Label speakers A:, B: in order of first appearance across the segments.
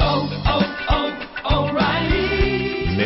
A: Oh,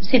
B: Si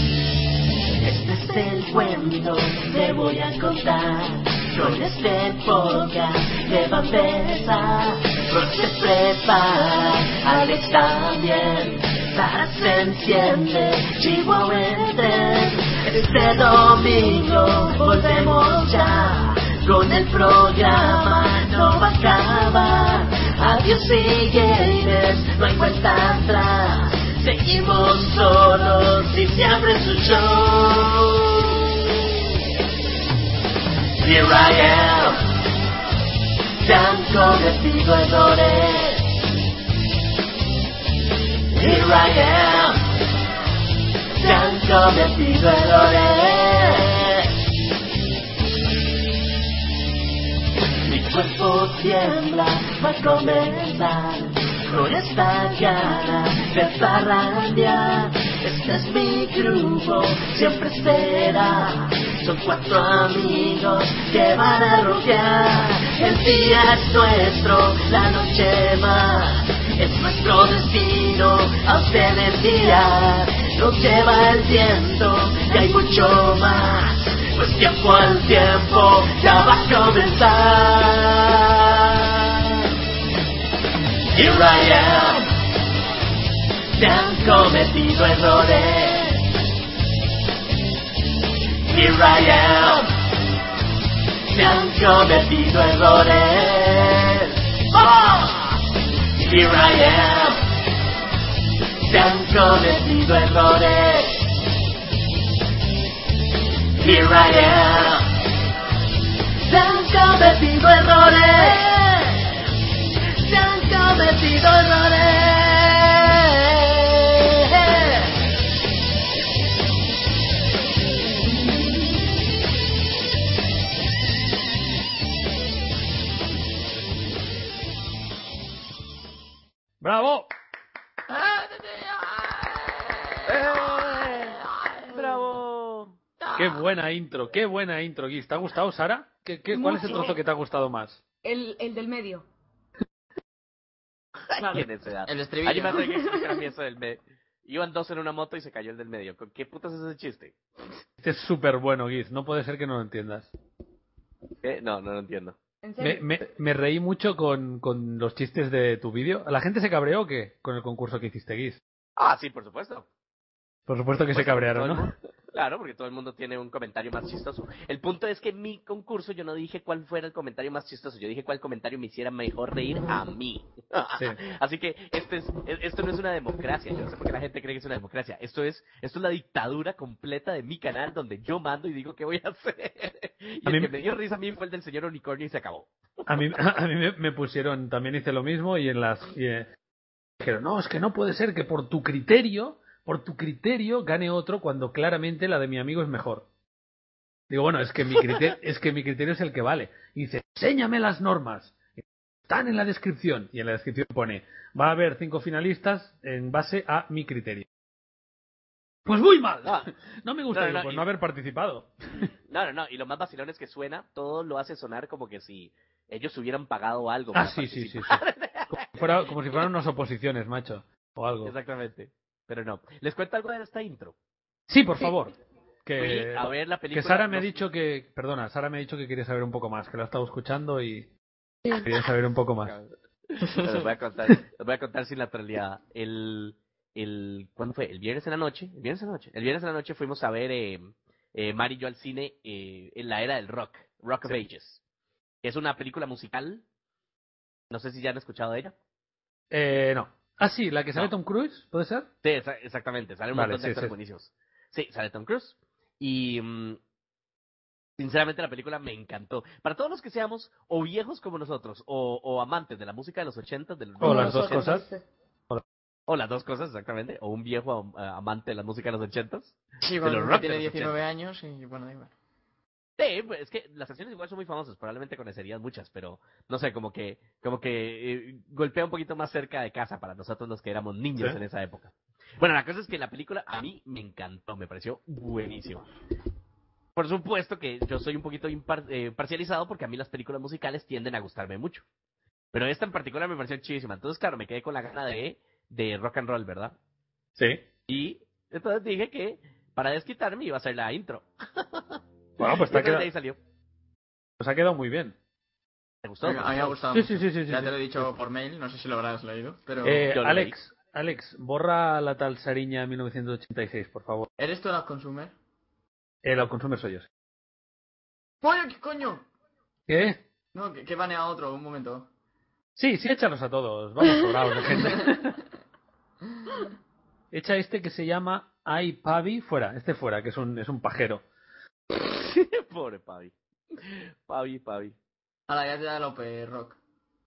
C: Este es el cuento que voy a contar. Con este podcast que va a empezar. Porque prepara Alex también. Sara se enciende, Chihuahua entren. Este domingo volvemos ya. Con el programa no va a acabar. Adiós siguientes, no hay vuelta atrás. Seguimos solos y se abre su show. Here I am. Se han cometido errores. Here I am. Se han cometido errores. Mi cuerpo tiembla va a comenzar con esta gana de parrandear. Este es mi grupo, siempre será. Son cuatro amigos que van a rodear. El día es nuestro, la noche más. Es nuestro destino, a ustedes dirán. Nos lleva el viento y hay mucho más. Pues tiempo al tiempo ya va a comenzar. Here I am. Se han cometido errores. Here I am. Se han cometido errores. ¡Vamos! Here I am. Se han cometido errores. Here I am. Se han cometido errores. Se han cometido errores.
D: ¡Bravo!
C: ¡Bravo!
D: ¡Qué buena intro! ¡Qué buena intro, Guis! ¿Te ha gustado, Sara? ¿Qué, qué, cuál es el trozo que te ha gustado más?
E: El, el del medio.
F: El estribillo.
G: Alguien me hace que explicarme eso del medio. Iban dos en una moto y se cayó el del medio. ¿Con qué putas es ese chiste?
D: Este es súper bueno, Guis. No puede ser que no lo entiendas.
G: ¿Qué? No, no lo entiendo.
E: ¿En
D: Me,
E: serio?
D: me- me reí mucho con, con los chistes de tu vídeo. ¿La gente se cabreó o qué? Con el concurso que hiciste, Guis.
G: Ah, sí, por supuesto.
D: Por supuesto que se
G: Pues,
D: cabrearon,
G: todo el
D: ¿no?
G: mundo- Claro, porque todo el mundo tiene un comentario más chistoso. El punto es que en mi concurso yo no dije cuál fuera el comentario más chistoso, yo dije cuál comentario me hiciera mejor reír a mí.
D: Sí.
G: Así que este es, esto no es una democracia, yo no sé por qué la gente cree que es una democracia. Esto es, esto es la dictadura completa de mi canal donde yo mando y digo qué voy a hacer. Y
D: A mí-
G: el que me dio risa a mí fue el del señor unicornio y se acabó.
D: A mí, a mí me, me pusieron, también hice lo mismo y en las... y, eh, dijeron, no, es que no puede ser que por tu criterio, por tu criterio gane otro cuando claramente la de mi amigo es mejor. Digo, bueno, es que mi criterio es, que mi criterio es el que vale. Y dice, enséñame las normas. Están en la descripción. Y en la descripción pone, va a haber cinco finalistas en base a mi criterio. Pues muy mal.
G: Ah.
D: No me gusta
G: No,
D: digo,
G: no,
D: pues
G: y-
D: no haber participado.
G: No, no, no. Y lo más vacilón es que suena, todo lo hace sonar como que si ellos hubieran pagado algo.
D: Ah,
G: para
D: sí, sí, sí.
G: participar.
D: sí. Como, fuera- como si fueran unas oposiciones, macho. O algo.
G: Exactamente. Pero no. Les cuento algo de esta intro.
D: Sí, por favor.
G: Fui
D: Que,
G: a ver la
D: Eh, que
G: película.
D: Sara me ha
G: no-
D: dicho que. Perdona, Sara me ha dicho que quería saber un poco más, que lo ha estado escuchando y. Quería saber un poco más.
G: Pero les voy a contar, les voy a contar sin la troleada. El, el, ¿cuándo fue? El viernes en la noche, el viernes en la noche, el viernes en la noche fuimos a ver eh, eh, Mari y yo al cine eh, en la era del rock, Rock of Ages, que es una película musical. No sé si ya han escuchado de ella.
D: Eh, no. Ah, sí, la que sale
G: No.
D: Tom Cruise, ¿puede ser?
G: Sí, exa- exactamente, sale un
D: Vale,
G: montón de
D: sí,
G: actores
D: sí.
G: buenísimos. Sí, sale Tom Cruise. Y mm, sinceramente la película me encantó. Para todos los que seamos o viejos como nosotros o, o amantes de la música de los 80, de los
D: O las dos
G: 80s,
D: cosas.
G: O las dos cosas, exactamente. O un viejo am- eh, amante de la música de los ochentas.
C: Sí,
G: De los
C: bueno,
G: rock de
C: tiene
G: los
C: 19 años y bueno, da igual.
G: Sí, pues, es que las canciones igual son muy famosas. Probablemente conocerías muchas, pero no sé, como que, como que eh, golpea un poquito más cerca de casa para nosotros los que éramos niños
D: Sí.
G: en esa época. Bueno, la cosa es que la película a mí me encantó, me pareció buenísima. Por supuesto que yo soy un poquito impar- eh, parcializado porque a mí las películas musicales tienden a gustarme mucho. Pero esta en particular me pareció chidísima. Entonces, claro, me quedé con la gana de, de rock and roll, ¿verdad?
D: Sí.
G: Y entonces dije que para desquitarme iba a hacer la intro.
D: Bueno, pues te ha
G: Entonces de
D: quedado,
G: ahí salió.
D: pues ha quedado muy bien.
G: ¿Te gustó?
C: A mí me ha
G: Ah,
C: gustado
D: Sí,
C: mucho.
D: sí, sí, sí. sí,
C: Ya te
D: sí.
C: lo he dicho por mail, no sé si lo habrás leído, pero...
D: Eh,
G: Yo lo
D: Alex, Alex, borra la tal Sariña 1986, por favor.
C: ¿Eres tú la consumer?
D: El consumer soy yo. sí.
C: ¡Pollo, qué coño!
D: ¿Qué?
C: No, que, que banea a otro, un momento.
D: Sí, sí, échalos a todos. Vamos sobrados de gente. Echa este que se llama Ay Pavi fuera. Este fuera, que es un, es un pajero.
G: Pobre Pavi. Pavi, Pavi.
C: Ahora ya te da López Rock.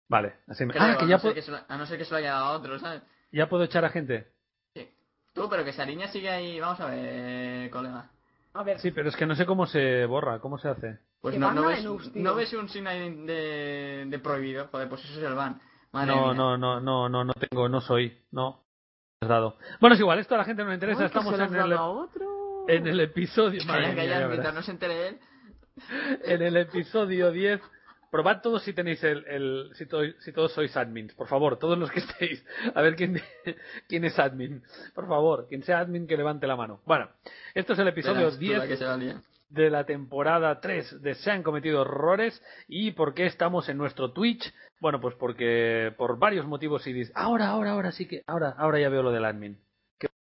D: Vale. Así me...
C: Creo,
D: Ah, que
C: a,
D: ya,
C: no ser
D: puedo,
C: que se lo- a no ser que se lo haya dado a otro, ¿sabes?
D: ya puedo echar a gente.
C: Tú, pero que Sariña sigue ahí. Vamos a ver, colega.
H: A ver,
D: Sí, pero es que no sé cómo se borra, cómo se hace.
C: Pues
H: Que
C: no,
H: van
C: no,
H: a
C: ves,
H: Venus, tío.
C: no ves un signo ahí de, de prohibido. Joder, pues eso es el van. Madre
D: No,
C: mía.
D: no, no, no, no, no tengo, no soy, no. Has dado. Bueno, es igual, esto a la gente no le
H: ay,
D: interesa,
H: que
D: estamos
H: se las
D: en el,
H: daba a otro.
D: en el episodio.
C: Calla,
D: madre mía,
C: calla,
D: ya
C: mientras
D: verás.
C: no se entere él.
D: en el episodio 10. Probad todos si tenéis el, el si, to- si todos sois admins, por favor, todos los que estéis. A ver quién, quién es admin. Por favor, quien sea admin que levante la mano. Bueno, esto es el episodio
C: Verás tú la que
D: 10
C: se la lía.
D: de la temporada 3 de Se han cometido errores. ¿Y por qué estamos en nuestro Twitch? Bueno, pues porque por varios motivos y dices, ahora, ahora, ahora sí que, ahora, ahora ya veo lo del admin.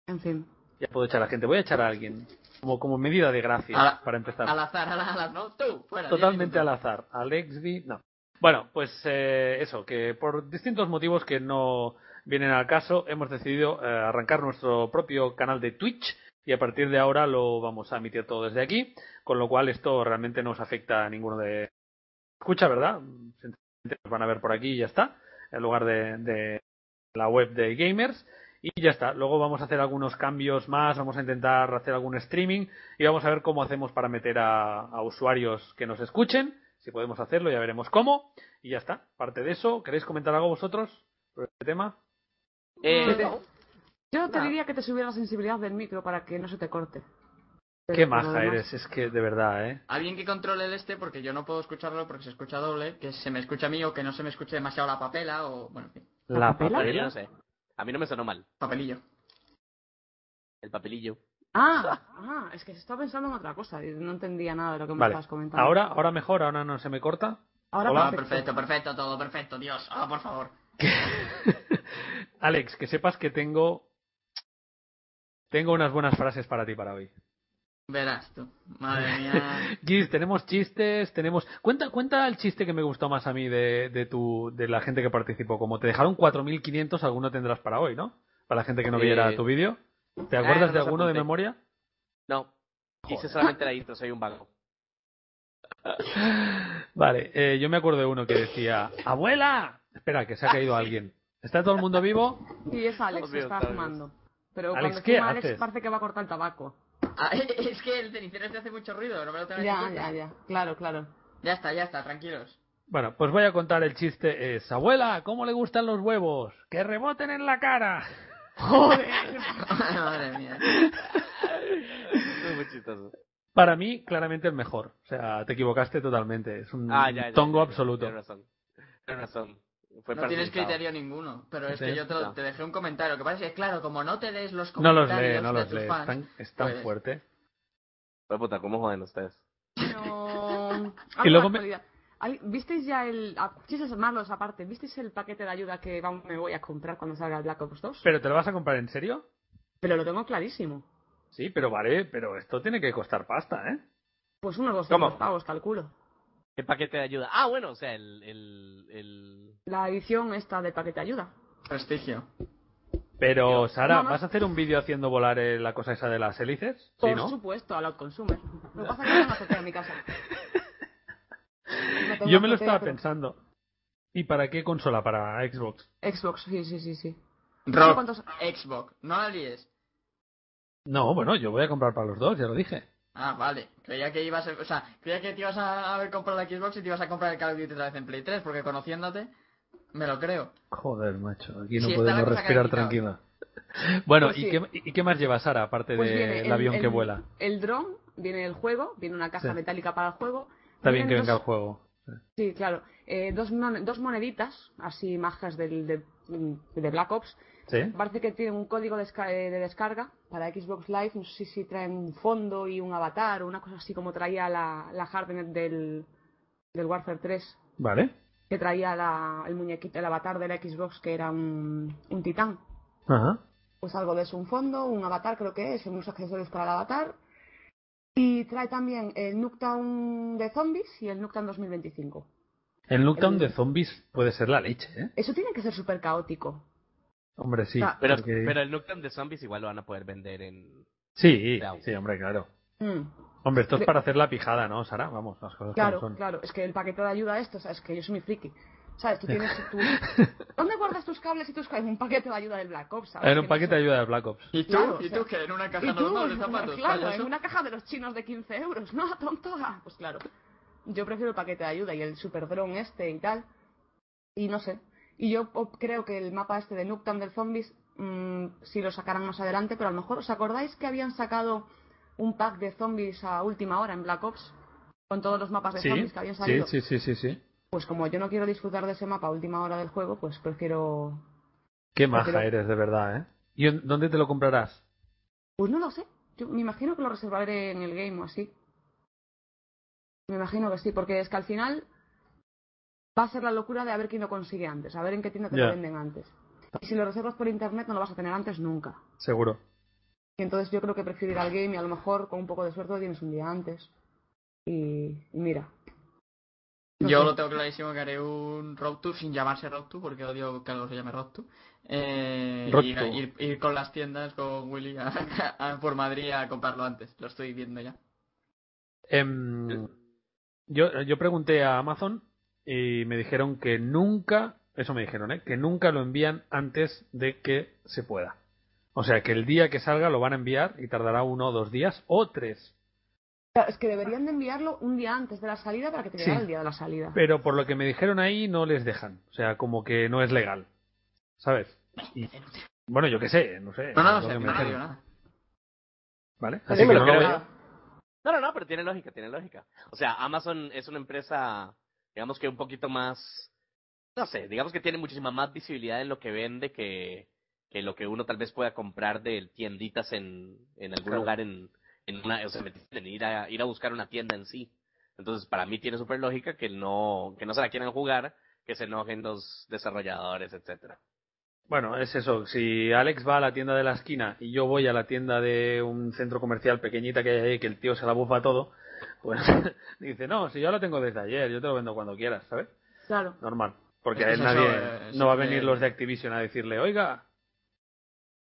H: En fin.
D: Ya puedo echar a gente, voy a echar a alguien. Como, como medida de gracia,
C: A la-
D: para empezar.
C: Al azar, al azar, ¿no? Tú, fuera. diez
D: Totalmente al
C: minutos.
D: azar. Alexby, no. Bueno, pues eh, eso, que por distintos motivos que no vienen al caso, hemos decidido eh, arrancar nuestro propio canal de Twitch y a partir de ahora lo vamos a emitir todo desde aquí, con lo cual esto realmente no os afecta a ninguno de... Escucha, ¿verdad? Sencillamente nos van a ver por aquí y ya está, en lugar de, de la web de gamers. Y ya está, luego vamos a hacer algunos cambios más, vamos a intentar hacer algún streaming y vamos a ver cómo hacemos para meter a, a usuarios que nos escuchen. Si podemos hacerlo, ya veremos cómo. Y ya está. Parte de eso, ¿queréis comentar algo vosotros sobre este tema? Pues
G: Eh,
H: Yo te
C: Nada.
H: diría que te subiera la sensibilidad del micro para que no se te corte. Pero
D: Qué
H: por lo
D: maja
H: demás-
D: eres, es que de verdad, ¿eh?
C: Alguien que controle el este, porque yo no puedo escucharlo porque se escucha doble, que se me escucha a mí o que no se me escuche demasiado la papela o, bueno, en fin,
D: La
H: papela?
G: pero
D: papela.
G: yo no sé. A mí no me sonó mal.
C: papelillo.
G: El papelillo.
H: Ah, ah, es que estaba pensando en otra cosa y no entendía nada de lo que me
D: Vale.
H: estabas comentando.
D: Ahora, ahora mejor, ahora no se me corta.
H: Ahora
C: Ah,
H: perfecto.
C: perfecto, perfecto, todo perfecto, Dios. Ah, por favor.
D: Alex, que sepas que tengo. Tengo unas buenas frases para ti para hoy.
C: Verás tú. Madre mía.
D: Gis, tenemos chistes, tenemos. Cuenta, cuenta el chiste que me gustó más a mí de, de tu, de la gente que participó. Como te dejaron 4.500, alguno tendrás para hoy, ¿no? Para la gente que no
G: Eh,
D: viera tu vídeo. ¿Te acuerdas
G: Ah, no
D: de
G: los
D: alguno de
G: apunté.
D: memoria?
G: No. Hice solamente la intro, soy un vago.
D: Vale, eh, yo me acuerdo de uno que decía: ¡Abuela! Espera, que se
G: Ah,
D: ha caído alguien. ¿Está todo el mundo vivo?
H: Y es Alex que
G: Obvio,
H: está
G: tal vez.
H: fumando. Pero
D: Alex,
H: cuando
D: ¿qué
H: fuma Alex
D: haces?
H: parece que va a cortar el tabaco.
C: Ah, es que el cenicero te hace mucho ruido, no me lo tengo
H: Ya, ya, ya. Claro, claro.
C: Ya está, ya está, tranquilos.
D: Bueno, pues voy a contar el chiste. Es: ¡Abuela! ¿Cómo le gustan los huevos? ¡Que reboten en la cara!
C: Madre mía.
G: Es muy chistoso.
D: Para mí, claramente el mejor. O sea, te equivocaste totalmente. Es un
G: Ah, ya, ya,
D: tongo
G: ya, ya,
D: absoluto.
G: Tienes razón. Tienes razón. Fue
C: No tienes
G: perjudicado.
C: criterio ninguno, pero es
D: Sí,
C: que yo te, lo-
G: no.
C: te dejé un comentario. Lo que pasa es que, claro, como no te lees los
D: No
C: comentarios
D: los lee,
C: de
D: no los
C: tus
D: lee. Es
C: fans,
D: tan, es tan
C: puedes.
D: fuerte.
G: Pues puta, ¿cómo joden ustedes?
H: Pero... algo
D: Y luego
H: de
D: me-
H: actualidad. Ay, ¿Visteis ya el... a- Chistes malos aparte. ¿Visteis el paquete de ayuda que vamos, me voy a comprar cuando salga el Black Ops 2? Pero,
D: ¿Pero te lo vas a comprar en serio?
H: lo tengo clarísimo.
D: Sí, pero vale, pero esto tiene que costar pasta, ¿eh?
H: Pues unos 200
G: ¿Cómo?
H: pavos, calculo.
G: ¿Qué paquete de ayuda? Ah, bueno, o sea, el... el, el...
H: La edición esta del paquete de ayuda.
C: Prestigio.
D: Pero, Sara,
H: No, no.
D: ¿vas a hacer un vídeo haciendo volar eh, la cosa esa de las hélices? Sí,
H: Por
D: ¿no?
H: supuesto, a Loud Consumer. Lo que pasa es que no tengo una azotea en mi casa. No tengo
D: Yo me lo
H: azotea,
D: estaba
H: pero-
D: pensando. ¿Y para qué consola? Para Xbox.
H: Xbox, sí, sí, sí, sí. No sé
C: Rock,
H: cuántos-
C: Xbox, no la líes.
D: No, bueno, yo voy a comprar para los dos, ya lo dije.
C: Ah, vale. Creía que ibas a, o sea, creía que te ibas a haber comprado la Xbox y te ibas a comprar el Call of Duty otra vez en Play 3, porque conociéndote, me lo creo.
D: Joder, macho, aquí no
C: Sí, está la
D: podemos
C: cosa
D: respirar tranquila.
C: calentita.
D: Bueno,
H: Pues
D: ¿y,
H: sí.
D: qué, ¿y qué más lleva Sara, aparte
H: Pues
D: del
H: viene el-
D: avión que
H: el-
D: vuela?
H: El dron, viene el juego, viene una caja
D: Sí.
H: metálica para el juego.
D: Está bien
H: vienen
D: que
H: dos-
D: venga el juego.
H: Sí, claro. Eh, dos, mon- dos moneditas, así majas del, de, mm, de Black Ops.
D: ¿Sí?
H: Parece que tiene un código de, desca- eh, de descarga para Xbox Live. No sé si traen un fondo y un avatar o una cosa así como traía la, la Hardenet del, del Warfare 3,
D: Vale.
H: que traía la- el muñequito, el avatar de la Xbox, que era un, un titán.
D: Ajá.
H: Pues algo de eso, un fondo, un avatar creo que es, unos accesorios para el avatar. Y trae también el Nuketown de zombies y el Nuketown 2025.
D: El lockdown
H: El-
D: de zombies puede ser la leche, ¿eh?
H: Eso tiene que ser súper caótico.
D: Hombre, sí.
H: Ah,
G: Pero,
D: porque-
G: pero el Nocturne de Zombies igual lo van a poder vender en...
D: Sí,
G: Claro.
D: sí, hombre, claro.
H: Mm,
D: Hombre, esto es
H: Pero-
D: para hacer la pijada, ¿no, Sara? Vamos, las cosas como
H: claro,
D: son.
H: claro. Es que el paquete de ayuda esto, sabes que yo soy muy friki. ¿Sabes? Tú tienes tu... ¿Dónde guardas tus cables y tus cables? En un paquete de ayuda del Black Ops, ¿sabes?
D: Era un
H: Que
D: paquete
H: no
D: de
H: sé.
D: ayuda de Black Ops.
C: ¿Y tú?
H: Claro, o
C: ¿Y
H: sea,
C: tú que en una caja
H: ¿Y tú?
C: normal de zapatos?
H: claro,
C: payaso?
H: en una caja de los chinos de 15 euros, ¿no? Tontoja. Pues claro. Yo prefiero el paquete de ayuda y el super dron este y tal. Y no sé. Y yo op- creo que el mapa este de Nuketown del Zombies, mm, si lo sacaran más adelante, pero a lo mejor, ¿os acordáis que habían sacado un pack de zombies a última hora en Black Ops? Con todos los mapas de
D: Sí,
H: zombies que habían
D: sí,
H: salido.
D: sí, sí, sí, sí.
H: Pues como yo no quiero disfrutar de ese mapa a última hora del juego, pues prefiero.
D: Qué maja
H: Pero-
D: eres, de verdad, ¿eh? ¿Y en- dónde te lo comprarás?
H: Pues no lo sé. Yo me imagino que lo reservaré en el game o así. Me imagino que sí, porque es que al final va a ser la locura de a ver quién lo consigue antes, a ver en qué tienda te
D: Ya.
H: lo venden antes. Y si lo reservas por internet no lo vas a tener antes nunca.
D: Seguro.
H: Y entonces yo creo que prefiero ir al game y a lo mejor con un poco de suerte lo tienes un día antes. Y, y mira. No
C: Yo
H: sé.
C: lo tengo clarísimo que haré un Road to sin llamarse Road to porque odio que algo se llame Road to Eh,
D: Road
C: ir,
D: to.
C: ir- ir con las tiendas con Willy a- a- por Madrid a comprarlo antes. Lo estoy viendo ya.
D: Em, yo, yo pregunté a Amazon y me dijeron que nunca, eso me dijeron, ¿eh? que nunca lo envían antes de que se pueda. O sea, que el día que salga lo van a enviar y tardará uno o dos días o tres.
H: Claro, es que deberían de enviarlo un día antes de la salida para que te
D: Sí.
H: llegara el día de la salida.
D: Pero por lo que me dijeron ahí no les dejan. O sea, como que no es legal. ¿Sabes? Y- bueno, yo qué sé, no sé.
C: No, no,
D: es
C: no
D: lo
C: sé,
D: que me
C: no digo
D: dijeron,
C: nada.
D: ¿Vale?
H: Pero
D: Así que
G: me lo
D: no lo
G: creo
D: voy-
G: yo. No, no, no, pero tiene lógica, tiene lógica. O sea, Amazon es una empresa, digamos que un poquito más, no sé, digamos que tiene muchísima más visibilidad en lo que vende que, que lo que uno tal vez pueda comprar de tienditas en, en algún
D: Claro.
G: lugar, en, en una, o sea, ¿me entienden? ir a, ir a buscar una tienda en sí. Entonces, para mí tiene súper lógica que no, que no se la quieran jugar, que se enojen los desarrolladores, etcétera.
D: Bueno, es eso. Si Alex va a la tienda de la esquina y yo voy a la tienda de un centro comercial pequeñita que hay ahí, que el tío se la bufa todo, pues dice, no, si yo la tengo desde ayer, yo te lo vendo cuando quieras, ¿sabes?
H: Claro.
D: Normal. Porque
C: Es
D: a
C: que
D: él
C: es eso,
D: nadie,
C: eh,
D: no va a
C: siempre-
D: venir los de Activision a decirle, oiga,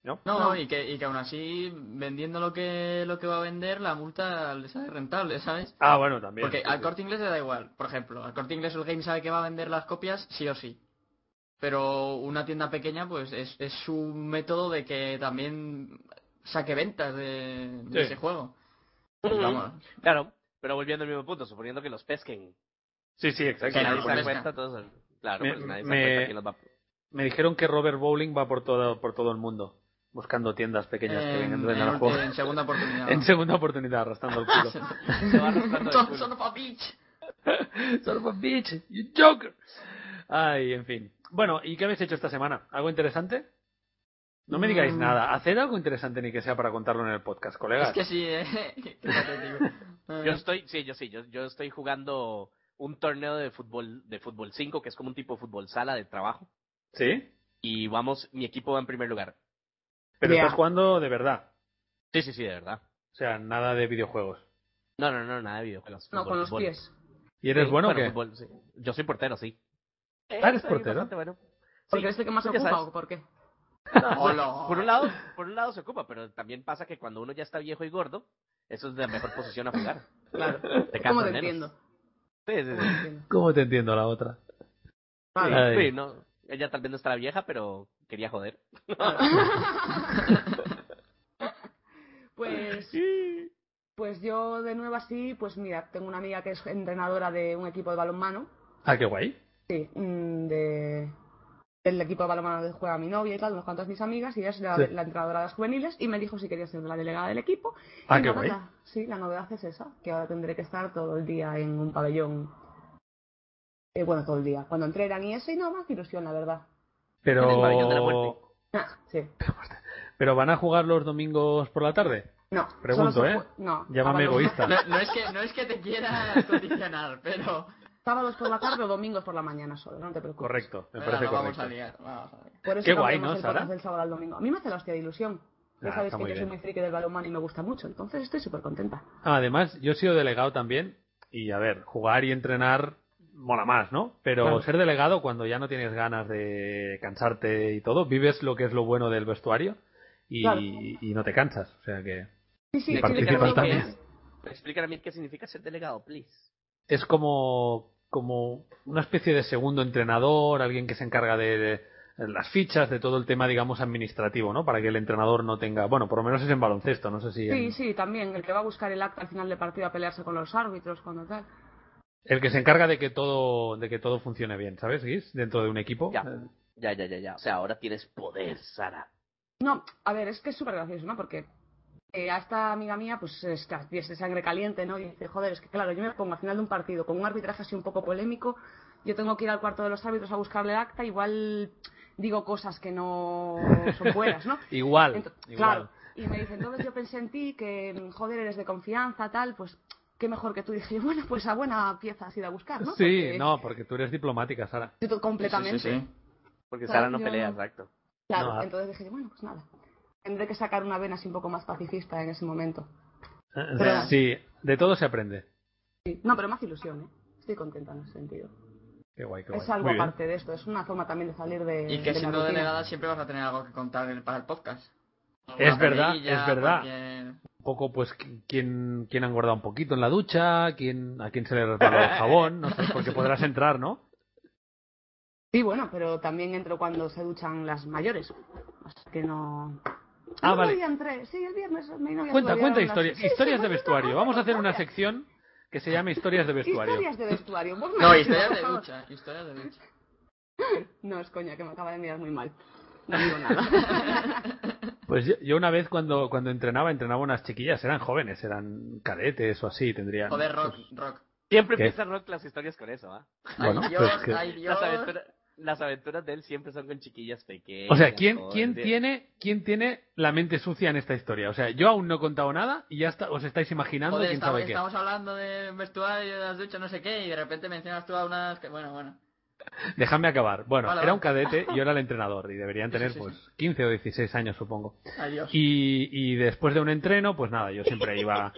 D: ¿no?
C: No,
H: No.
C: Y, que, y que aún así, vendiendo lo que, lo que va a vender, la multa le sale rentable, ¿sabes?
D: Ah, bueno, también.
C: Porque
D: sí,
C: al
D: sí.
C: corte inglés le da igual. Por ejemplo, al corte inglés el game sabe que va a vender las copias sí o sí. Pero una tienda pequeña, pues es, es su método de que también saque ventas de, de
D: Sí.
C: ese juego. Pues vamos,
G: Claro, pero volviendo al mismo punto, suponiendo que los pesquen,
D: Sí, sí, exacto.
C: Que
G: que
C: no
G: nadie
C: los
G: se da
C: pesca.
G: cuenta, todos, claro,
D: Me-
G: pues nadie se
D: me-
G: da cuenta quién los va a
D: Me dijeron que Robert Bowling va por todo, por todo el mundo, buscando tiendas pequeñas que
C: en,
D: vengan
C: en
D: al
C: ulti-
D: juego.
C: en segunda oportunidad.
D: En segunda oportunidad, arrastrando el culo.
G: se va arrastrando de
C: Son-
G: culo.
C: son of a bitch.
D: Son of a bitch, you joker. Ay, en fin. Bueno, ¿y qué habéis hecho esta semana? ¿Algo interesante? No me digáis
C: Mm.
D: nada. Haced algo interesante ni que sea para contarlo en el podcast, colegas.
C: Es que sí, ¿eh? Qué patético. Ah,
G: Yo estoy, sí, yo sí, yo, yo estoy jugando un torneo de fútbol, de fútbol 5, que es como un tipo de fútbol sala de trabajo.
D: ¿Sí?
G: Y vamos, mi equipo va en primer lugar.
D: Pero
H: Ya.
D: estás jugando de verdad.
G: Sí, sí, sí, de verdad.
D: O sea, nada de videojuegos.
G: No, no, no, nada de videojuegos.
H: No,
G: fútbol,
H: con los
G: fútbol.
H: pies.
D: ¿Y eres
G: Sí, pues
D: bueno o qué?
G: fútbol, sí. Yo soy portero, sí.
D: Ah, eres
G: Soy
D: portero.
G: bastante bueno.
H: Porque
G: Sí,
H: eres el que más se
G: porque
H: ocupa,
G: sabes-
H: ¿o por qué?
C: Hola.
G: Por un lado, por un lado se ocupa, pero también pasa que cuando uno ya está viejo y gordo, eso es la mejor posición a jugar.
H: Claro.
G: Te
H: ¿Cómo
G: cansas
H: te
G: menos.
H: entiendo?
G: Sí, sí,
H: ¿Cómo
G: sí.
H: te entiendo?
D: ¿Cómo te entiendo la otra?
H: Vale.
D: Ay.
G: Sí, no, ella tal vez no estará vieja, pero quería joder.
H: Pues, pues yo de nuevo así, pues mira, tengo una amiga que es entrenadora de un equipo de balonmano.
D: Ah, qué guay.
H: Sí, mm, de, del equipo de balonmano donde juega mi novia y tal, unas cuantas mis amigas, y ella es la,
D: Sí.
H: la entrenadora de las juveniles, y me dijo si quería ser la delegada del equipo.
D: Ah,
H: Y
D: qué
H: nada,
D: guay.
H: la- sí, la novedad es esa, que ahora tendré que estar todo el día en un pabellón. Eh, bueno, todo el día. Cuando entrenan y eso, y no, más ilusión, la verdad.
G: En el pabellón de la muerte.
D: Pero...
H: Ah, Sí.
D: Pero van a jugar los domingos por la tarde.
H: No.
D: Pregunto,
H: solo se
D: ¿eh?
H: jue- No.
D: Llámame
H: sábados-
D: egoísta.
C: No, no es que, no es que te quiera condicionar, pero...
H: Sábados por la tarde o domingos por la mañana solo, no te preocupes.
D: Correcto, me
C: pero
D: parece
C: no, vamos
D: correcto.
C: a liar, vamos a liar.
H: Por eso
D: Qué guay,
H: cambiamos
D: ¿no,
H: el
D: Sara?
H: podcast del sábado al domingo. A mí me hace la hostia de ilusión. Ya
D: Ah,
H: sabéis
D: está
H: que
D: muy
H: yo soy
D: bien.
H: muy friki del balonmano y me gusta mucho, entonces estoy súper contenta.
D: Ah, además, yo he sido delegado también. Y a ver, jugar y entrenar mola más, ¿no? Pero
H: Claro.
D: ser delegado cuando ya no tienes ganas de cansarte y todo, vives lo que es lo bueno del vestuario y,
H: Claro.
D: y no te cansas. O sea que
H: Sí, sí,
D: Y
H: sí,
D: participas
H: recuerdo que-
D: también.
G: Explícame a mí qué significa ser delegado, please.
D: es como, como una especie de segundo entrenador, alguien que se encarga de, de las fichas, de todo el tema, digamos, administrativo, ¿no? Para que el entrenador no tenga. Bueno, por lo menos es en baloncesto, no sé si. en-
H: Sí, sí, también. El que va a buscar el acta al final del partido a pelearse con los árbitros, cuando tal.
D: El que se encarga de que todo, de que todo funcione bien, ¿sabes, Guis? Dentro de un equipo.
G: Ya, ya, ya, ya, ya. O sea, ahora tienes poder, Sara.
H: No, a ver, es que es súper gracioso, ¿no? Porque eh, a esta amiga mía, pues es que es de sangre caliente, ¿no? Y dice, joder, es que claro, yo me pongo al final de un partido con un arbitraje así un poco polémico, yo tengo que ir al cuarto de los árbitros a buscarle el acta, igual digo cosas que no son buenas, ¿no?
D: Igual,
H: Ento-
D: igual.
H: Claro. Y me dice, entonces yo pensé en ti, que mm, joder, eres de confianza, tal, pues qué mejor que tú. Y dije, bueno, pues a buena pieza has ido a buscar, ¿no?
D: Sí,
H: Porque-
D: no, porque tú eres diplomática, Sara.
H: Sí, tú- Completamente.
C: Sí, sí, sí.
G: Porque
H: Claro,
G: Sara no
H: yo
G: pelea,
H: no.
G: exacto.
H: Claro,
D: No, a-
H: entonces dije, bueno, pues nada. Tendré que sacar una vena así un poco más pacifista en ese momento.
C: Pero-
D: Sí, de todo se aprende.
H: Sí. No, pero más ilusión, ¿eh? Estoy contenta en ese sentido.
D: Qué guay, qué guay.
H: Es algo
D: Muy bien.
H: aparte de esto, es una forma también de salir de.
C: Y que
H: de la
C: siendo
H: rutina.
C: delegada siempre vas a tener algo que contar en- para el podcast.
D: Es verdad,
C: peleilla,
D: es verdad.
C: cualquier-
D: Un poco, pues, qui- quién, quién ha engordado un poquito en la ducha, quién, a quién se le resbaló el jabón, no sé, porque podrás entrar, ¿no?
H: Sí, bueno, pero también entro cuando se duchan las mayores. Así que no.
D: Ah,
H: El otro
D: vale.
H: día entré, sí, el viernes mi novia
D: Cuenta,
H: se
D: cuenta
H: olvidaron las-
D: historias.
H: Sí, sí,
D: Historias de
H: cuenta,
D: vestuario.
H: cuenta,
D: Vamos a hacer una
H: historias.
D: sección que se llame Historias de vestuario.
H: Historias de vestuario. Vos me
C: No,
H: decís,
C: historias
H: por
C: de
H: favor.
C: lucha, historias de lucha.
H: No, es coña, que me acaba de mirar muy mal. No digo nada.
D: Pues yo, yo una vez cuando, cuando entrenaba, entrenaba unas chiquillas, eran jóvenes, eran cadetes o así, tendrían...
C: Joder, rock, rock.
G: Siempre
D: ¿Qué?
G: empieza Rock las historias con eso, ¿ah?
C: Ay
D: Bueno,
C: Dios,
D: pues que-
C: ay Dios.
G: Las, aventura- las aventuras de él siempre son con chiquillas pequeñas.
D: O
C: Eh,
D: sea, ¿quién,
G: jóvenes,
D: quién,
G: de-
D: tiene, ¿quién tiene la mente sucia en esta historia? O sea, yo aún no he contado nada y ya está- os estáis imaginando
C: Joder,
D: quién
C: estamos,
D: sabe qué.
C: estamos hablando de vestuario, de las duchas, no sé qué, y de repente mencionas tú a unas que, bueno, bueno.
D: Déjame acabar. Bueno,
C: Vale,
D: era
C: vale.
D: un cadete y yo era el entrenador y deberían
C: Sí,
D: tener
C: sí,
D: pues
C: sí.
D: 15 o 16 años, supongo.
C: Adiós.
D: Y, y después de un entreno, pues nada, yo siempre iba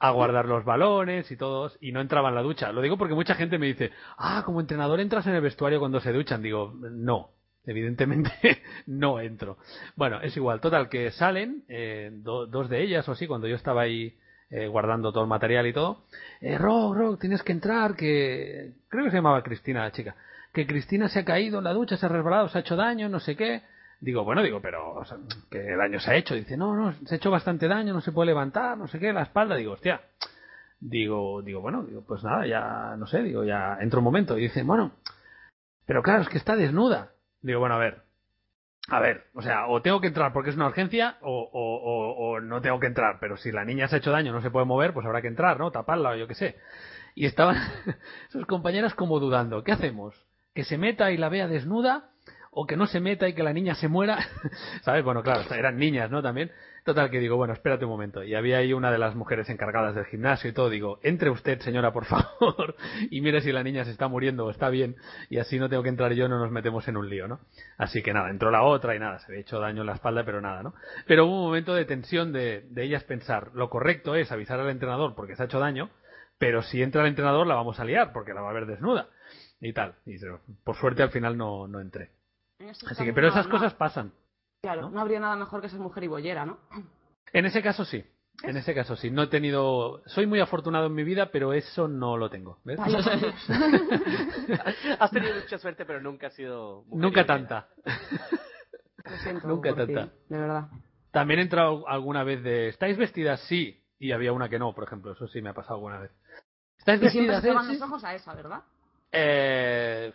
D: a guardar los balones y todos, y no entraba en la ducha. Lo digo porque mucha gente me dice, ah, como entrenador entras en el vestuario cuando se duchan. Digo, no, evidentemente no entro. Bueno, es igual, total, que salen, eh, do- dos de ellas o así, cuando yo estaba ahí eh, guardando todo el material y todo. Eh, Rock, Rock, tienes que entrar, que creo que se llamaba Cristina la chica. Que Cristina se ha caído en la ducha, se ha resbalado, se ha hecho daño, no sé qué. Digo, bueno, digo, pero o sea, ¿qué daño se ha hecho? Dice, no, no, se ha hecho bastante daño, no se puede levantar, no sé qué, la espalda. Digo, hostia. Digo, digo, bueno, digo, pues nada, ya, no sé, digo, ya entro un momento. Y dice, bueno, pero claro, es que está desnuda. Digo, bueno, a ver, a ver, o sea, o tengo que entrar porque es una urgencia o, o- o- o no tengo que entrar. Pero si la niña se ha hecho daño, no se puede mover, pues habrá que entrar, ¿no? Taparla o yo qué sé. Y estaban sus compañeras como dudando, ¿qué hacemos? que se meta y la vea desnuda o que no se meta y que la niña se muera. ¿Sabes? Bueno, claro, eran niñas, ¿no? También. Total, que digo, bueno, espérate un momento. Y había ahí una de las mujeres encargadas del gimnasio y todo. Digo, entre usted, señora, por favor, y mire si la niña se está muriendo o está bien. Y así no tengo que entrar yo, no nos metemos en un lío, ¿no? Así que nada, entró la otra y nada, se había hecho daño en la espalda, pero nada, ¿no? Pero hubo un momento de tensión de, de ellas pensar, lo correcto es avisar al entrenador porque se ha hecho daño, pero si entra el entrenador la vamos a liar porque la va a ver desnuda. Y tal. Y se- por suerte al final no, no entré.
H: En esos
D: Así
H: casos
D: que, pero
H: no,
D: esas
H: Pues no.
D: cosas pasan.
H: Claro,
D: ¿no?
H: ¿no? habría nada mejor que ser mujer y bollera, ¿no?
D: En ese caso sí. En ese caso sí. No he tenido. Soy muy afortunado en mi vida, pero eso no lo tengo. ¿ves?
H: Vaya, por Dios.
G: Has tenido mucha suerte, pero nunca has sido. mujer
D: Nunca
G: y bollera.
D: tanta.
H: Lo siento
D: Nunca
H: por ti,
D: tanta.
H: de verdad.
D: También he entrado alguna vez de. ¿Estáis vestidas? Sí. Y había una que no, por ejemplo. Eso sí me ha pasado alguna vez. ¿Estáis
H: Y siempre
D: vestidas?
H: se te van
D: eh?
H: los
D: Sí.
H: ojos a esa, ¿verdad?
D: Eh,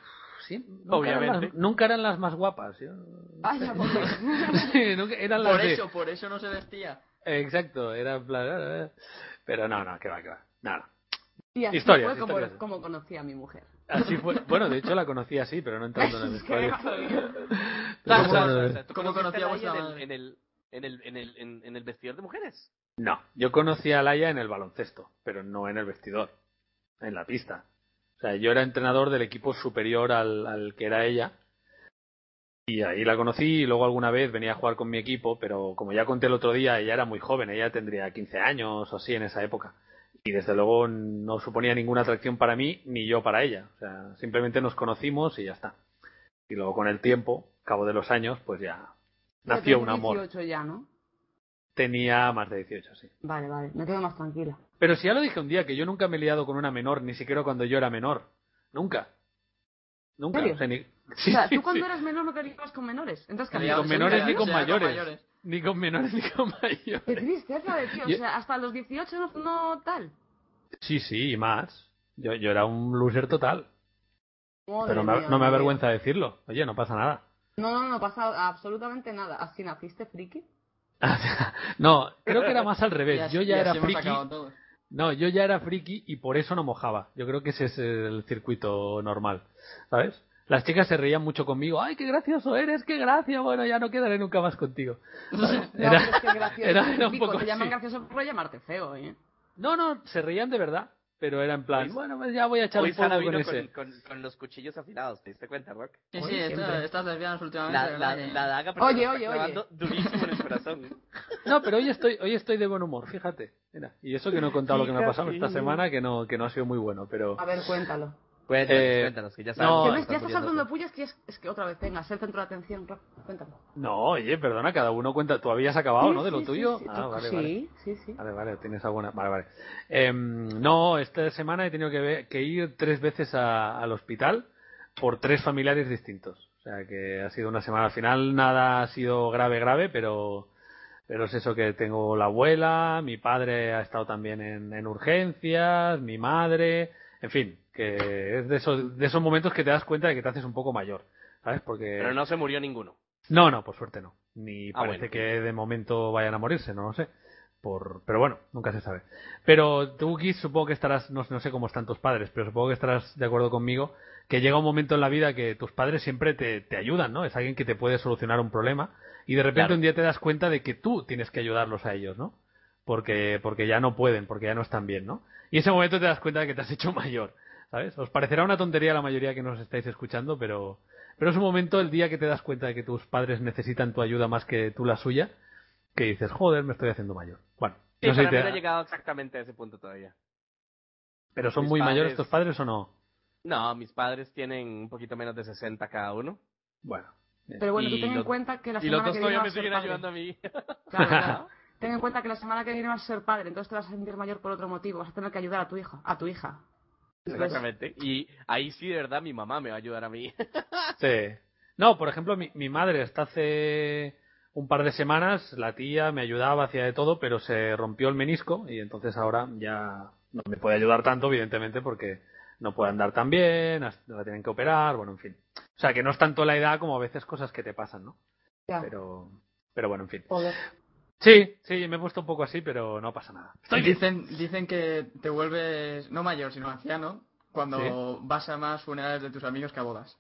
D: sí. Nunca Eran
G: Obviamente.
D: las, nunca eran las más guapas. yo-
H: Vaya, pues, por Dios.
D: Sí, nunca- eran las
C: Por
D: de-
C: eso, por eso no se vestía.
D: Exacto, era en plan. "Ah, ah". Pero no, no, que va, que va. Nada.
H: Y así
D: Historias,
H: fue como,
D: historias.
H: como conocí a mi mujer.
D: Así fue. Bueno, de hecho la conocí así, pero no entrando en el
H: Es que-
D: vestuario.
G: Claro,
D: Pero,
G: o sea,
D: claro,
G: o sea, ¿tú
C: ¿Cómo
G: conociste
C: conocía
G: a
C: vuestra
G: Laia
C: madre?
G: en el, en el, en el, en el, en, en el vestidor de mujeres?
D: No, yo conocí a Laia en el baloncesto, pero no en el vestidor, en la pista. O sea, yo era entrenador del equipo superior al, al que era ella. Y ahí la conocí y luego alguna vez venía a jugar con mi equipo, pero como ya conté el otro día, ella era muy joven, ella tendría 15 años o así en esa época. Y desde luego no suponía ninguna atracción para mí ni yo para ella. O sea, simplemente nos conocimos y ya está. Y luego con el tiempo, cabo de los años, pues ya nació
H: Tenía
D: un amor.
H: 18 ya, ¿no?
D: Tenía más de 18, sí.
H: Vale, vale, me quedo más tranquila.
D: Pero si ya lo dije un día, que yo nunca me he liado con una menor, ni siquiera cuando yo era menor. Nunca. Nunca. O
H: ¿En serio?
D: sea, ni...
H: O
D: Sí,
H: sea,
D: sí,
H: tú cuando
D: sí.
H: eras menor no te ligabas con menores.
D: Ni
H: Entonces, cambiabas
D: con
H: el
D: menores ni
H: género.
D: con
C: O sea,
D: mayores. Ni con menores ni con
H: Qué
D: mayores.
H: tristeza de tío.
D: Yo-
H: O sea, hasta los 18 no, no tal.
D: Sí, sí, y más. Yo, yo era un loser total.
H: Madre
D: Pero me-
H: mía,
D: no me
H: madre
D: avergüenza decirlo. Oye, no pasa nada.
H: No, no, no pasa absolutamente nada. ¿Así naciste, friki?
D: no, creo que era más al
C: Y
D: revés.
C: así-
D: Pues yo
C: y
D: ya era
C: así hemos
D: friki.
C: acabado todos.
D: No, yo ya era friki y por eso no mojaba. Yo creo que ese es el circuito normal, ¿sabes? Las chicas se reían mucho conmigo. ¡Ay, qué gracioso eres! ¡Qué gracia! Bueno, ya no quedaré nunca más contigo. ¿Sabes?
H: No,
D: Era-
H: pero es que gracioso.
D: era- era un
H: Pico,
D: poco
H: te llaman
D: así.
H: gracioso por llamarte feo, ¿eh?
D: No, no, se reían de verdad, pero era en plan,
G: Hoy-
D: bueno, pues ya voy a echar
G: Hoy
D: un polvo
G: Sara
D: con
G: vino
D: ese.
G: con, con, con los cuchillos afilados, ¿te diste cuenta, Rock?
C: Sí,
D: Oye,
C: sí, esta-
D: siempre.
C: estas lesbianas últimamente.
G: La,
C: de
G: la,
C: verdad que-
G: la daga porque me
H: Oye, oye,
G: está
H: oye.
G: clavando durísimo en el corazón.
D: No, pero hoy estoy, hoy estoy de buen humor, fíjate. Mira, y eso que no he contado lo que me ha pasado esta
G: Fíjate.
D: semana, que no, que no ha sido muy bueno, pero...
H: A ver, cuéntalo.
G: Cuéntanos,
D: Eh,
G: cuéntanos, que ya
D: no,
G: sabemos.
D: Oh,
H: Que ves,
G: que
H: ya
G: estás
H: estás
G: muriendo.
H: saltando pullas que es, es que otra vez, venga, sé el centro de atención, Rob. Cuéntalo.
D: No, oye, perdona, cada uno cuenta. Tú habías acabado, ¿no? De lo
H: Sí, sí,
D: tuyo.
H: Sí, sí,
D: Ah, vale,
H: sí,
D: vale.
H: sí, sí.
D: Vale, vale, tienes alguna. Vale, vale. Em, no, esta semana he tenido que, ve- que ir tres veces a- al hospital por tres familiares distintos. O sea que ha sido una semana al final, nada ha sido grave, grave, pero, pero es eso que tengo la abuela, mi padre ha estado también en, en urgencias, mi madre, en fin, que es de esos, de esos momentos que te das cuenta de que te haces un poco mayor, ¿sabes? Porque
G: Pero no se murió ninguno.
D: no, no, por suerte no. Ni
G: Ah,
D: parece
G: bueno.
D: que de momento vayan a morirse, no lo sé. Por... Pero bueno, nunca se sabe. Pero tú, Guis, supongo que estarás, no, no sé cómo están tus padres, pero supongo que estarás de acuerdo conmigo que llega un momento en la vida que tus padres siempre te, te ayudan, ¿no? Es alguien que te puede solucionar un problema y de repente
G: Claro.
D: un día te das cuenta de que tú tienes que ayudarlos a ellos, ¿no? Porque, porque ya no pueden, porque ya no están bien, ¿no? Y ese momento te das cuenta de que te has hecho mayor, ¿sabes? Os parecerá una tontería a la mayoría que nos estáis escuchando, pero, pero es un momento el día que te das cuenta de que tus padres necesitan tu ayuda más que tú la suya, que dices, joder, me estoy haciendo mayor. Bueno,
G: Sí,
D: no sé
G: para
D: si
G: mí
D: te-
G: no he llegado exactamente a ese punto todavía.
D: pero son
G: mis
D: muy mayores
G: padres-
D: tus padres o no.
G: No, mis padres tienen un poquito menos de 60 cada uno.
D: Bueno,
H: Pero bueno, tú
G: Y
H: ten en
G: los-
H: cuenta que la
G: Y los
H: semana
G: dos
H: que viene
G: todavía
H: vas
G: me
H: a ser
G: siguen
H: padre.
G: ayudando a mí.
H: Claro, claro. Ten en cuenta que la semana que viene vas a ser padre, entonces te vas a sentir mayor por otro motivo, vas a tener que ayudar a tu hija, a tu hija.
G: Exactamente. Y ahí sí, de verdad, mi mamá me va a ayudar a mí.
D: Sí. No, por ejemplo, mi, mi madre hasta hace un par de semanas, la tía me ayudaba, hacía de todo, pero se rompió el menisco y entonces ahora ya no me puede ayudar tanto, evidentemente, porque no puede andar tan bien, as- la tienen que operar, bueno, en fin. O sea, que no es tanto la edad como a veces cosas que te pasan, ¿no?
H: Ya.
D: Pero, pero bueno, en fin.
H: Joder.
D: Sí, sí, me he puesto un poco así, pero no pasa nada.
C: Dicen, dicen que te vuelves no mayor, sino anciano cuando vas a más funerales de tus amigos que a bodas.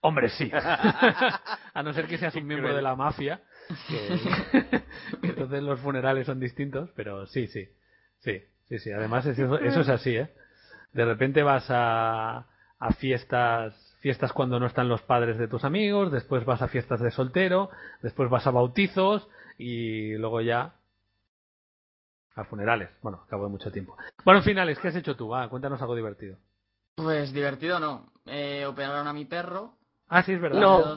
D: Hombre, sí. a no ser que seas
G: Qué
D: un miembro
G: cruel.
D: de la mafia. que- que entonces los funerales son distintos, pero sí, sí. Sí, sí, sí. Además, es- eso, eso es así, ¿eh? De repente vas a, a fiestas fiestas cuando no están los padres de tus amigos, después vas a fiestas de soltero, después vas a bautizos y luego ya a funerales. Bueno, acabo de mucho tiempo. Bueno, en finales, ¿qué has hecho tú? Va, cuéntanos algo divertido.
C: Pues divertido no. Eh, operaron a mi perro.
D: Ah, sí, es verdad.
G: No.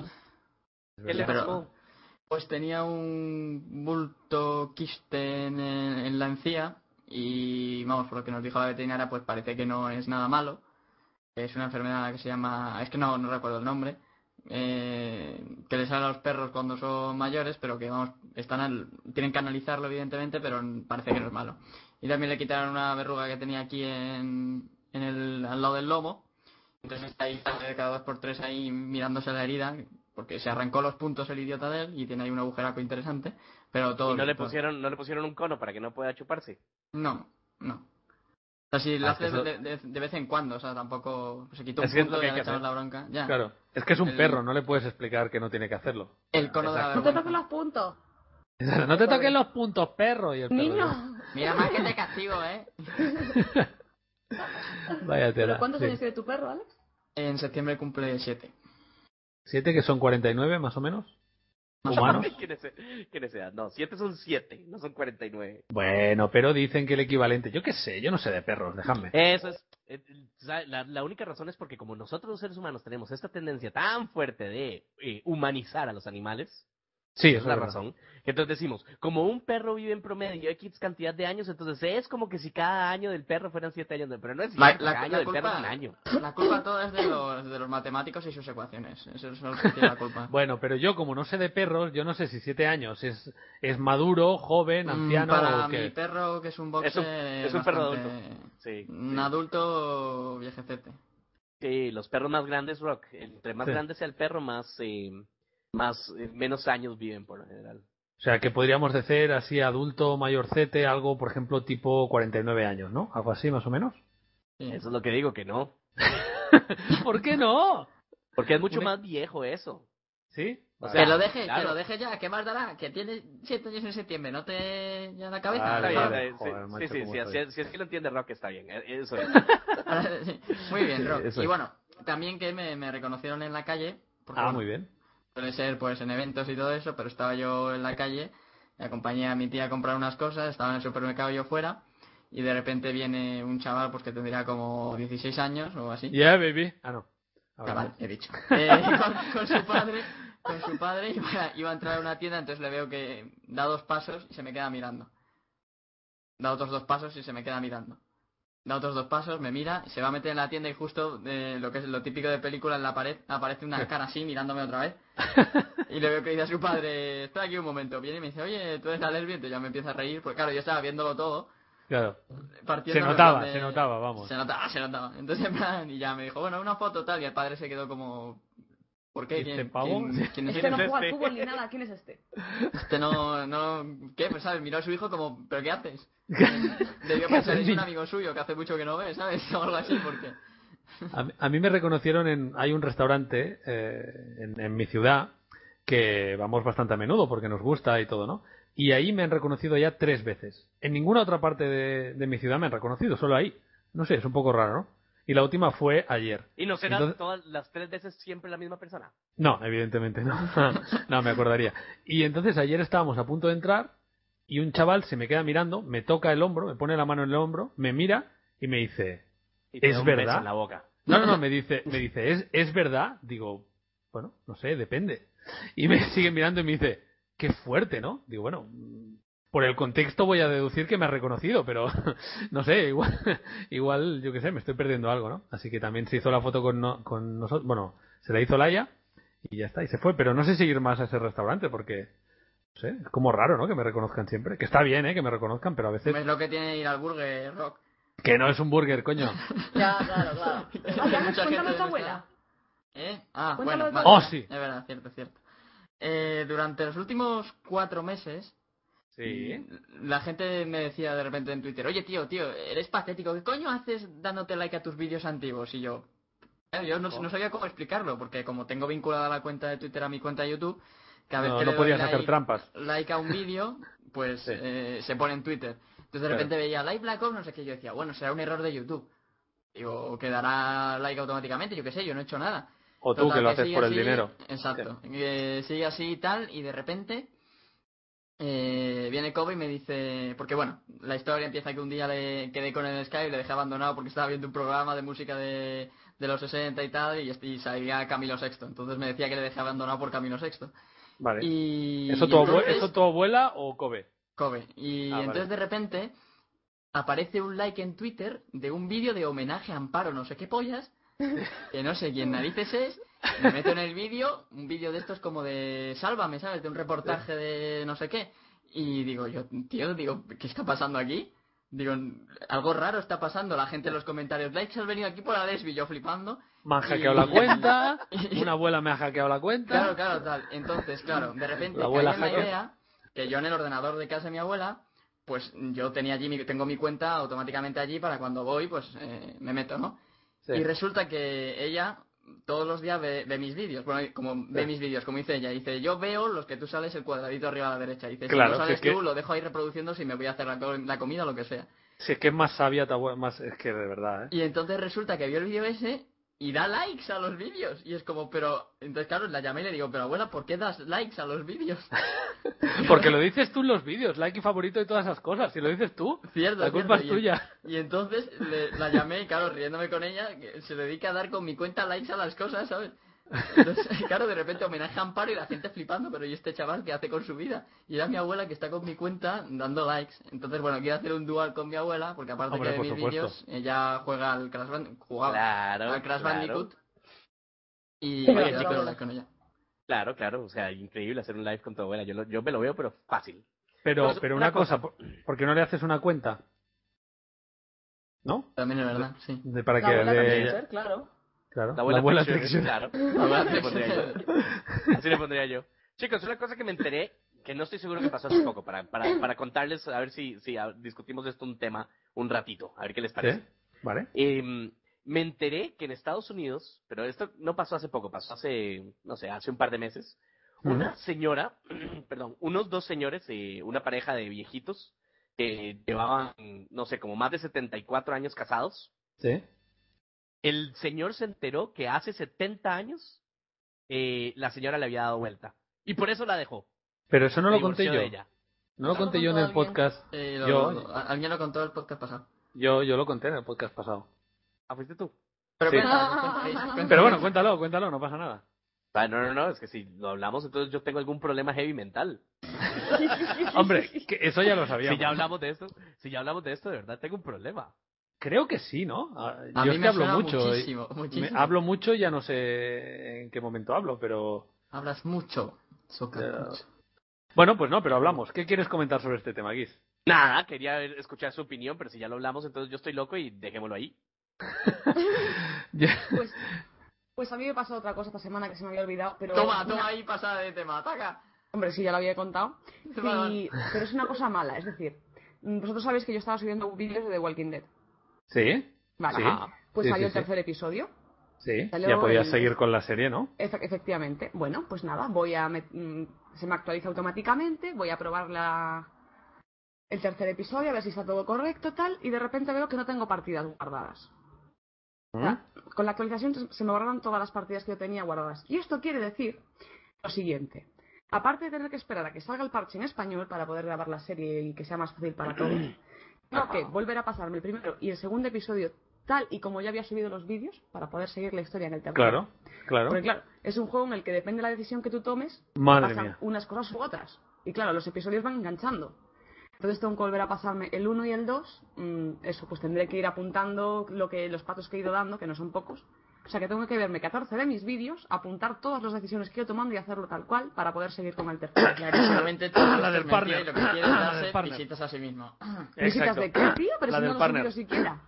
D: Es
G: ¿Qué le
D: verdad.
G: pasó?
C: Pues tenía un bulto quiste en, en la encía y vamos, por lo que nos dijo la veterinaria, pues parece que no es nada malo. Es una enfermedad que se llama, es que no, no recuerdo el nombre, eh, que le sale a los perros cuando son mayores, pero que vamos, están al- tienen que analizarlo evidentemente, pero n- parece que no es malo. Y también le quitaron una verruga que tenía aquí en, en el, al lado del lomo. Entonces está ahí cada dos por tres ahí mirándose la herida, porque se arrancó los puntos el idiota de él y tiene ahí un agujeraco interesante, pero todo...
G: Y no le
C: todo-
G: pusieron, no le pusieron un cono para que no pueda chuparse.
C: no, no. O sea, si lo
G: Ah,
C: hace
G: es que eso-
C: de, de- de vez en cuando, o sea, tampoco se quitó
G: Es
C: un
G: que es
C: punto
G: lo
C: y
G: que
C: ya
G: hay
C: le
G: que
C: echaron
G: hacer.
C: la bronca. Ya,
D: Claro. Es que es un
C: El-
D: perro, no le puedes explicar que no tiene que hacerlo.
C: el cono de la
H: No te toques
C: vergüenza.
H: los puntos.
D: No te toques los puntos, perro. Y el perro
H: Niño.
C: Mira más que te castigo, ¿eh?
D: Vaya tela,
H: ¿Pero cuántos
D: sí.
H: años tiene tu perro, Alex?
C: En septiembre cumple siete.
D: Siete que son 49 más o menos.
C: Más o
D: Humanos.
G: ¿Qué nece- qué necesidad? No, 7 son 7, no son 49.
D: Bueno, pero dicen que el equivalente. Yo qué sé, yo no sé de perros, déjame.
G: Eso es. eh, sa- La, la única razón es porque como nosotros los seres humanos tenemos esta tendencia tan fuerte de eh, humanizar a los animales,
D: sí,
G: esa es la
D: verdad.
G: razón. Entonces decimos, como un perro vive en promedio X cantidad de años, entonces es como que si cada año del perro fueran 7 años, de- pero no es
C: La-
G: cierto,
C: la-
G: cada año
C: la
G: del
C: culpa-
G: perro es un año.
C: La culpa toda es de los, de los matemáticos y sus ecuaciones. Eso son los que tienen la culpa.
D: Bueno, pero yo como no sé de perros, yo no sé si siete años es, es maduro, joven, anciano
C: Mm, Para
D: o qué.
C: mi perro, que es un boxer...
G: Es un- es un perro adulto. Sí,
C: Un adulto viejecete.
G: sí, los perros más grandes, Rock, entre más
D: Sí.
G: grande sea el perro, más, eh, más eh, menos años viven por lo general.
D: O sea, que podríamos decir así adulto, mayorcete, algo, por ejemplo, tipo 49 años, ¿no? Algo así, más o menos. Mm.
C: Sí.
G: Eso es lo que digo, que no.
D: ¿Por qué no?
G: Porque es mucho
D: Una-
G: más viejo eso.
D: ¿Sí?
G: O
C: Que
G: sea,
C: lo deje,
G: claro.
C: que lo deje ya, que más dará, que tiene siete años en septiembre, no te ya la cabeza.
D: Vale,
G: Está
D: vale.
G: bien, está bien.
D: Ah, Joder,
G: Sí,
D: macho,
G: sí,
D: ¿cómo
G: sí,
D: soy?
G: así es- si es que lo entiende Rock, está bien. eh, Eso es.
C: Muy bien, Rock.
G: Eso
C: Y
G: es.
C: bueno, también que me, me reconocieron en la calle, porque
D: Ah,
C: bueno,
D: muy bien.
C: suele ser pues en eventos y todo eso, pero estaba yo en la calle, le acompañé a mi tía a comprar unas cosas, estaba en el supermercado yo fuera, y de repente viene un chaval pues que tendría como 16 años o así.
D: Yeah, baby. Ah, no. Ahora
C: Chaval,
D: no.
C: he dicho. Eh, con, con su padre, con su padre iba, iba a entrar a una tienda, entonces le veo que da dos pasos y se me queda mirando. Da otros dos pasos y se me queda mirando. Da otros dos pasos, me mira, se va a meter en la tienda y justo eh, lo que es lo típico de película en la pared, aparece una cara así mirándome otra vez. Y le veo que dice a su padre, está aquí un momento. Viene y me dice, oye, tú eres alerbiento. Y ya me empieza a reír, porque claro, yo estaba viéndolo todo.
D: Claro.
C: partiendo
D: Se notaba,
C: en plan
D: se notaba, vamos.
C: Se notaba, se notaba. Entonces, en plan, y ya me dijo, bueno, una foto tal, y el padre se quedó como, ¿por qué?
D: ¿Este pavo?
C: quién- quién es
H: Este no
C: este?
H: juega al fútbol ni nada. ¿Quién es este?
C: Este no, no, ¿qué? Pues, ¿sabes? Miró a su hijo como, ¿pero qué haces? Eh, Debió pensar, es un amigo suyo que hace mucho que no ve, ¿sabes? O algo así, porque...
D: A, mí- a mí me reconocieron en. Hay un restaurante eh, en, en mi ciudad que vamos bastante a menudo porque nos gusta y todo, ¿no? Y ahí me han reconocido ya tres veces. En ninguna otra parte de, de mi ciudad me han reconocido, solo ahí. No sé, es un poco raro, ¿no? Y la última fue ayer.
G: Y no serán
D: Entonces-
G: todas las tres veces siempre la misma persona.
D: No, evidentemente no. no, me acordaría. Y entonces ayer estábamos a punto de entrar y un chaval se me queda mirando, me toca el hombro, me pone la mano en el hombro, me mira y me dice,
G: Y te
D: ¿Es
G: da un
D: verdad?
G: beso en la boca.
D: No, no, no, me dice, me dice, ¿es, ¿es verdad? Digo, bueno, no sé, depende. Y me sigue mirando y me dice, qué fuerte, ¿no? Digo, bueno, mm, por el contexto voy a deducir que me ha reconocido, pero no sé, igual, igual yo qué sé, me estoy perdiendo algo, ¿no? Así que también se hizo la foto con, no- con nosotros, bueno, se la hizo Laia y ya está, y se fue, pero no sé si ir más a ese restaurante porque, no sé, es como raro, ¿no? Que me reconozcan siempre, que está bien, ¿eh? Que me reconozcan, pero a veces...
C: Es lo que tiene ir al Burger Rock.
D: Que no es un burger, coño.
H: Ya, claro, claro. Oye, Alex,
C: Mucha gente
H: cuéntame a tu
C: no
H: abuela.
C: ¿Eh? Ah,
H: Cuéntalo
C: bueno,
H: de
C: vale.
D: todo. Oh, sí.
C: Es verdad, cierto, cierto. Eh, durante los últimos cuatro meses,
D: Sí.
C: La gente me decía de repente en Twitter, oye tío, tío, eres patético, ¿qué coño haces dándote like a tus vídeos antiguos? Y yo, Claro, Yo no, no sabía cómo explicarlo, porque como tengo vinculada la cuenta de Twitter a mi cuenta de YouTube, cada vez
D: No,
C: que
D: no
C: le doy
D: podías
C: like,
D: hacer trampas.
C: like a un vídeo, pues
D: Sí.
C: eh, se pone en Twitter. Entonces de
D: Claro.
C: repente veía like Black Ops, no sé qué, yo decía, bueno, será un error de YouTube. Digo, o quedará like automáticamente, yo qué sé, yo no he hecho nada.
D: O tú
C: Total,
D: que lo haces
C: sigue
D: por el
C: así,
D: dinero.
C: Exacto. Eh, sigue así y tal, y de repente eh, viene Kobe y me dice. Porque bueno, la historia empieza que un día le quedé con el Skype, le dejé abandonado porque estaba viendo un programa de música de, de los 60 y tal, y, y salía Camilo Sexto. Entonces me decía que le dejé abandonado por Camilo Sexto.
D: Vale.
C: Y.
D: ¿Eso
C: y
D: tu, abue-
C: entonces-
D: ¿Eso tu abuela o Kobe?
C: Kobe. Y
D: Ah,
C: entonces de
D: vale.
C: repente aparece un like en Twitter de un vídeo de homenaje a Amparo, no sé qué pollas, que no sé quién narices es. Me meto en el vídeo, un vídeo de estos como de Sálvame, ¿sabes? De un reportaje de no sé qué. Y digo yo, tío, digo, ¿qué está pasando aquí? Digo, algo raro está pasando. La gente en los comentarios, likes has venido aquí por la desvi, yo flipando.
D: Me han
C: Y-
D: hackeado la cuenta, una abuela me ha hackeado la cuenta.
C: Claro, claro, tal. Entonces, claro, de repente
D: La abuela
C: cayó en la
D: hacker.
C: idea que yo en el ordenador de casa de mi abuela, pues yo tenía allí, mi- tengo mi cuenta automáticamente allí para cuando voy, pues eh, me meto, ¿no?
D: Sí.
C: Y resulta que ella todos los días ve, ve mis vídeos, bueno, como ve
D: Sí.
C: mis vídeos, como dice ella, dice, yo veo los que tú sales el cuadradito arriba a la derecha, dice, si
D: Claro,
C: no
D: si
C: sales
D: es que-
C: tú, lo dejo ahí reproduciéndose y me voy a hacer la, co- la comida o lo que sea.
D: Si es que es más sabia tu abuela, más, es que de verdad, ¿eh?
C: Y entonces resulta que vio el vídeo ese y da likes a los vídeos. Y es como, pero. Entonces, claro, la llamé y le digo, pero abuela, ¿por qué das likes a los vídeos?
D: Porque lo dices tú en los vídeos, like y favorito y todas esas cosas. Si lo dices tú,
C: Cierto,
D: la culpa es
C: cierto, y-
D: tuya.
C: Y entonces le- la llamé, y claro, riéndome con ella, que se dedica a dar con mi cuenta likes a las cosas, ¿sabes? Entonces, claro, de repente homenaje a Amparo y la gente flipando, pero ¿y este chaval qué hace con su vida? Y era mi abuela que está con mi cuenta dando likes. Entonces, bueno, quiero hacer un dual con mi abuela, porque aparte
D: Hombre,
C: que de
D: por
C: mis
D: supuesto.
C: vídeos, ella juega al Crash Band- jugaba
G: Claro,
C: al Crash
G: claro.
C: Bandicoot. Y
B: Pero-
C: voy a hacer likes con ella.
G: Claro, claro, o sea, increíble hacer un live con tu abuela. Yo, lo- yo me lo veo, pero fácil.
D: Pero,
C: Pues,
D: pero
C: una
D: una cosa, ¿por, por qué no le haces una cuenta? ¿No?
C: También es verdad, sí.
D: De, para
H: La
D: que
H: abuela
D: de-
H: también, ser, claro.
D: claro,
G: La abuela,
D: Treasure,
G: Pictures, claro. Así le pondría yo. Así le pondría yo. Chicos, una cosa que me enteré, que no estoy seguro que pasó hace poco, para, para, para contarles, a ver si, si ah, discutimos de esto un tema un ratito, a ver qué les parece.
D: ¿Sí? Vale.
G: Em, me enteré que en Estados Unidos, pero esto no pasó hace poco, pasó hace, no sé, hace un par de meses, una señora, perdón, unos dos señores, eh, una pareja de viejitos, que llevaban, no sé, como más de 74 años casados,
D: Sí.
G: el señor se enteró que hace 70 años eh, la señora le había dado vuelta. Y por eso la dejó.
D: Pero eso no lo
G: Se
D: conté yo.
G: divorció de ella.
D: No lo
H: No
D: conté
H: lo
D: yo en
H: contó
D: el podcast.
C: Eh, lo-
D: Yo-
C: lo- alguien lo contó el podcast pasado.
D: Yo, yo lo conté en el podcast pasado.
G: Ah, fuiste tú.
C: Pero,
D: Sí.
C: cuéntalo, cuéntalo, cuéntalo.
D: Pero bueno, cuéntalo, cuéntalo, no pasa nada.
G: Ah, no, no, no, es que si lo hablamos, entonces yo tengo algún problema heavy mental.
D: Hombre, que eso ya lo sabíamos.
G: Si ya hablamos de esto, si ya hablamos de esto, de verdad tengo un problema.
D: Creo que sí, ¿no? Ah,
C: A
D: yo
C: mí
D: es
C: me
D: que hablo
C: suena
D: mucho. y-
C: muchísimo,
D: me-
C: muchísimo.
D: hablo mucho y ya no sé en qué momento hablo, pero.
C: Hablas mucho, Soca,
D: Ya.
C: mucho.
D: Bueno, pues no, pero hablamos. ¿Qué quieres comentar sobre este tema, Guis?
G: Nada, quería ver- escuchar su opinión, pero si ya lo hablamos, entonces yo estoy loco y dejémoslo ahí.
H: Pues, pues a mí me pasó otra cosa esta semana que se me había olvidado. Pero
C: Toma,
H: una-
C: toma ahí, pasada de tema, ataca.
H: Hombre, sí, ya lo había contado.
C: Vale.
H: Y- pero es una cosa mala, es decir, mm, vosotros sabéis que yo estaba subiendo vídeos de The Walking Dead.
D: Sí,
H: Vale.
D: Sí.
H: Pues
D: Sí, sí,
H: salió el
D: sí.
H: tercer episodio.
D: sí.
H: Salió
D: ya podías
H: el-
D: seguir con la serie, ¿no?
H: Efe- efectivamente. Bueno, pues nada, voy a met- mm, se me actualiza automáticamente, voy a probar la el tercer episodio, a ver si está todo correcto, tal, y de repente veo que no tengo partidas guardadas. O sea,
D: ¿Mm?
H: con la actualización se me borraron todas las partidas que yo tenía guardadas. Y esto quiere decir lo siguiente. Aparte de tener que esperar a que salga el parche en español para poder grabar la serie y que sea más fácil para todos, tengo que volver a pasarme el primero y el segundo episodio tal y como ya había subido los vídeos para poder seguir la historia en el tercero.
D: Claro, claro.
H: Porque claro, es un juego en el que depende de la decisión que tú tomes,
D: Madre
H: pasan
D: mía.
H: unas cosas u otras. Y claro, los episodios van enganchando. Entonces tengo que volver a pasarme el 1 y el 2. mm, eso, pues tendré que ir apuntando lo que los patos que he ido dando, que no son pocos. O sea que tengo que verme 14 de mis vídeos, apuntar todas las decisiones que he ido tomando y hacerlo tal cual para poder seguir con el tercero.
C: Clarísimamente tú
D: la del
C: haces
D: partner.
C: mentira y lo que quieres
D: La del
C: darse
D: partner.
C: visitas a sí mismo.
H: ¿Visitas
D: Exacto.
H: de qué, tío? Pero
D: La
H: si
D: del
H: no los he
D: partner.
H: subido siquiera.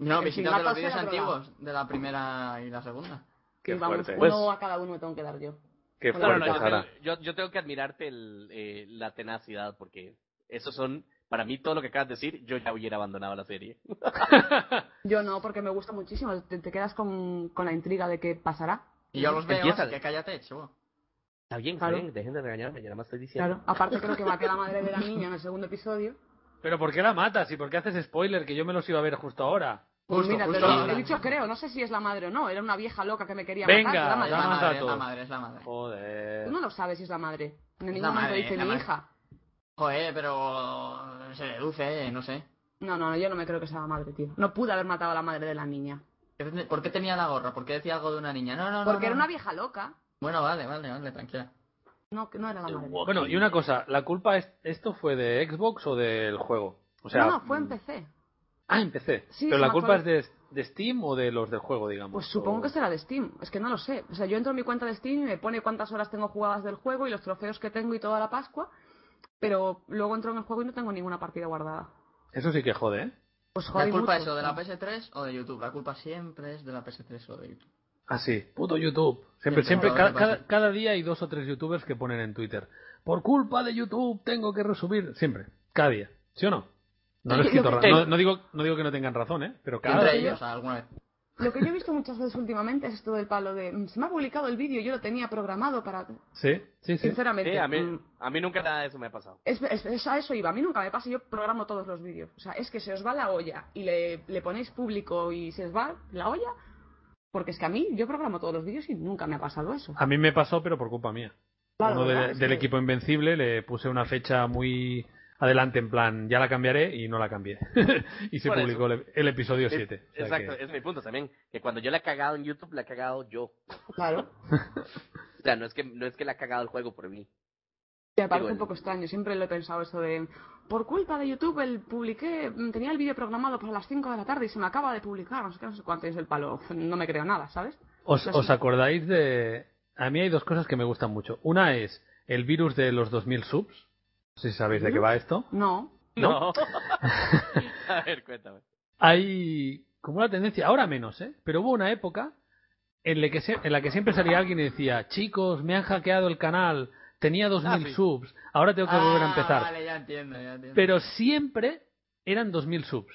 C: No, visitas
H: El
C: de
H: chimaco
C: los
H: se
C: vídeos
H: la droga.
C: antiguos, de la primera y la segunda.
D: Qué
H: y vamos,
D: fuerte.
G: Pues-
H: uno a cada uno me tengo que dar yo.
D: Qué
H: No,
D: fuerte,
G: No, no, no, yo,
D: Sara.
G: tengo- yo, yo tengo que admirarte el, eh, la tenacidad, porque esos son para mí todo lo que acabas de decir, yo ya hubiera abandonado la serie.
H: Yo no, porque me gusta muchísimo. Te, te quedas con, con la intriga de qué pasará.
C: Y yo los veo,
G: Empieza
C: así
G: de-
C: que cállate, chivo.
G: Está bien,
H: Claro.
G: está bien, dejen de regañarme, ya nada más estoy diciendo.
H: Claro. Aparte creo que maté a la madre de la niña en el segundo episodio.
D: Pero ¿por qué la matas y por qué haces spoiler que yo me los iba a ver justo ahora?
H: Pues
C: Justo,
H: mira, te
C: justo
H: lo-
C: ahora.
H: he dicho creo, no sé si es la madre o no, era una vieja loca que me quería
D: Venga,
H: matar. la
C: Es
H: madre.
C: la
D: Vamos a
C: madre, es la
D: todos.
C: madre, es la madre.
D: Joder.
H: Tú no lo sabes si es la madre. En ningún
C: la
H: momento
C: madre,
H: dice
C: la
H: mi
C: madre.
H: hija.
C: Joder, pero se deduce, eh, no sé.
H: No, no, yo no me creo que sea la madre, tío. No pude haber matado a la madre de la niña.
C: ¿Por qué tenía la gorra? ¿Por qué decía algo de una niña? No, no, no.
H: Porque
C: no.
H: era una vieja loca.
C: Bueno, vale, vale, vale, tranquila.
H: No, que no era la madre.
D: Bueno, y una cosa, ¿la culpa es, esto fue de Xbox o del juego? O sea,
H: no, no, fue
C: mm.
H: en PC.
D: ah, empecé.
H: Sí,
D: Pero
H: se
D: la
H: me
D: culpa es
H: acuerda.
D: de, de Steam o de los del juego, digamos.
H: Pues supongo
D: o-
H: que será de Steam. Es que no lo sé. O sea, yo entro en mi cuenta de Steam y me pone cuántas horas tengo jugadas del juego y los trofeos que tengo y toda la Pascua. Pero luego entro en el juego y no tengo ninguna partida guardada.
D: Eso sí que jode, ¿eh?
H: Pues joder.
C: ¿La culpa
H: mucho,
C: eso de
H: tío.
C: la PS3 o de YouTube? La culpa siempre es de la PS3 o de YouTube.
D: Ah, sí. Puto YouTube. Siempre,
C: Siempre,
D: siempre,
C: no,
D: ca-
C: no
D: cada,
C: pasa.
D: cada día hay dos o tres youtubers que ponen en Twitter. Por culpa de YouTube tengo que resubir. Siempre. Cada día. ¿Sí o no? No, les quito ra- no, no digo, no digo que no tengan razón, ¿eh? Pero cada
C: Entre
D: día.
C: ellos, alguna vez.
H: Lo que yo he visto muchas veces últimamente es esto del palo de "Mm, se me ha publicado el vídeo, yo lo tenía programado para.
D: Sí, sí, sí.
H: Sinceramente,
G: Sí, a mí,
H: mm,
G: a mí nunca nada de eso me ha pasado.
H: es, es- es a eso iba. A mí nunca me pasa, yo programo todos los vídeos. O sea, es que se os va la olla y le, le ponéis público y se os va la olla. Porque es que a mí yo programo todos los vídeos y nunca me ha pasado eso.
D: A mí me pasó, pero por culpa mía.
H: Claro,
D: Uno de-
H: ¿verdad? Es
D: del
H: que-
D: equipo invencible le puse una fecha muy adelante, en plan, ya la cambiaré y no la cambié. y se
G: Por eso.
D: publicó el, el episodio
G: Es-
D: 7. o sea
G: exacto,
D: que-
G: ese es mi punto también. Que cuando yo la he cagado en YouTube, la he cagado yo.
H: Claro.
G: O sea, no es que, no es que la ha cagado el juego por mí.
H: Me parece
G: Igual.
H: un poco extraño, siempre lo he pensado eso de por culpa de YouTube el publiqué, mm, tenía el vídeo programado para las 5 de la tarde y se me acaba de publicar, no sé qué, no sé cuánto y es el palo, no me creo nada, ¿sabes?
D: ¿Os,
H: Así.
D: os acordáis de.? A mí hay dos cosas que me gustan mucho. Una es el virus de los 2000 subs. No sé si sabéis de qué va esto.
H: No,
D: No.
G: a ver, cuéntame.
D: Hay como una tendencia, ahora menos, ¿eh? Pero hubo una época en la que, se- en la que siempre salía alguien y decía: Chicos, me han hackeado el canal, tenía 2000
G: Ah, sí.
D: subs, ahora tengo que volver a
C: Ah,
D: empezar.
C: Vale, ya entiendo, ya entiendo.
D: Pero siempre eran 2000 subs.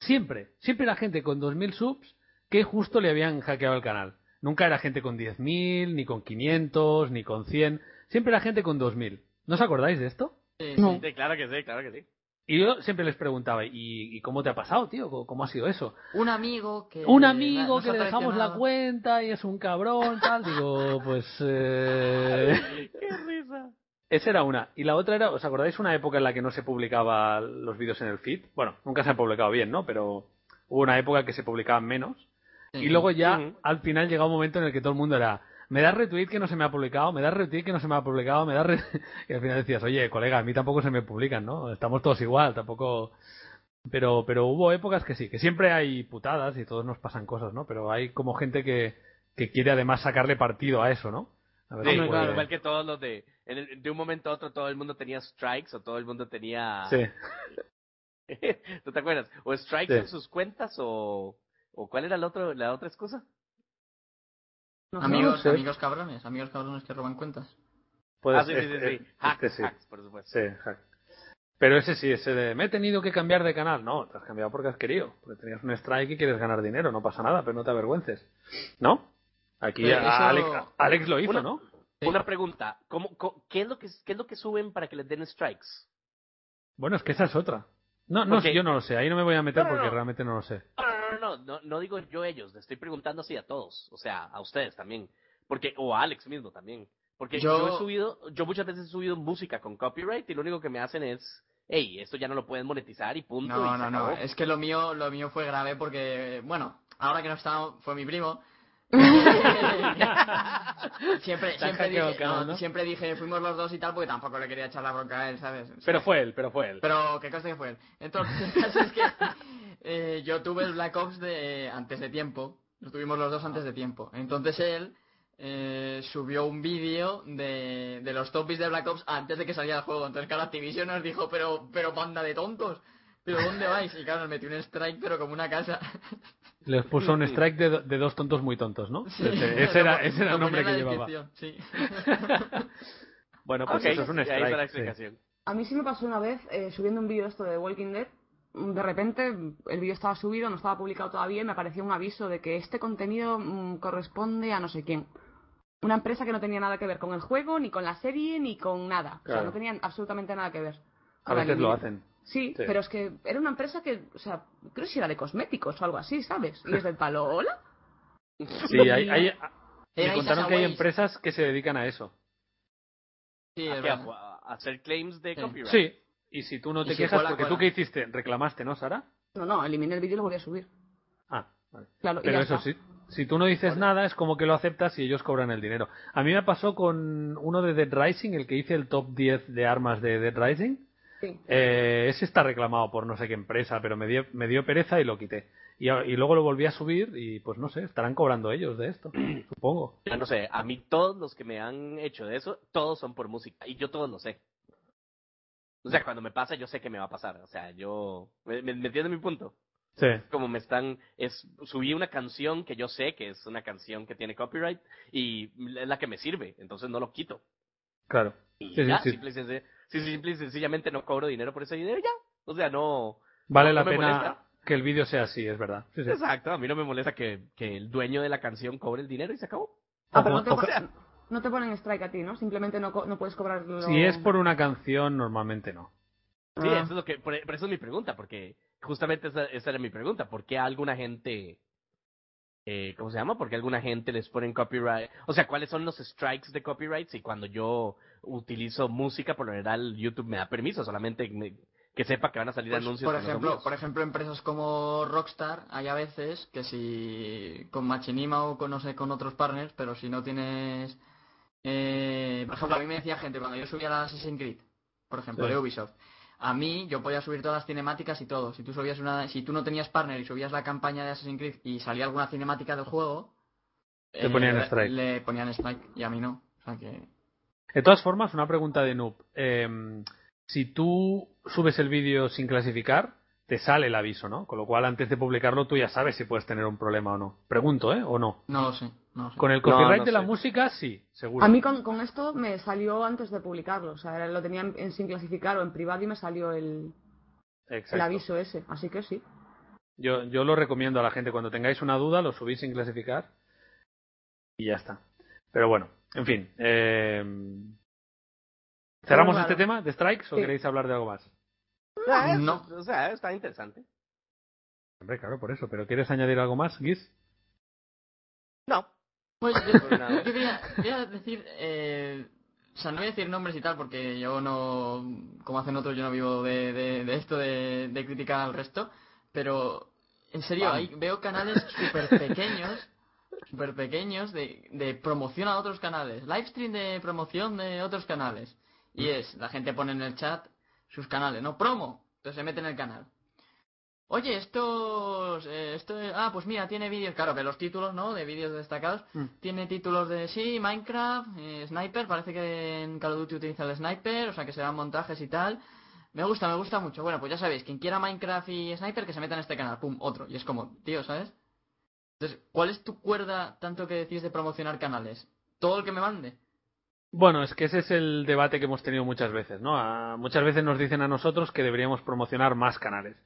D: Siempre. Siempre era gente con 2000 subs que justo le habían hackeado el canal. Nunca era gente con 10.000, ni con 500, ni con 100. Siempre era gente con 2000. ¿No os acordáis de esto?
C: Sí,
H: no.
C: sí.
G: Sí, claro que sí, claro que sí.
D: Y yo siempre les preguntaba, ¿y, y cómo te ha pasado, tío? ¿Cómo, cómo ha sido eso?
C: Un amigo que.
D: Un amigo
C: nos
D: que
C: ha
D: le dejamos la
C: traicionado.
D: cuenta y es un cabrón, tal. Digo, pues... eh,
G: Qué risa.
D: Esa era una. Y la otra era, ¿os acordáis una época en la que no se publicaba los vídeos en el feed? Bueno, nunca se han publicado bien, ¿no? Pero hubo una época que se publicaban menos.
C: Sí.
D: Y luego ya,
G: Ujú.
D: al final, llegaba un momento en el que todo el mundo era, me das retweet que no se me ha publicado, me das retweet que no se me ha publicado, me das re-". Y al final decías, oye, colega, a mí tampoco se me publican, ¿no? Estamos todos igual, tampoco... Pero, pero hubo épocas que sí, que siempre hay putadas y todos nos pasan cosas, ¿no? Pero hay como gente que, que quiere además sacarle partido a eso, ¿no? A ver
G: Sí,
D: si
H: Hombre,
D: puede-
H: claro.
G: Igual que todos los de. en el- de un momento a otro todo el mundo tenía strikes o todo el mundo tenía.
D: Sí.
G: ¿Tú te acuerdas? O strikes
D: Sí.
G: en sus cuentas o. ¿O cuál era el otro, la otra excusa?
H: no sé.
C: Amigos,
D: sé.
C: amigos cabrones, amigos cabrones que roban cuentas.
D: Puede
G: ah, sí,
D: ser,
G: sí, sí.
D: este-
G: sí. Hacks,
D: este sí.
G: hacks, por supuesto.
D: Sí, hack. Pero ese sí, ese de me he tenido que cambiar de canal. No, te has cambiado porque has querido. Porque tenías un strike y quieres ganar dinero. No pasa nada, pero no te avergüences. ¿No? Aquí
C: Pero
D: a-
C: eso-
D: a Alex, a- Alex lo hizo,
G: Una-
D: ¿no?
C: Sí.
G: Una pregunta. ¿Cómo, co- qué, es lo que, ¿Qué es lo que suben para que les den strikes?
D: Bueno, es que esa es otra. No, no,
G: Ok.
D: yo no lo sé. Ahí no me voy a meter
G: No, no,
D: porque
G: no.
D: realmente no lo sé.
G: No, no, no, no, no, no digo yo ellos, le estoy preguntando así a todos, o sea, a ustedes también, porque o a Alex mismo también, porque yo,
C: Yo-
G: he subido, yo muchas veces he subido música con copyright y lo único que me hacen es, hey, esto ya no lo pueden monetizar y punto. y
C: No,
G: se
C: no, no.
G: acabó".
C: Es que lo mío, lo mío fue grave porque, bueno, ahora que no está, fue mi primo. siempre,
D: Te han
C: siempre, dije,
D: hackeado el canal,
C: no,
D: ¿no?
C: siempre dije, fuimos los dos y tal, porque tampoco le quería echar la bronca a él, ¿sabes? O sea,
D: Pero fue él, pero fue él.
C: Pero que conste que fue él. Entonces, el caso es que eh, yo tuve el Black Ops de, antes de tiempo. Lo tuvimos los dos antes de tiempo. Entonces él eh, subió un vídeo de, de los topics de Black Ops antes de que saliera el juego. Entonces, claro, Activision nos dijo, pero, pero banda de tontos. ¿Pero dónde vais? Y claro, nos metió un strike, pero como una casa.
D: Les puso un strike de, do- de dos tontos muy tontos, ¿no?
C: Sí.
D: Ese, ese era, ese era
C: Lo
D: el nombre
C: ponía
D: que
C: en la descripción,
D: llevaba.
C: Sí.
D: Bueno, pues
G: Ok,
D: eso es un
G: y ahí está
D: strike.
G: la
D: sí.
G: explicación.
H: A mí sí me pasó una vez eh, subiendo un vídeo esto de The Walking Dead. mm, De repente mm, el vídeo estaba subido, no estaba publicado todavía y me apareció un aviso de que este contenido mm, corresponde a no sé quién. Una empresa que no tenía nada que ver con el juego, ni con la serie, ni con nada. O sea,
D: Claro.
H: no tenían absolutamente nada que ver.
D: A
H: Ahora,
D: veces
H: ni-
D: lo hacen.
H: Sí,
D: Sí.
H: pero es que era una empresa que, o sea, creo que si era de cosméticos o algo así, ¿sabes? Y es del palo, ¿hola?
D: Sí, hay, hay- me
C: Era
D: contaron
C: Isa
D: que hay
C: Sawai.
D: empresas que se dedican a eso.
C: Sí,
G: ¿A
C: es
G: qué?
C: verdad.
G: ¿A- a hacer claims de
C: Sí.
G: copyright.
D: Sí, y si tú no
C: Y
D: te
C: si
D: quejas,
C: cuela,
D: porque tú
C: cuela.
D: qué hiciste, reclamaste, ¿no, Sara?
H: No, no, eliminé el vídeo y lo volví a subir.
D: Ah, vale.
H: Claro, y
D: Pero
H: ya
D: eso
H: está.
D: sí, si tú no dices nada, es como que lo aceptas y ellos cobran el dinero. A mí me pasó con uno de Dead Rising, el que hice el top 10 de armas de Dead Rising.
H: Sí.
D: Eh, ese está reclamado por no sé qué empresa, pero me dio, me dio pereza y lo quité. Y, ahora- y luego lo volví a subir y pues no sé, estarán cobrando ellos de esto, supongo.
G: Yo Ah, no sé, a mí todos los que me han hecho de eso, todos son por música. Y yo todos lo sé. O sea, cuando me pasa, yo sé que me va a pasar. O sea, yo... ¿Me, me, me entiendes mi punto?
D: Sí.
G: Como me están... Es, subí una canción que yo sé que es una canción que tiene copyright y es la que me sirve. Entonces no lo quito.
D: Claro.
G: Y
D: Sí, sí,
G: ya,
D: sí.
G: simple y senc- sí, simple y sencillamente no cobro dinero por ese dinero ya. O sea, no...
D: Vale
G: no
D: la
G: me
D: pena
G: molesta.
D: que el vídeo sea así, es verdad. Sí, sí.
G: Exacto, a mí no me molesta que, que el dueño de la canción cobre el dinero y se acabó.
H: Ah, pero no te,
D: Ojo,
H: ponen- no te ponen strike a ti, ¿no? Simplemente no, co- no puedes cobrar lo-
D: Si es por una canción, normalmente no.
G: Sí,
H: Ah.
G: eso es lo que, por, por eso es mi pregunta, porque justamente esa, esa era mi pregunta, ¿por qué a alguna gente, eh, ¿cómo se llama? ¿Por qué a alguna gente les ponen copyright? O sea, ¿cuáles son los strikes de copyrights? Y cuando yo utilizo música, por lo general YouTube me da permiso, solamente me- que sepa que van a salir
C: Pues,
G: anuncios.
C: por
G: que no son
C: ejemplo,
G: míos.
C: por ejemplo, empresas como Rockstar hay a veces que si con Machinima o con no sé con otros partners, pero si no tienes eh, por ejemplo, a mí me decía gente cuando yo subía la Assassin's Creed, por ejemplo,
D: Sí.
C: de Ubisoft, a mí yo podía subir todas las cinemáticas y todo. Si tú subías una si tú no tenías partner y subías la campaña de Assassin's Creed y salía alguna cinemática del juego, eh,
D: Te ponían strike.
C: Le ponían strike y a mí no. O sea que
D: De todas formas, una pregunta de Noob. Eh, si tú subes el vídeo sin clasificar, te sale el aviso, ¿no? Con lo cual, antes de publicarlo, tú ya sabes si puedes tener un problema o no. Pregunto, ¿eh? ¿O no?
C: no lo sé, no lo sé.
D: Con el
G: No,
D: copyright
G: no
D: de la
G: sé.
D: música, sí, seguro.
H: A mí con, con esto me salió antes de publicarlo. O sea, lo tenía en- en sin clasificar o en privado y me salió el, el
D: Exacto.
H: aviso ese. Así que sí.
D: Yo, yo lo recomiendo a la gente. Cuando tengáis una duda, lo subís sin clasificar y ya está. Pero bueno, en fin. eh, ¿Cerramos
H: Muy raro.
D: este tema de strikes o
H: Sí.
D: queréis hablar de algo más?
G: Ah, es-
C: No.
G: O sea, está interesante.
D: Hombre, claro, por eso. ¿Pero quieres añadir algo más, Giz?
G: No.
C: Pues yo,
G: Pues nada.
C: yo quería, quería decir, eh, o sea, no voy a decir nombres y tal porque yo no, como hacen otros, yo no vivo de, de- de esto, de, de criticar al resto, pero en serio, ahí veo canales súper pequeños, súper pequeños de, de promoción a otros canales, livestream de promoción de otros canales. Y es, la gente pone en el chat sus canales, no promo, entonces se mete en el canal. Oye, estos, eh, esto, ah, pues mira, tiene vídeos, claro que los títulos, ¿no? De vídeos destacados, tiene títulos de sí, Minecraft, eh, Sniper, parece que en Call of Duty utiliza el Sniper, o sea que se dan montajes y tal. Me gusta, me gusta mucho. Bueno, pues ya sabéis, quien quiera Minecraft y Sniper que se meta en este canal, pum, otro. Y es como, tío, ¿sabes? Entonces, ¿cuál es tu cuerda tanto que decís de promocionar canales? Todo el que me mande.
D: Bueno, es que ese es el debate que hemos tenido muchas veces, ¿no? A- muchas veces nos dicen a nosotros que deberíamos promocionar más canales.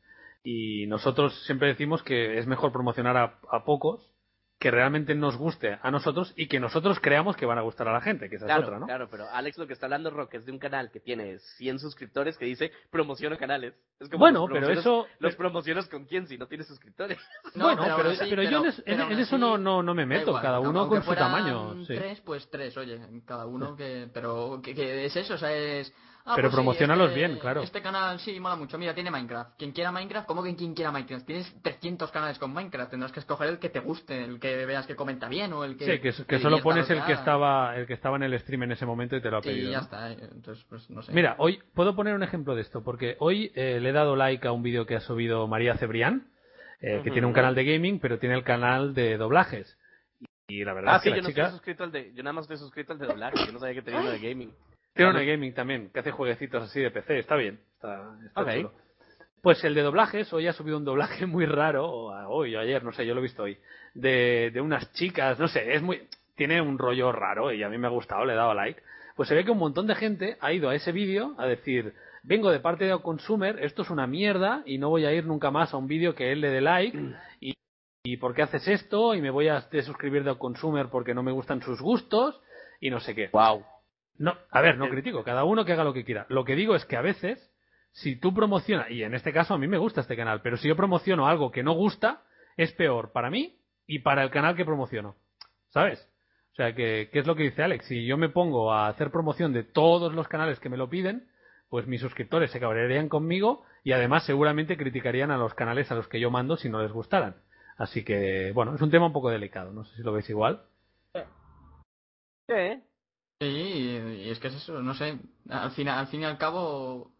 D: Y nosotros siempre decimos que es mejor promocionar a, a pocos que realmente nos guste a nosotros y que nosotros creamos que van a gustar a la gente, que esa
G: Claro,
D: es otra, ¿no?
G: claro, pero Alex lo que está hablando Rock es de un canal que tiene 100 suscriptores que dice promociono canales. Es como
D: Bueno,
G: los
D: pero
G: promocionas-
D: eso-
G: Los promocionas con quién si no tienes suscriptores.
D: bueno, pero,
C: aún así-
D: pero yo en, es-
C: pero
D: en-
C: aún
D: en eso
C: así-
D: no, no, no me
C: Da
D: meto,
C: igual,
D: cada
C: aunque
D: uno con su
C: fueran
D: tamaño. sí.
C: Tres, pues tres, oye, cada uno que. Pero que, que es eso, o sea, es. ah,
D: Pero
C: pues sí,
D: promocionalos
C: este-
D: bien, claro.
C: Este canal sí mola mucho. Mira, tiene Minecraft. Quien quiera Minecraft, ¿cómo que quien quiera Minecraft? Tienes 300 canales con Minecraft. Tendrás que escoger el que te guste, el que veas que comenta bien o el que.
D: Sí, que, que
C: te
D: solo
C: divierta
D: pones
C: lo
D: el que
C: haga.
D: estaba el que estaba en el stream en ese momento y te lo ha pedido.
C: Y ya
D: ¿no?
C: está. eh, Entonces, pues no sé.
D: Mira, hoy puedo poner un ejemplo de esto, porque hoy eh, le he dado like a un vídeo que ha subido María Cebrián, eh, que
G: Ujú.
D: tiene un canal de gaming, pero tiene el canal de doblajes. Y la verdad
G: Ah,
D: es que
G: sí, yo
D: la
G: no
D: chica
G: estoy suscrito al de, yo nada más estoy suscrito al de doblaje, yo no sabía que tenía uno de gaming.
D: tiene uno de gaming también, que hace jueguecitos así de PC, está bien. Está, está
G: Ok.
D: chulo. Pues el de doblajes, hoy ha subido un doblaje muy raro, o a- hoy o ayer, no sé, yo lo he visto hoy, de, de unas chicas, no sé, es muy, tiene un rollo raro y a mí me ha gustado, le he dado like. Pues se ve que un montón de gente ha ido a ese vídeo a decir, vengo de parte de Consumer, esto es una mierda y no voy a ir nunca más a un vídeo que él le dé like y, y por qué haces esto y me voy a suscribir de Consumer porque no me gustan sus gustos y no sé qué.
G: Wow.
D: No, a ver, no critico, cada uno que haga lo que quiera. Lo que digo es que a veces, si tú promocionas, y en este caso a mí me gusta este canal, pero si yo promociono algo que no gusta, es peor para mí y para el canal que promociono. ¿Sabes? O sea, que, que es lo que dice Alex. Si yo me pongo a hacer promoción de todos los canales que me lo piden, pues mis suscriptores se cabrearían conmigo y además seguramente criticarían a los canales a los que yo mando si no les gustaran. Así que, bueno, es un tema un poco delicado. No sé si lo veis igual.
G: ¿Qué?
C: Sí, y, y es que es eso, no sé. Al fin, al fin y al cabo,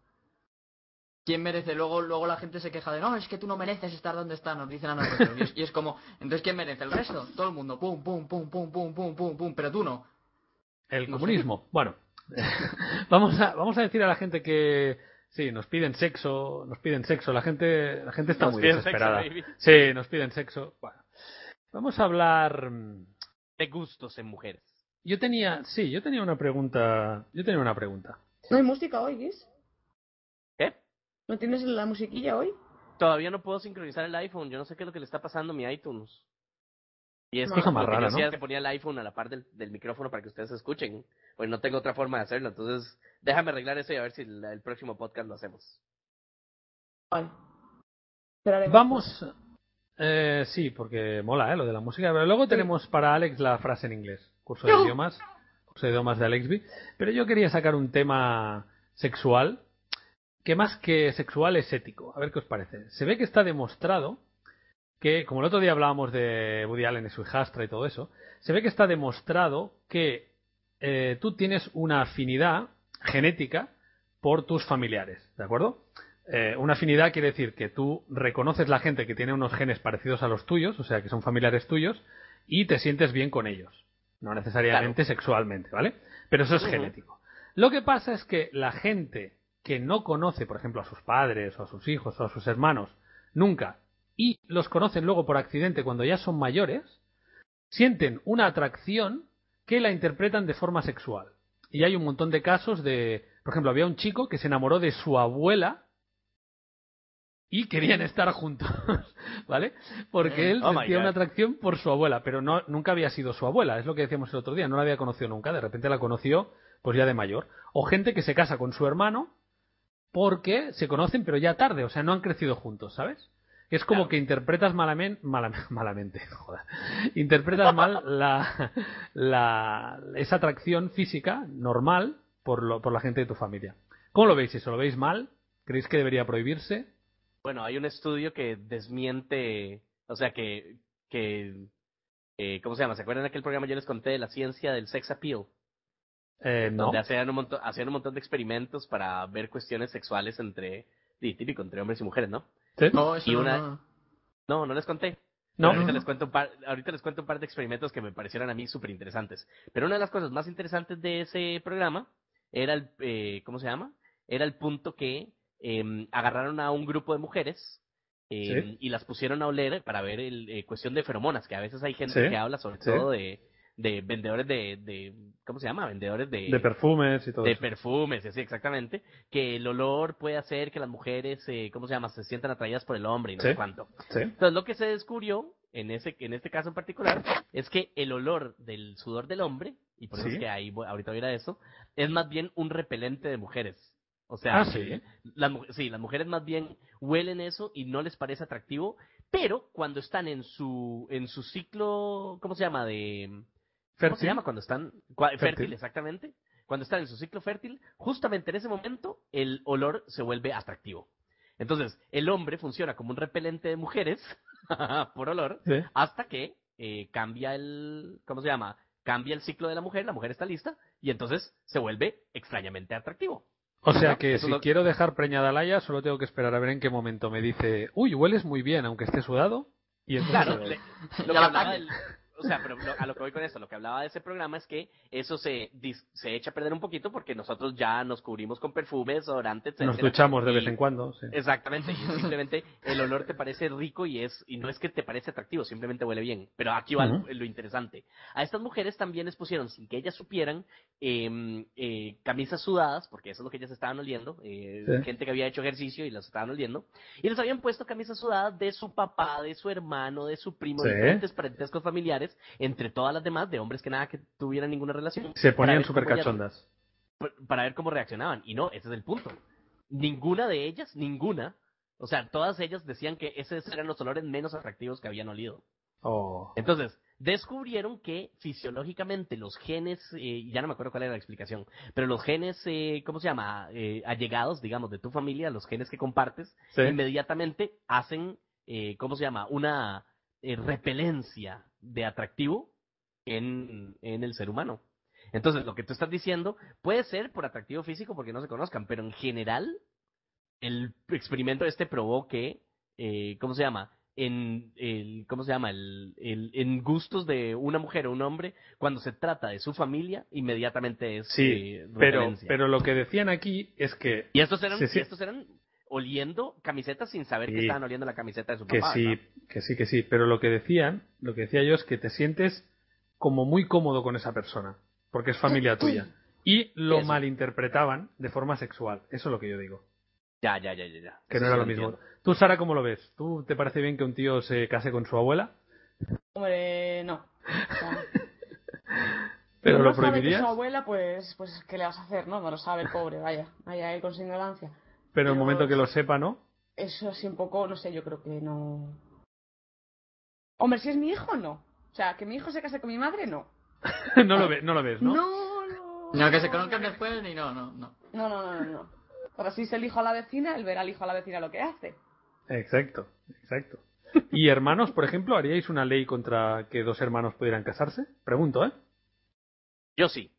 C: ¿quién merece? Luego, luego la gente se queja de, no, es que tú no mereces estar donde estás, nos dicen a nosotros. Y es, y es como, entonces, ¿quién merece? El resto, todo el mundo, pum, pum, pum, pum, pum, pum, pum, pum, pero tú no.
D: El
C: No sé.
D: comunismo. Bueno, vamos a, vamos a decir a la gente que sí, nos piden sexo, nos piden sexo. La gente, la gente está
G: Nos
D: muy
G: piden sexo,
D: desesperada.
G: baby.
D: sí, nos piden sexo. Bueno, vamos a hablar. mm,
G: De gustos en mujeres.
D: Yo tenía, sí, yo tenía una pregunta. Yo tenía una pregunta.
H: ¿No hay música hoy, Guis?
G: ¿Qué?
H: ¿No tienes la musiquilla hoy?
G: Todavía no puedo sincronizar el iPhone. Yo no sé qué es lo que le está pasando a mi iTunes. Y es
H: No.
G: que
D: Cosa más
G: lo que yo
D: rara, ¿no?
G: hacía es que ponía el iPhone a la par del, del micrófono para que ustedes escuchen. Pues no tengo otra forma de hacerlo. Entonces, déjame arreglar eso y a ver si la- el próximo podcast lo hacemos.
H: Vale. Esperaremos.
D: Vamos. eh, sí, porque mola, ¿eh? Lo de la música. Pero luego tenemos para Alex la frase en inglés. Curso de idiomas. Curso de idiomas de Alex B. Pero yo quería sacar un tema sexual. Que más que sexual es ético. A ver qué os parece. Se ve que está demostrado que, como el otro día hablábamos de Woody Allen y su hijastra y todo eso, se ve que está demostrado que eh, tú tienes una afinidad genética por tus familiares, ¿de acuerdo? Eh, una afinidad quiere decir que tú reconoces la gente que tiene unos genes parecidos a los tuyos, o sea, que son familiares tuyos, y te sientes bien con ellos. No necesariamente sexualmente, ¿vale? Pero eso es
G: Ujú.
D: genético. Lo que pasa es que la gente que no conoce, por ejemplo, a sus padres o a sus hijos o a sus hermanos, nunca, y los conocen luego por accidente cuando ya son mayores, sienten una atracción que la interpretan de forma sexual. Y hay un montón de casos de, por ejemplo, había un chico que se enamoró de su abuela y querían estar juntos, ¿vale? Porque
G: Eh,
D: él
G: oh my
D: sentía
G: God.
D: una atracción por su abuela, pero no, nunca había sido su abuela, es lo que decíamos el otro día, no la había conocido nunca, de repente la conoció pues ya de mayor. O gente que se casa con su hermano porque se conocen pero ya tarde, o sea, no han crecido juntos, ¿sabes? Es como
G: Claro.
D: que interpretas malamen- malam- malamente, joder. interpretas mal la, la- esa atracción física normal por, lo- por la gente de tu familia. ¿Cómo lo veis eso? ¿Lo veis mal? ¿Creéis que debería prohibirse?
G: Bueno, hay un estudio que desmiente, o sea, que, que eh, ¿cómo se llama? ¿Se acuerdan de aquel programa que yo les conté de la ciencia del sex appeal?
D: Eh, no.
G: Donde hacían un, montón, hacían un montón de experimentos para ver cuestiones sexuales entre, y típico, entre hombres y mujeres, ¿no?
D: ¿Sí?
C: No, eso
G: Y
C: no,
G: una-
C: no, no.
G: No, no les conté.
D: No.
G: Ahorita les cuento un par, ahorita les cuento un par de experimentos que me parecieron a mí súper interesantes. Pero una de las cosas más interesantes de ese programa era el, eh, ¿cómo se llama? Era el punto que eh, agarraron a un grupo de mujeres eh,
D: Sí.
G: y las pusieron a oler para ver el, eh, cuestión de feromonas, que a veces hay gente
D: Sí.
G: que habla sobre
D: Sí.
G: todo de, de vendedores de, de, ¿cómo se llama? Vendedores de,
D: De perfumes y todo
G: de
D: eso.
G: perfumes, sí, exactamente, que el olor puede hacer que las mujeres, eh, ¿cómo se llama? Se sientan atraídas por el hombre y no
D: Sí.
G: sé cuánto.
D: Sí.
G: Entonces lo que se descubrió en ese en este caso en particular es que el olor del sudor del hombre y por eso
D: Sí.
G: es que ahí voy- ahorita voy a ir a eso es más bien un repelente de mujeres. O sea,
D: Ah, ¿sí?
G: las mu- sí, las mujeres más bien huelen eso y no les parece atractivo, pero cuando están en su en su ciclo, ¿cómo se llama? de ¿Cómo se
D: Fértil.
G: llama cuando están cua- fértil.
D: Fértil.
G: exactamente? Cuando están en su ciclo fértil, justamente en ese momento el olor se vuelve atractivo. Entonces, el hombre funciona como un repelente de mujeres por olor
D: Sí.
G: hasta que eh, cambia el, ¿cómo se llama? Cambia el ciclo de la mujer, la mujer está lista y entonces se vuelve extrañamente atractivo.
D: O sea que
G: Eso
D: si
G: no-
D: quiero dejar preñada a Laia, solo tengo que esperar a ver en qué momento me dice, uy, hueles muy bien, aunque esté sudado. Y entonces
G: Claro,
D: lo-
G: le-
C: Ya
G: lo que
C: la
G: hablaba
C: ataque.
G: del- o sea, pero lo- a lo que voy con esto, lo que hablaba de ese programa es que eso se, dis- se echa a perder un poquito porque nosotros ya nos cubrimos con perfumes, desodorante, etcétera.
D: Nos duchamos de
G: Y-
D: vez en cuando. sí.
G: Exactamente, y simplemente el olor te parece rico y es y no es que te parece atractivo, simplemente huele bien. Pero aquí va lo-
D: Ujú.
G: lo, interesante. A estas mujeres también les pusieron, sin que ellas supieran, em, eh, camisas sudadas, porque eso es lo que ellas estaban oliendo, eh,
D: Sí.
G: gente que había hecho ejercicio y las estaban oliendo, y les habían puesto camisas sudadas de su papá, de su hermano, de su primo,
D: Sí.
G: de diferentes parentescos familiares, entre todas las demás, de hombres que nada que tuvieran ninguna relación.
D: Se
G: para
D: ponían
G: ver
D: súper
G: cómo ellas-
D: cachondas.
G: pa- para ver cómo reaccionaban. Y no, ese es el punto. Ninguna de ellas, ninguna, o sea, todas ellas decían que esos eran los olores menos atractivos que habían olido.
D: Oh.
G: Entonces, descubrieron que fisiológicamente los genes, eh, ya no me acuerdo cuál era la explicación, pero los genes, eh, ¿cómo se llama? Eh, allegados, digamos, de tu familia, los genes que compartes,
D: Sí.
G: inmediatamente hacen, eh, ¿cómo se llama? Una eh, repelencia de atractivo en, en el ser humano. Entonces, lo que tú estás diciendo puede ser por atractivo físico porque no se conozcan, pero en general, el experimento este probó que, eh, ¿cómo se llama? En, el, ¿cómo se llama? El, el- en gustos de una mujer o un hombre, cuando se trata de su familia, inmediatamente es
D: Sí,
G: eh,
D: pero,
G: repelencia.
D: pero lo que decían aquí es que,
G: Y estos eran,
D: Sí, sí.
G: y estos eran oliendo camisetas sin saber que
D: Sí.
G: estaban oliendo la camiseta de su
D: que
G: papá.
D: sí,
G: ¿verdad?
D: que sí, que sí, pero lo que decían, lo que decía yo es que te sientes como muy cómodo con esa persona, porque es familia tuya. Y lo
G: Eso.
D: malinterpretaban de forma sexual, eso es lo que yo digo,
G: Ya, ya, ya, ya, ya.
D: que no
G: Eso
D: era
G: sí
D: lo mismo.
G: entiendo.
D: Tú, Sara, ¿cómo lo ves? ¿Tú te parece bien que un tío se case con su abuela?
H: Hombre, no. O sea,
D: ¿Pero
H: no
D: lo
H: sabe que es
D: prohibirías?
H: su abuela, pues, pues, ¿qué le vas a hacer? No, no lo sabe el pobre, vaya. Vaya él con su ignorancia.
D: Pero el
H: Yo-
D: momento que lo sepa, ¿no?
H: Eso así un poco, no sé, yo creo que no. Hombre, si es mi hijo, no. O sea, que mi hijo se case con mi madre, no.
D: no, lo ve- no lo ves, ¿no?
H: No, no.
C: No, que se conozcan después ni no, no, no.
H: No, no, no, no, no. Pero si es el hijo a la vecina, él verá al hijo a la vecina lo que hace.
D: Exacto, exacto. ¿Y hermanos, por ejemplo, haríais una ley contra que dos hermanos pudieran casarse? Pregunto, ¿eh?
G: Yo sí.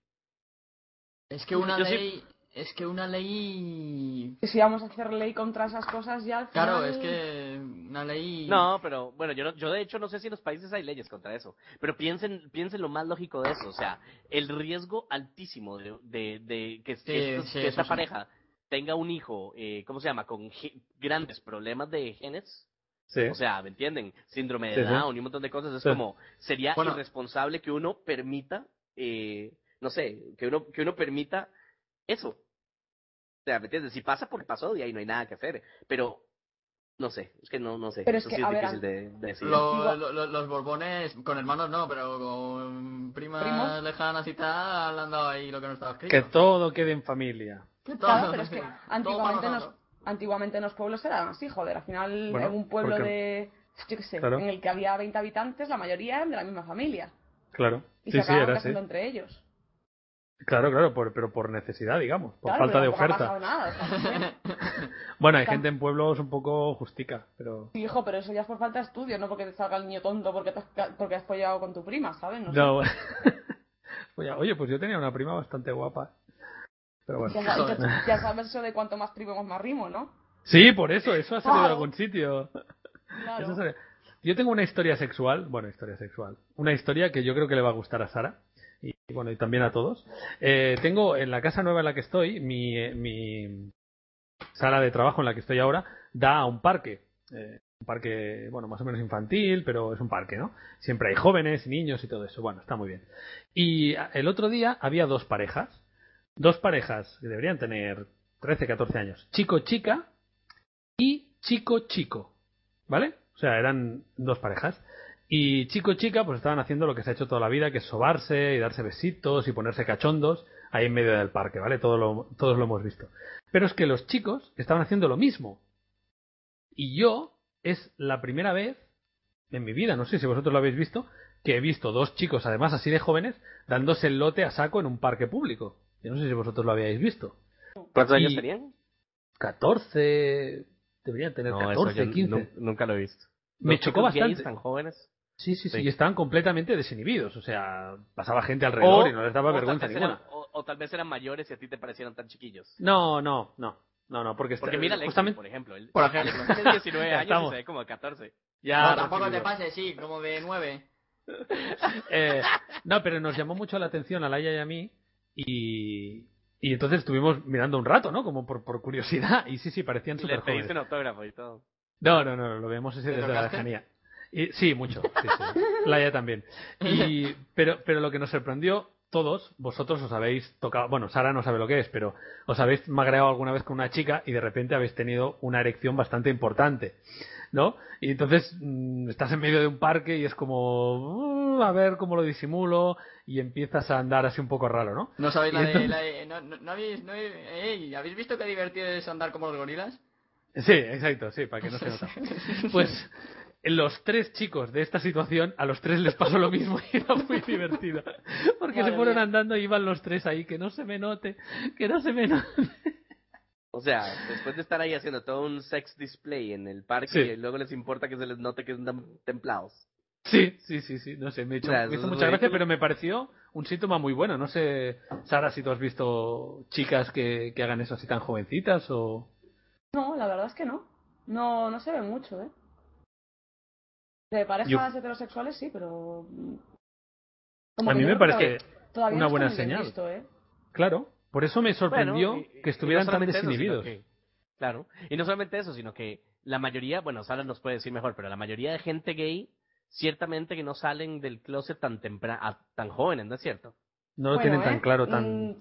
C: Es que una
G: Yo sí-
C: ley... Es que una ley...
H: Y si vamos a hacer ley contra esas cosas ya al final...
C: Claro, es que una ley...
G: No, pero bueno, yo, no- yo de hecho no sé si en los países hay leyes contra eso, pero piensen, piensen lo más lógico de eso, o sea, el riesgo altísimo de, de- de que, que estos-
C: sí,
G: que
C: eso
G: esta
C: sí.
G: pareja tenga un hijo, eh, ¿cómo se llama?, con ge- grandes problemas de genes,
D: Sí.
G: O sea, ¿me entienden? Síndrome de
D: Sí, sí.
G: Down y un montón de cosas. Es
D: Sí.
G: como, sería
C: Bueno.
G: irresponsable que uno permita, eh, no sé, que uno, que uno permita eso. O sea, ¿me entiendes? Si pasa, porque pasó y ahí no hay nada que hacer. Pero, no sé, es que no, no sé.
H: Pero es
G: eso
H: que,
G: sí
H: a
G: es
H: ver,
G: difícil de, de decir.
C: Lo- lo- lo- los borbones, con hermanos no, pero con primas
H: Primos.
C: lejanas y tal, han dado ahí lo que no estaba escrito.
D: Que todo quede en familia.
C: Que todo-
H: Claro, pero es que
C: todo para
H: antiguamente en, los,
C: nosotros.
H: antiguamente en los pueblos eran así, joder. Al final,
D: Bueno,
H: en un pueblo
D: porque-
H: de... Yo qué sé,
D: Claro.
H: en el que había 20 habitantes, la mayoría eran de la misma familia.
D: Claro.
H: Y
D: Sí, sí,
H: se acababan
D: era así.
H: casando entre ellos.
D: Claro, claro, por- pero por necesidad, digamos, por
H: Claro,
D: falta de
H: pero tampoco ha
D: oferta.
H: pasado nada, o sea,
D: Bueno, hay
H: Tam-
D: gente en pueblos un poco justica, pero...
H: Sí, hijo, pero eso ya es por falta de estudio, no porque te salga el niño tonto porque te has, ca- porque has follado con tu prima, ¿sabes? No sé.
D: No, Oye, Oye, pues yo tenía una prima bastante guapa. ¿eh? Pero bueno.
H: Ya, sabes- ya- ya sabes eso de cuanto más primo, más rimo, ¿no?
D: Sí, por eso, eso ha salido de
H: Claro.
D: algún sitio.
H: Claro.
D: Eso sería- Yo tengo una historia sexual, bueno, historia sexual, una historia que yo creo que le va a gustar a Sara y bueno, y también a todos. Eh, tengo en la casa nueva en la que estoy, mi, eh, mi sala de trabajo en la que estoy ahora, da a un parque. eh, un parque, bueno, más o menos infantil, pero es un parque, ¿no? Siempre hay jóvenes, niños y todo eso. Bueno, está muy bien. Y a- el otro día había dos parejas. Dos parejas que deberían tener 13, 14 años. Chico-chica y chico-chico. ¿Vale? O sea, eran dos parejas. Y chico y chica pues estaban haciendo lo que se ha hecho toda la vida, que es sobarse y darse besitos y ponerse cachondos ahí en medio del parque, ¿vale? Todo lo- todos lo hemos visto. Pero es que los chicos estaban haciendo lo mismo. Y yo es la primera vez en mi vida, no sé si vosotros lo habéis visto, que he visto dos chicos, además así de jóvenes, dándose el lote a saco en un parque público. Yo no sé si vosotros lo habíais visto.
G: ¿Cuántos
D: años
G: años
D: Y-
G: tenían?
D: 14... Deberían tener 14, 15.
G: nunca lo he visto.
D: Me chocó bastante.
G: tan jóvenes.
D: Sí, sí, sí,
G: Sí.
D: y estaban completamente desinhibidos, o sea, pasaba gente alrededor y no les daba vergüenza
G: tal vez eran,
D: ninguna.
G: o, o tal vez eran mayores y a ti te parecieran tan chiquillos.
D: No, no, no, no, no, porque,
G: Porque
D: está-
G: mira a Alexis,
D: justamente
G: por ejemplo. Él,
C: Por ejemplo.
G: Alexis tiene 19
D: Ya
G: años y
D: estamos.
C: Ah,
G: se ve como de 14.
D: ya
C: No, tampoco te
D: recibido.
C: pases, sí, como de nueve.
D: Eh, no, pero nos llamó mucho la atención a Laia y a mí. Y, y entonces estuvimos mirando un rato, ¿no? Como por, por curiosidad. Y sí, sí, parecían
G: Y le
D: súper jóvenes.
G: pediste un autógrafo y todo.
D: No, no, no, lo vemos ese
C: ¿Te
D: desde la
C: tocaste?
D: lejanía. Y, sí, mucho. Sí, sí. Laia también. Y, pero, pero lo que nos sorprendió, todos, vosotros os habéis tocado, bueno, Sara no sabe lo que es, pero os habéis magreado alguna vez con una chica y de repente habéis tenido una erección bastante importante, ¿no? Y entonces mm, estás en medio de un parque y es como, "Uh, a ver cómo lo disimulo y empiezas a andar así un poco raro, ¿no?
C: No sabéis la
D: Y
C: de...
D: entonces-
C: La de- no, no, no habéis... No, ey, ¿Habéis visto qué divertido es andar como los gorilas?
D: Sí, exacto, sí, para que no se nota. Pues los tres chicos de esta situación, a los tres les pasó lo mismo y era muy divertido. Porque
C: Madre
D: se fueron
C: mía.
D: andando y iban los tres ahí, que no se me note, que no se me note.
G: O sea, después de estar ahí haciendo todo un sex display en el parque
D: Sí.
G: y luego les importa que se les note que están templados.
D: Sí, sí, sí, sí, no sé, me, hizo,
G: O sea,
D: me hizo
G: es
D: mucha gracia,
G: ridículo.
D: pero me pareció un síntoma muy bueno. No sé, Sara, si tú has visto chicas que, que hagan eso así tan jovencitas o...
H: No, la verdad es que no. No, no se ve mucho, ¿eh? De parejas heterosexuales sí, pero... mm, como
D: A
H: que
D: mí
H: yo
D: me
H: creo que
D: parece
H: todavía
D: una
H: no
D: buena
H: está muy bien
D: señal.
H: visto, ¿eh?
D: Claro, por eso me sorprendió
G: Bueno, y- y-
D: que estuvieran
G: y no
D: tan
G: solamente eso, sino
D: desinhibidos.
G: que- claro. Y no solamente eso, sino que la mayoría, bueno, Sara nos puede decir mejor, pero la mayoría de gente gay, ciertamente que no salen del closet tan temprano, tan jóvenes, ¿no es cierto?
D: No lo
H: Bueno,
D: tienen
H: ¿eh?
D: tan claro, tan...
H: Mm,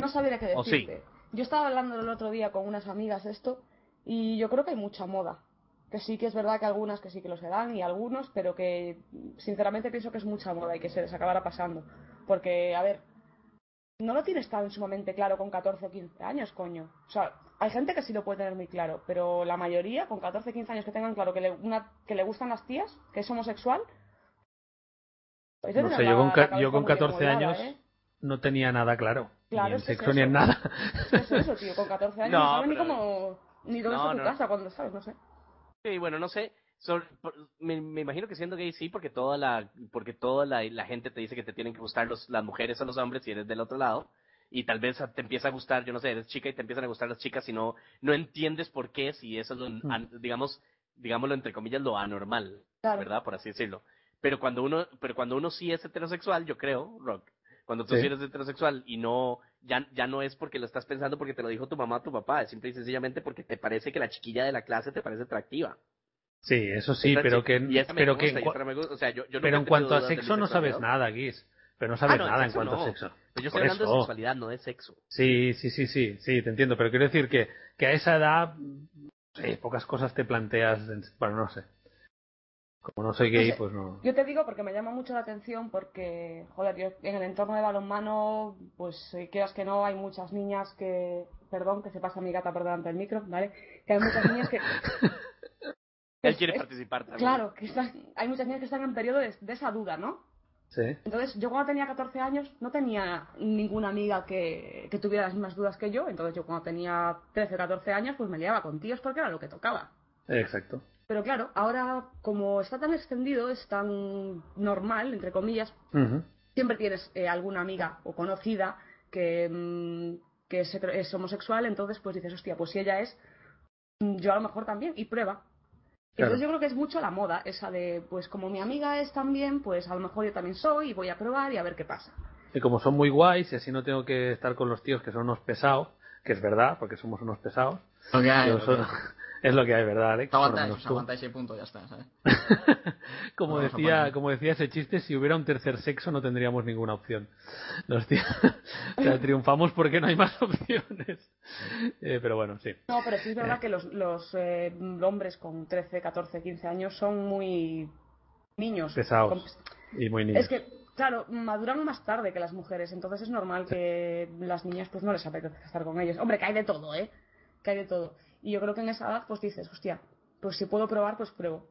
H: No sabría qué
G: O sí.
H: decirte. Yo estaba hablando el otro día con unas amigas esto y yo creo que hay mucha moda. Que sí que es verdad que algunas que sí que lo serán y algunos, pero que sinceramente pienso que es mucha moda y que se les acabará pasando. Porque, a ver, no lo tienes tan sumamente claro con 14 o 15 años, coño. O sea, hay gente que sí lo puede tener muy claro, pero la mayoría con 14 o 15 años que tengan claro que le, una- que le gustan las tías, que es homosexual. pues
D: No
H: tienen
D: sé, yo
H: la-
D: con ca-
H: la cabeza
D: yo con
H: muy bien
D: 14
H: moldada,
D: años
H: ¿eh?
D: no tenía nada claro.
H: Claro,
D: ni en
H: es que es
D: sexo ni en
H: eso.
D: nada.
H: Es eso, tío, con 14 años no,
G: No,
H: sabes ni
G: pero-
H: cómo... Ni dónde
G: No,
H: está tu
G: no.
H: casa cuando sabes, no sé.
G: Sí, bueno, no sé. sobre- por- me, me imagino que siendo gay sí, porque toda la, porque toda la, la gente te dice que te tienen que gustar los, las mujeres o los hombres si eres del otro lado. Y tal vez te empieza a gustar, yo no sé, eres chica y te empiezan a gustar las chicas y no, no entiendes por qué, si eso es lo, an- digamos, digámoslo entre comillas, lo anormal,
H: Claro.
G: ¿verdad? Por así decirlo. Pero cuando uno, pero cuando uno sí es heterosexual, yo creo, Rock, cuando tú
D: Sí.
G: sí eres heterosexual y no, ya, ya no es porque lo estás pensando porque te lo dijo tu mamá o tu papá, es simple y sencillamente porque te parece que la chiquilla de la clase te parece atractiva.
D: Sí, eso sí,
G: Esa
D: pero
G: chi-
D: que,
G: y esa me
D: pero
G: gusta,
D: que en,
G: y
D: cua-
G: esa me gusta, o sea, yo- yo nunca
D: pero
G: he
D: en cuanto a
G: tenido dudas de mi
D: sexo no sabes
G: sexualidad.
D: nada, Guis. Pero no sabes
G: Ah, no, de
D: nada en
G: sexo
D: cuanto
G: no.
D: a sexo.
G: Pero yo
D: Por
G: estoy hablando
D: eso.
G: de sexualidad, no de sexo.
D: Sí, sí, sí, sí, sí, te entiendo, pero quiero decir que, que a esa edad no sé, pocas cosas te planteas, en- bueno, no sé. Como no soy gay,
H: sé.
D: pues no.
H: Yo te digo porque me llama mucho la atención porque, joder, yo en el entorno de balonmano, pues si quieras que no, hay muchas niñas que... Perdón, que se pasa mi gata por delante del micro, ¿vale? Que hay muchas niñas que...
G: Él quiere
H: es-
G: participar también.
H: Claro, que están, hay muchas niñas que están en periodo de, de esa duda, ¿no?
D: Sí.
H: Entonces, yo cuando tenía 14 años no tenía ninguna amiga que, que tuviera las mismas dudas que yo. Entonces, yo cuando tenía 13 o 14 años, pues me liaba con tíos porque era lo que tocaba.
D: Exacto.
H: Pero claro, ahora como está tan extendido, es tan normal, entre comillas,
D: Ujú.
H: siempre tienes eh, alguna amiga o conocida que, mm, que es, hetero- es homosexual, entonces pues dices, hostia, pues si ella es, mm, yo a lo mejor también, y prueba.
D: Claro.
H: Entonces yo creo que es mucho la moda, esa de, pues como mi amiga es también, pues a lo mejor yo también soy y voy a probar y a ver qué pasa.
D: Y como son muy guays y así no tengo que estar con los tíos que son unos pesados, que es verdad, porque somos unos pesados.
G: Ah,
D: pero son- es lo que hay, ¿verdad, Alex?
C: Te
D: Por lo
C: aguantáis,
D: menos
C: os
D: tú.
C: aguantáis y punto, ya está, ¿sabes?
D: como
C: Vamos a
D: decía
C: poner.
D: como decía ese chiste si hubiera un tercer sexo no tendríamos ninguna opción los tíos o sea, triunfamos porque no hay más opciones Eh, pero bueno sí
H: No, pero sí es verdad que los, los eh, hombres con 13, 14, 15 años son muy niños.
D: pesados
H: Con-
D: y muy niños
H: Es que, claro, maduran más tarde que las mujeres, entonces es normal que las niñas pues no les apetezca estar con ellos. Hombre, que hay de todo, ¿eh? Que hay de todo. Y yo creo que en esa edad pues dices, hostia, pues si puedo probar, pues pruebo.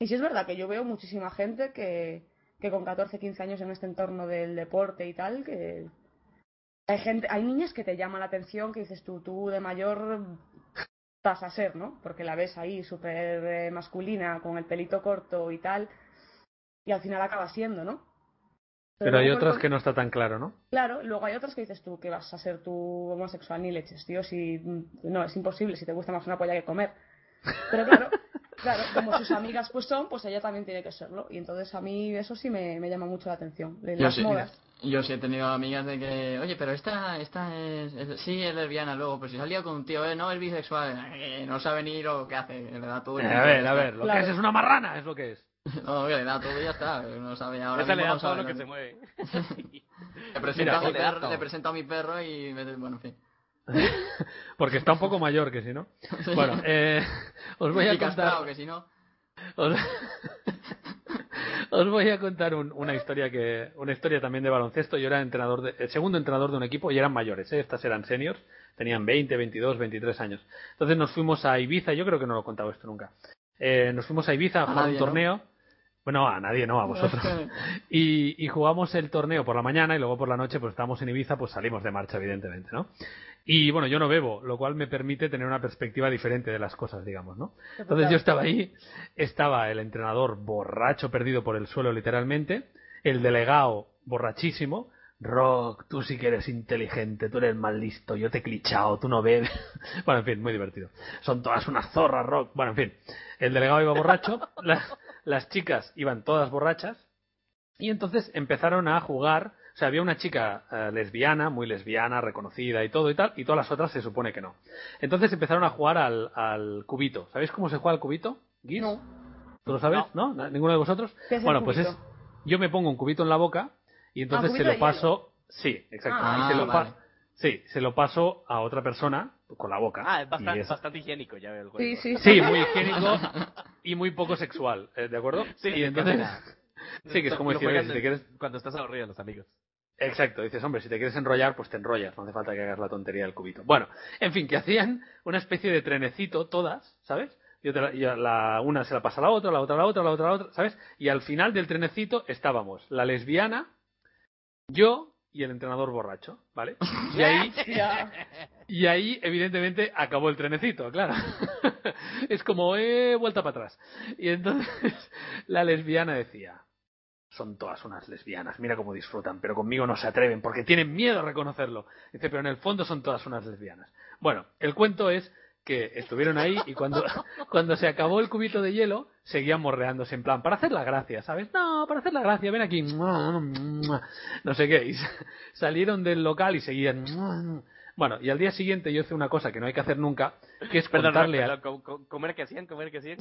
H: Y sí es verdad que yo veo muchísima gente que, que con 14, 15 años en este entorno del deporte y tal, que hay gente, hay niñas que te llaman la atención, que dices tú, tú de mayor vas a ser, ¿no? Porque la ves ahí súper eh, masculina, con el pelito corto y tal, y al final acaba siendo, ¿no?
D: pero hay
H: luego, por
D: otras
H: con-
D: que no está tan claro no
H: Claro, luego hay otras que dices tú que vas a ser tú mm, homosexual ni leches, tío, si no, es imposible, si te gusta más una polla que comer. Pero claro, Claro, como sus amigas pues son, pues ella también tiene que serlo. Y entonces a mí eso sí me, me llama mucho la atención. de
C: Yo
H: Las
C: sí,
H: modas.
C: yo sí he tenido amigas de que, oye, pero esta, esta es, es- sí es lesbiana luego, pero si salía con un tío, eh, no es bisexual, eh, no sabe ni lo que hace, le da todo. y ya
D: a ver,
C: está.
D: a ver, lo
H: Claro.
D: que es es una marrana, es lo que es.
C: No, que le da todo y ya está, no sabe ahora
G: Esa le
C: mismo
G: da
C: no
G: todo
C: sabe
G: lo que
C: nada.
G: se mueve.
C: Le presento,
G: Mira,
C: a mi
G: le da
C: perro-
G: todo.
C: le presento a mi perro y me, bueno, en fin.
D: Porque está un poco mayor que si no. Bueno, eh, os voy a
C: Y castrado,
D: contar.
C: que si no...
D: Os, os voy a contar un- una historia que una historia también de baloncesto. Yo era entrenador de, el segundo entrenador de un equipo y eran mayores. ¿eh? Estas eran seniors, tenían 20, 22, 23 años. Entonces nos fuimos a Ibiza. Yo creo que no lo he contado esto nunca. Eh, nos fuimos a Ibiza a,
C: A
D: jugar
C: nadie,
D: un
C: ¿no?
D: torneo. Bueno, a nadie, no, a vosotros. Y, y jugamos el torneo por la mañana y luego por la noche, pues estábamos en Ibiza, pues salimos de marcha, evidentemente, ¿no? Y bueno, yo no bebo, lo cual me permite tener una perspectiva diferente de las cosas, digamos, ¿no? Entonces yo estaba ahí, estaba el entrenador borracho, perdido por el suelo literalmente, el delegado borrachísimo, Rock, tú sí que eres inteligente, tú eres más listo, yo te he clichado, tú no ves. Bueno, en fin, muy divertido. Son todas unas zorras, Rock. Bueno, en fin, el delegado iba borracho, la- las chicas iban todas borrachas, y entonces empezaron a jugar. O sea, había una chica eh, lesbiana, muy lesbiana, reconocida y todo y tal, y todas las otras se supone que no. Entonces empezaron a jugar al, al cubito. ¿Sabéis cómo se juega al cubito? Guis?
H: No.
D: ¿Tú lo sabes? ¿No? ¿No? ¿Ninguno de vosotros?
H: ¿Qué es el
D: bueno, pues es.
H: cubito? Ah,
D: Yo me pongo un cubito en la boca y entonces se
H: cubito
D: lo
H: de
D: paso. Sí, exacto.
C: Ah,
D: y se lo pa-
C: vale.
D: Sí, se lo paso a otra persona con la boca.
G: Ah, es
D: Y
G: bastante,
D: es-
G: bastante higiénico, ya veo el juego.
H: Sí, sí,
D: Sí, muy higiénico y muy poco sexual, eh, ¿de acuerdo?
G: Sí,
D: y
G: sí,
D: entonces. Sí, que es
G: Lo-
D: como
G: lo
D: decir, oye,
G: juegan
D: si
G: de-
D: te quieres
G: Cuando estás aburrido, los amigos.
D: Exacto, dices, hombre, si te quieres enrollar, pues te enrollas, no hace falta que hagas la tontería del cubito. Bueno, en fin, que hacían una especie de trenecito todas, ¿sabes? Y otra- y la, una se la pasa a la otra, la otra a la otra, la otra a la otra, ¿sabes? Y al final del trenecito estábamos la lesbiana, yo y el entrenador borracho, ¿vale? Y ahí, y ahí evidentemente, acabó el trenecito, claro. es como, eh, vuelta para atrás. Y entonces la lesbiana decía, son todas unas lesbianas, mira cómo disfrutan, pero conmigo no se atreven porque tienen miedo a reconocerlo. Dice, pero en el fondo son todas unas lesbianas. Bueno, el cuento es que estuvieron ahí y cuando, cuando se acabó el cubito de hielo, seguían morreándose en plan, para hacer la gracia, ¿sabes? No, para hacer la gracia, ven aquí. No sé qué. Y sa- salieron del local y seguían. Bueno, y al día siguiente yo hice una cosa que no hay que hacer nunca, que es
G: Perdón,
D: contarle a... Mm.
G: perdón, co- co- comer que hacían, comer que hacían.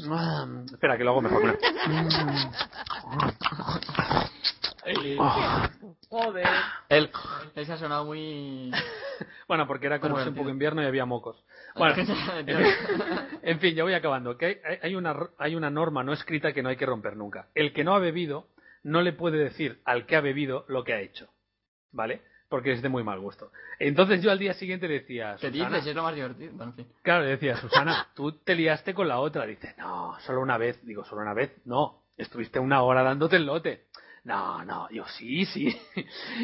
D: Espera, que lo hago mejor. mira. Mm. Oh.
H: Joder.
D: El...
C: Ese ha sonado muy...
D: Bueno, porque era como
C: Pero
D: un
C: bueno,
D: poco
C: tío.
D: invierno y había mocos. Bueno, en fin, ya voy acabando. Que hay, hay- hay una, hay una norma no escrita que no hay que romper nunca. El que no ha bebido no le puede decir al que ha bebido lo que ha hecho. ¿Vale? Porque es de muy mal gusto. Entonces yo al día siguiente le decía.
C: ¿Qué
D: "Susana,
C: dices? Es lo más divertido. Bueno, en fin.
D: Claro, le decía, Susana, tú te liaste con la otra. Dice, no, solo una vez. Digo, solo una vez. No, estuviste una hora dándote el lote. No, no. Yo, sí, sí.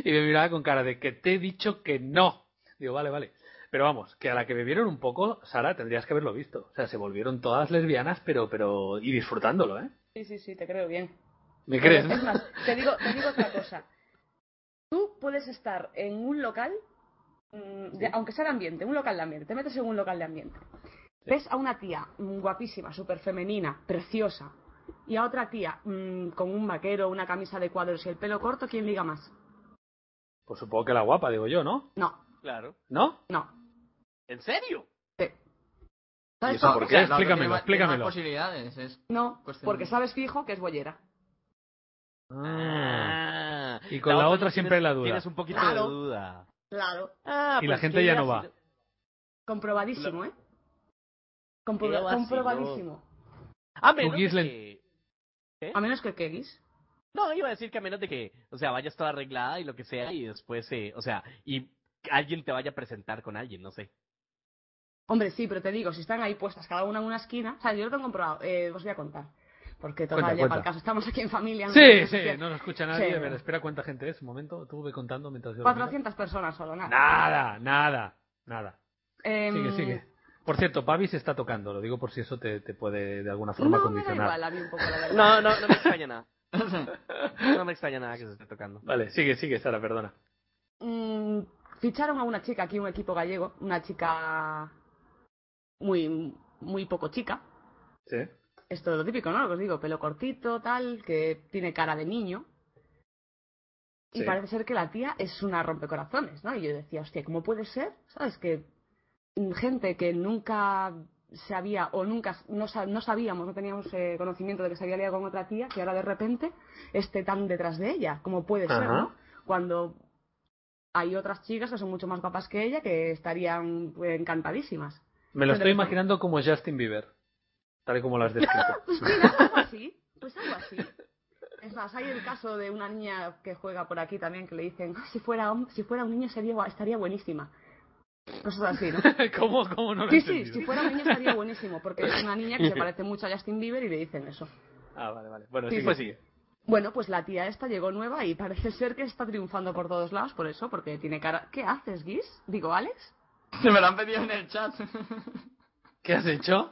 D: Y me miraba con cara de que te he dicho que no. Digo, vale, vale. Pero vamos, que a la que bebieron un poco, Sara, tendrías que haberlo visto. O sea, se volvieron todas lesbianas, pero, pero, y disfrutándolo, ¿eh?
H: Sí, sí, sí, te creo bien.
D: ¿Me
H: Pero
D: crees?
H: Ah, Es más, te digo, te digo otra cosa. Tú puedes estar en un local, mm, de- aunque sea de ambiente, un local de ambiente, te metes en un local de ambiente. Ves a una tía mm, guapísima, súper femenina, preciosa, y a otra tía mm, con un vaquero, una camisa de cuadros y el pelo corto, ¿quién liga más?
D: Pues supongo que la guapa, digo yo, ¿no?
H: No,
G: Claro.
D: ¿No?
H: no.
G: ¿En serio?
H: te-
D: ¿Y eso por qué?
C: La otra tiene
D: Explícamelo,
C: más- tiene más
D: explícamelo.
C: posibilidades. es-
H: No,
C: Cuestión-
H: porque sabes fijo que es bollera.
G: Ah.
D: Y con la otra siempre
G: tienes-
D: la duda.
G: Tienes un poquito
H: Claro.
G: de duda.
H: Claro.
G: Ah,
D: Y la
G: pues
D: gente
G: que
D: ya
G: ella
D: no va.
G: sí-
H: Comprobadísimo, ¿eh? Compro-
G: Qué vacilón.
H: comprobadísimo.
G: A menos de
D: Gislen.
G: que...
H: A menos que Kegis.
G: No, iba a decir que a menos de que, o sea, vayas toda arreglada y lo que sea, y después, eh, o sea, y alguien te vaya a presentar con alguien, no sé.
H: Hombre, sí, pero te digo, si están ahí puestas cada una en una esquina, o sea, yo lo tengo comprobado, eh, os voy a contar. Porque
D: Cuenta,
H: todavía para
D: cuenta.
H: el caso, estamos aquí en familia.
D: Sí,
H: ¿no?
D: sí, no lo escucha nadie.
H: Sí.
D: A ver, espera cuánta gente es. Un momento, tú ve contando mientras yo... lo miro.
H: 400 personas solo, nada.
D: Nada, nada, nada.
H: Em,
D: Sigue, sigue. Por cierto, Pavi se está tocando, lo digo por si eso te, te puede de alguna forma
H: No, me da
D: condicionar.
H: igual, la vi un poco, la verdad.
G: No, no, no me extraña nada. No me extraña nada que se esté tocando.
D: Vale, sigue, sigue, Sara, perdona.
H: Mm, ficharon a una chica aquí, un equipo gallego, una chica muy, muy poco chica,
D: ¿Sí?
H: esto es lo típico, ¿no? Lo que os digo, pelo cortito, tal, que tiene cara de niño. Y
I: Sí.
H: parece ser que la tía es una rompecorazones, ¿no? Y yo decía, hostia, ¿cómo puede ser? ¿Sabes? Que gente que nunca sabía o nunca no, sa- no sabíamos, no teníamos eh, conocimiento de que se había liado con otra tía, que ahora de repente esté tan detrás de ella, como puede ser,
D: Ajá.
H: ¿no? Cuando hay otras chicas que son mucho más guapas que ella que estarían eh, encantadísimas.
D: Me lo estoy
H: Pero-
D: imaginando como Justin Bieber, tal y como lo has descrito.
H: Pues mira, algo así, pues algo así. Es más, hay el caso de una niña que juega por aquí también que le dicen, "Ah, si fuera un, si fuera un niño sería, gua- estaría buenísima. Cosas así, ¿no?
D: ¿Cómo, cómo no lo he
H: Sí, sí,
D: entendido?
H: si fuera un niño estaría buenísimo, porque es una niña que se parece mucho a Justin Bieber y le dicen eso.
D: Ah, vale, vale. Bueno,
H: Sí,
D: sí,
H: pues
D: sí.
H: Bueno, pues la tía esta llegó nueva y parece ser que está triunfando por todos lados por eso, porque tiene cara... ¿Qué haces, Guis? Digo, ¿Alex?
C: Se me lo han pedido en el chat.
D: ¿Qué has hecho?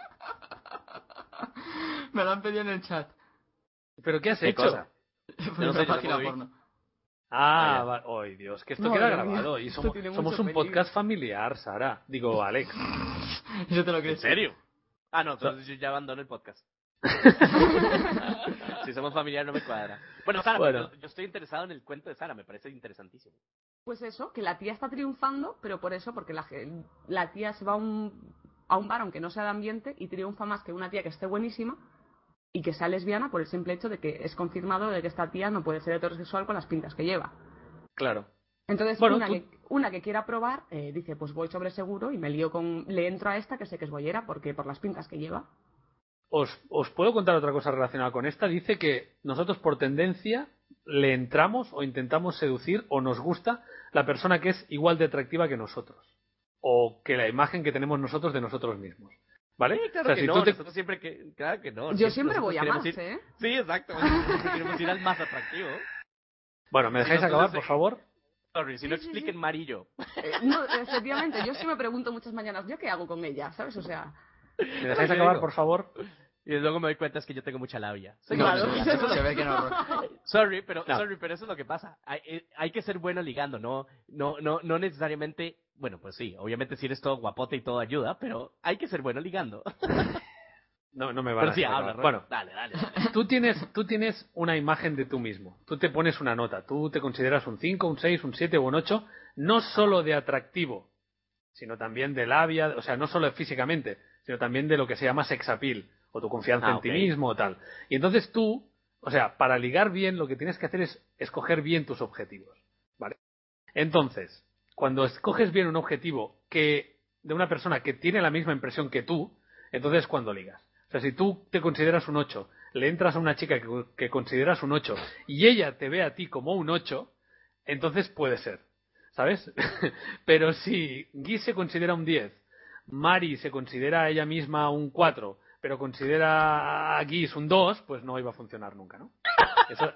C: me lo han pedido en el chat.
D: ¿Pero qué has
G: ¿Qué
D: hecho?
G: cosa?
C: Una
G: no sé, yo
C: página
G: no vi.
C: porno.
D: Ah, vale. Ay, Dios, que esto
H: Madre
D: queda
H: mía,
D: grabado. Y
H: esto
D: somos,
H: tiene
D: somos
H: mucho
D: un
H: peligro.
D: podcast familiar, Sara. Digo, Alex.
C: Yo te lo creo.
G: ¿En serio? Ah, no, entonces yo ya abandono el podcast. si somos familiares no me cuadra. Bueno, Sara,
D: Bueno.
G: Yo, yo estoy interesado en el cuento de Sara, me parece interesantísimo.
H: Pues eso, que la tía está triunfando, pero por eso, porque la, ge- la tía se va a un, a un bar aunque no sea de ambiente y triunfa más que una tía que esté buenísima y que sea lesbiana por el simple hecho de que es confirmado de que esta tía no puede ser heterosexual con las pintas que lleva.
D: Claro.
H: Entonces,
D: Bueno,
H: una,
D: tú-
H: que, una que quiera probar eh, dice, pues voy sobre seguro y me lío con... Le entro a esta que sé que es boyera porque por las pintas que lleva.
D: Os, os puedo contar otra cosa relacionada con esta. Dice que nosotros por tendencia le entramos o intentamos seducir o nos gusta la persona que es igual de atractiva que nosotros. O que la imagen que tenemos nosotros de nosotros mismos. ¿Vale?
G: Sí,
D: O sea, si
G: que no,
D: tú te-
G: nosotros siempre que... Claro que no.
H: Yo siempre
G: nosotros
H: voy a
G: queremos
H: más,
G: ir-
H: ¿eh?
G: Sí, exacto. nosotros Queremos ir al más atractivo.
D: Bueno, ¿me dejáis
G: Si nosotros-
D: acabar, por favor?
G: Sorry, si no expliquen Marillo.
H: Eh, no, efectivamente, yo sí me pregunto muchas mañanas, ¿yo qué hago con ella? ¿Sabes? O sea...
D: ¿Me dejáis
G: Yo
D: acabar,
G: digo.
D: por favor?
G: Y luego me doy cuenta es que yo tengo mucha labia. Soy
C: No,
G: claro.
C: no, no, eso se ve que no.
G: Sorry, pero
D: No.
G: sorry, pero eso es lo que pasa. Hay, eh, hay que ser bueno ligando, no, no, no, no necesariamente. Bueno, pues sí, obviamente si eres todo guapote y todo ayuda, pero hay que ser bueno ligando.
D: No, no me van
G: Pero
D: a
G: sí,
D: dejar
G: habla,
D: acabar.
G: Roy.
D: Bueno,
G: dale, dale. dale.
D: tú tienes, tú tienes una imagen de tú mismo. Tú te pones una nota. Tú te consideras un 5, un 6, un 7 o un 8, no solo de atractivo, sino también de labia, o sea, no solo físicamente, sino también de lo que se llama sexapil o tu confianza
G: Ah,
D: en
G: ok.
D: ti mismo o tal. Y entonces tú, o sea, para ligar bien, lo que tienes que hacer es escoger bien tus objetivos. ¿Vale? Entonces, cuando escoges bien un objetivo que de una persona que tiene la misma impresión que tú, entonces cuando ligas. O sea, si tú te consideras un 8, le entras a una chica que, que consideras un 8 y ella te ve a ti como un 8, entonces puede ser. ¿Sabes? Pero si Guy se considera un 10, Mari se considera a ella misma un 4, pero considera a Guis un 2, pues no iba a funcionar nunca, ¿no? Eso-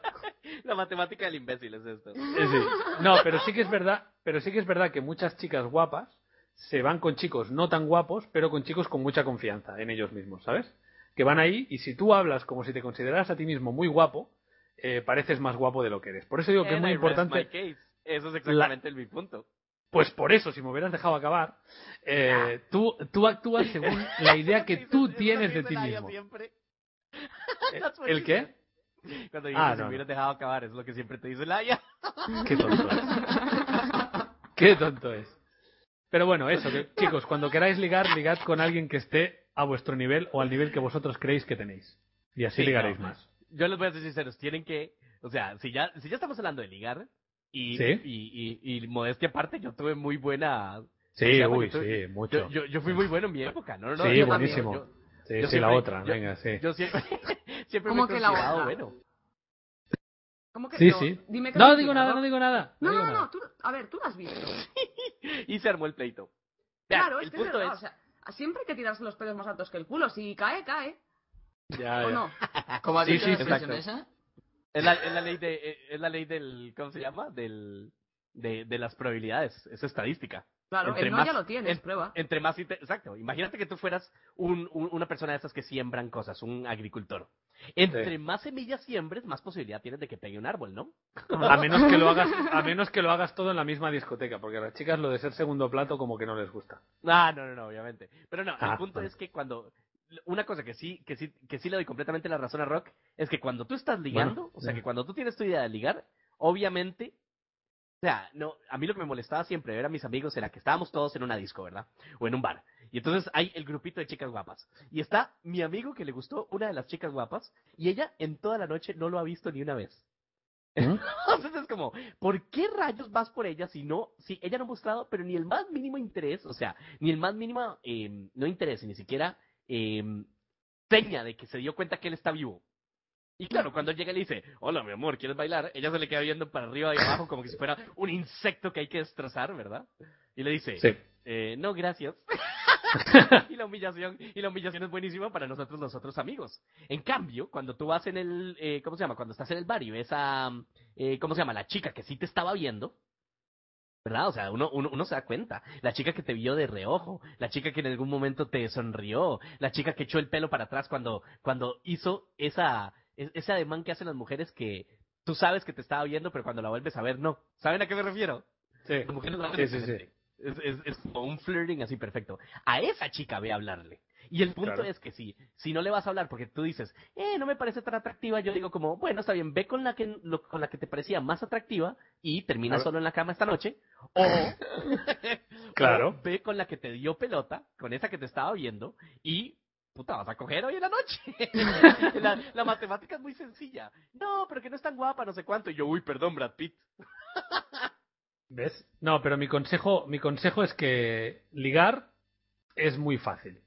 G: La matemática del imbécil es esto.
D: eh, sí. No, pero sí que es verdad, pero sí que es verdad que muchas chicas guapas se van con chicos no tan guapos, pero con chicos con mucha confianza en ellos mismos, ¿sabes? Que van ahí y si tú hablas como si te consideraras a ti mismo muy guapo, eh, pareces más guapo de lo que eres. Por eso digo que es
G: And
D: muy
G: I rest
D: importante.
G: my case. Eso es exactamente el mi punto.
D: Pues por eso, si me hubieras dejado acabar, eh, tú, tú actúas según la idea que
G: Sí,
D: tú
G: eso es
D: tienes de
G: lo que
D: ti
G: dice Laia
D: mismo.
G: siempre.
D: Eh,
G: That's what
D: ¿El
G: she
D: qué?
G: said. Cuando dices
D: Ah,
G: si
D: no,
G: me
D: no.
G: hubieras dejado acabar, es lo que siempre te dice Laia.
D: Qué tonto es. Qué tonto es. Pero bueno, eso, que- chicos, cuando queráis ligar, ligad con alguien que esté a vuestro nivel o al nivel que vosotros creéis que tenéis. Y así
G: Sí,
D: ligaréis
G: no.
D: más.
G: yo les voy a ser sinceros, tienen que, o sea, si ya, si ya estamos hablando de ligar, y,
D: Sí.
G: y, y, y modestia aparte, yo tuve muy buena,
D: Sí,
G: Ya,
D: uy,
G: porque tú-
D: sí, mucho.
G: yo, yo, yo fui muy bueno en mi época, ¿no? no, no,
D: sí,
G: yo también,
D: buenísimo.
G: yo-
D: sí,
G: yo
D: sí,
G: siempre-
D: la otra,
G: yo-
D: venga, sí.
G: Yo siempre, siempre me
H: ¿Cómo
G: he
H: que la
G: considerado
H: otra?
G: bueno.
H: ¿Cómo que
D: sí,
H: no?
D: sí.
H: Dime que
D: No
H: has
D: digo
H: visto,
D: nada, no digo nada.
H: No,
D: digo
H: no,
D: nada.
H: no, tú, a ver, tú lo has visto.
G: Y se armó el pleito. Vean,
H: Claro,
G: el
H: es que es
G: punto
H: verdad,
G: es,
H: o sea, siempre hay que tirarse los pelos más altos que el culo, si cae, cae,
D: Ya,
H: ¿o
D: Ah, ya.
H: no?
C: Ah, ¿Cómo ha
D: Sí,
C: dicho
D: sí,
C: la expresión
G: exacto.
C: esa?
G: es la, es la ley de, eh, es la ley del, ¿cómo se llama? Del, de, de las probabilidades, es estadística.
H: Claro,
G: Entre
H: el no
G: más-
H: ya lo tienes,
G: en-
H: prueba.
G: Entre más, inte- exacto. Imagínate que tú fueras un- un- una persona de esas que siembran cosas, un agricultor. Entre
D: Sí.
G: más semillas siembres, más posibilidad tienes de que pegue un árbol, ¿no?
D: A menos que lo hagas, a menos que lo hagas todo en la misma discoteca, porque a las chicas lo de ser segundo plato como que no les gusta.
G: Ah, no, no, no, obviamente. Pero no,
D: Ah,
G: el punto
D: vale.
G: es que cuando una cosa que sí, que sí, que sí le doy completamente la razón a Rock, es que cuando tú estás ligando,
D: Bueno,
G: o sea,
D: ya.
G: que cuando tú tienes tu idea de ligar, obviamente, o sea, no, a mí lo que me molestaba siempre era a mis amigos era que estábamos todos en una disco, ¿verdad? O en un bar. Y entonces hay el grupito de chicas guapas. Y está mi amigo que le gustó una de las chicas guapas y ella en toda la noche no lo ha visto ni una vez.
D: ¿Mm?
G: Entonces es como, ¿por qué rayos vas por ella si no, si ella no ha mostrado, pero ni el más mínimo interés, o sea, ni el más mínimo, eh, no interés, ni siquiera eh, seña de que se dio cuenta que él está vivo? Y claro, cuando él llega y le dice, hola mi amor, ¿quieres bailar? Ella se le queda viendo para arriba y abajo como que si fuera un insecto que hay que destrozar, ¿verdad? Y le dice,
D: Sí.
G: eh, no, gracias. y la humillación y la humillación es buenísima para nosotros los otros amigos en cambio cuando tú vas en el eh, cómo se llama cuando estás en el bar y ves a eh, cómo se llama la chica que sí te estaba viendo verdad o sea uno, uno uno se da cuenta la chica que te vio de reojo la chica que en algún momento te sonrió la chica que echó el pelo para atrás cuando cuando hizo esa e- ese ademán que hacen las mujeres que tú sabes que te estaba viendo pero cuando la vuelves a ver no saben a qué me refiero
D: Sí.
G: las mujeres lo
D: Sí,
G: hacen
D: sí,
G: excelente. Es, es, es como un flirting así perfecto. A esa chica ve a hablarle. Y el punto
D: Claro.
G: es que si, si no le vas a hablar porque tú dices, eh, no me parece tan atractiva, yo digo como, bueno, está bien, ve con la que, lo- con la que te parecía más atractiva y termina
D: Claro.
G: solo en la cama esta noche. O,
D: Claro.
G: o ve con la que te dio pelota, con esa que te estaba viendo y puta, vas a coger hoy en la noche. la, la matemática es muy sencilla. No, pero que no es tan guapa, no sé cuánto. Y yo, uy, perdón, Brad Pitt.
D: ¿Ves? No, pero mi consejo, mi consejo es que ligar es muy fácil.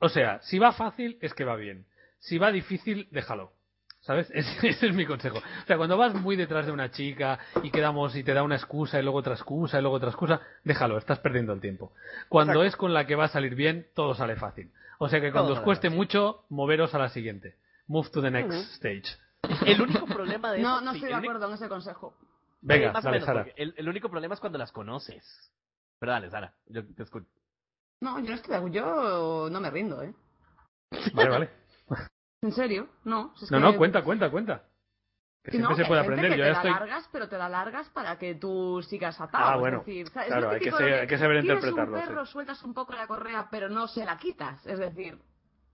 D: O sea, si va fácil es que va bien. Si va difícil, déjalo. ¿Sabes? Ese, ese es mi consejo. O sea, cuando vas muy detrás de una chica y quedamos y te da una excusa y luego otra excusa y luego otra excusa, déjalo, estás perdiendo el tiempo. Cuando es con la que va a salir bien, todo sale fácil. O sea que
G: Todo
D: cuando os
G: sale
D: cueste
G: fácil.
D: mucho, moveros a la siguiente. Move to the next
G: Ujú.
D: stage.
G: El único problema de
H: No,
G: eso-
H: no
G: sí,
H: estoy de
G: el único-
H: acuerdo en ese consejo.
D: Venga,
G: más o
D: dale,
G: menos,
D: Sara.
G: porque El, el único problema es cuando las conoces. Pero dale, Sara, yo te escucho.
H: No, yo no estoy de acuerdo. Yo no me rindo, ¿eh?
D: Vale, vale.
H: ¿En serio? No. si es
D: No,
H: Pues que-
D: no, cuenta, cuenta, cuenta. Que
H: Si
D: siempre
H: no,
D: se
H: que
D: puede
H: hay gente
D: aprender.
H: que
D: Yo
H: te
D: ya
H: la
D: estoy.
H: largas, pero te la largas para que tú sigas atado.
D: Ah,
H: es
D: bueno.
H: decir, ¿sabes?
D: Claro,
H: Es lo
D: hay que
H: típico de
D: ser- hay que saber
H: tienes
D: interpretarlo,
H: un
D: sí.
H: perro, sueltas un poco la correa, pero no se la quitas. Es decir,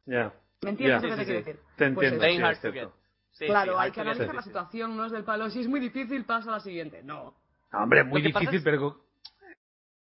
D: Ya.
H: ¿me entiendes
D: Ya.
G: Sí,
H: lo que te
G: sí,
H: quiero decir?
D: Te entiendo.
H: Pues eso.
D: sí,
G: Playing hard
D: es
G: to
D: cierto.
G: get. Sí,
H: claro,
G: sí, hard
H: hay que
G: to get.
H: analizar la
D: sí, sí.
H: situación, no es del palo. Si es muy difícil, pasa a la siguiente. No.
D: No, hombre, muy
G: Lo que pasa
D: difícil,
G: es-
D: pero. co-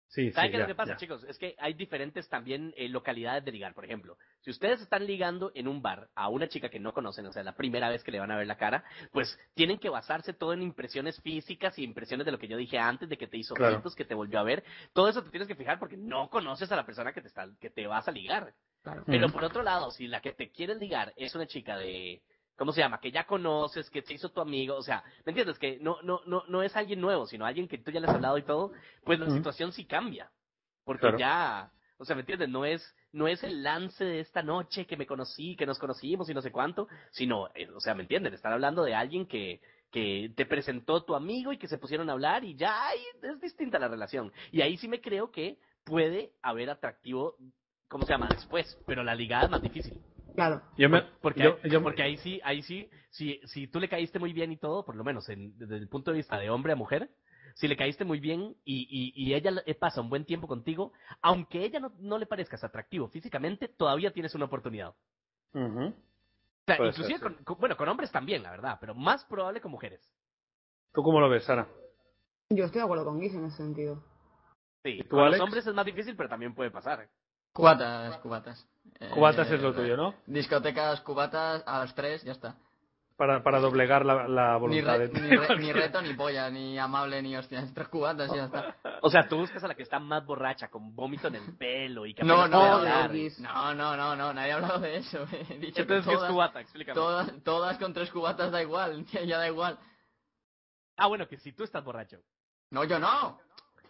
D: Sí, sí.
G: ¿Saben qué es
D: ya,
G: lo que pasa,
D: ya.
G: chicos? Es que hay diferentes también eh, localidades de ligar. Por ejemplo, si ustedes están ligando en un bar a una chica que no conocen, o sea, la primera vez que le van a ver la cara, pues tienen que basarse todo en impresiones físicas y impresiones de lo que yo dije antes, de que te hizo
D: Claro.
G: ojitos, que te volvió a ver. Todo eso te tienes que fijar porque no conoces a la persona que te, está, que te vas a ligar.
H: Claro.
G: Pero
D: Ujú.
G: por otro lado, si la que te quieres ligar es una chica de, ¿cómo se llama? Que ya conoces, que te hizo tu amigo, o sea, ¿me entiendes? Que no, no, no, no es alguien nuevo, sino alguien que tú ya le has hablado y todo, pues la
D: Ujú.
G: situación sí cambia. Porque
D: Claro.
G: ya, o sea, ¿me entiendes? No es, no es el lance de esta noche que me conocí, que nos conocimos y no sé cuánto, sino, eh, o sea, ¿me entienden? Están hablando de alguien que, que te presentó tu amigo y que se pusieron a hablar y ya ahí es distinta la relación. Y ahí sí me creo que puede haber atractivo, ¿cómo se llama? Después, pero la ligada es más difícil.
H: Claro.
D: Yo me.
G: Porque,
D: yo,
G: ahí-
D: yo-
G: porque ahí sí, ahí sí, si, si tú le caíste muy bien y todo, por lo menos en- desde el punto de vista de hombre a mujer, si le caíste muy bien y, y, y ella le- pasa un buen tiempo contigo, aunque ella no, no le parezcas atractivo físicamente, todavía tienes una oportunidad. O
D: Ujú.
G: sea,
D: Puede
G: inclusive,
D: ser, sí.
G: con, con- bueno, con hombres también, la verdad, pero más probable con mujeres.
D: ¿Tú cómo lo ves, Sara?
H: Yo estoy de acuerdo con Guis en ese sentido.
G: Sí,
D: tú,
G: con
D: Alex?
G: los hombres es más difícil, pero también puede pasar. ¿eh?
C: Cubatas, cubatas. Eh,
D: Cubatas es lo tuyo, ¿no?
C: Discotecas, cubatas, a las tres, ya está.
D: Para, para doblegar la, la
C: Ni,
D: voluntad
C: re-
D: de.
C: ni re- ni reto, ni polla, ni amable, ni hostias. Tres cubatas y ya está.
G: O sea, tú buscas a la que está más borracha, con vómito en el pelo y que
C: No,
G: apenas
C: no,
G: puede
C: no,
G: hablar.
H: Guis.
C: No, no, no, no, nadie ha hablado de eso. He dicho que
G: Entonces, ¿qué es
C: todas-
G: cubata? Explícame.
C: Todas, todas con tres cubatas da igual, ya ya da igual.
G: Ah, bueno, que si tú estás borracho.
C: No, yo no.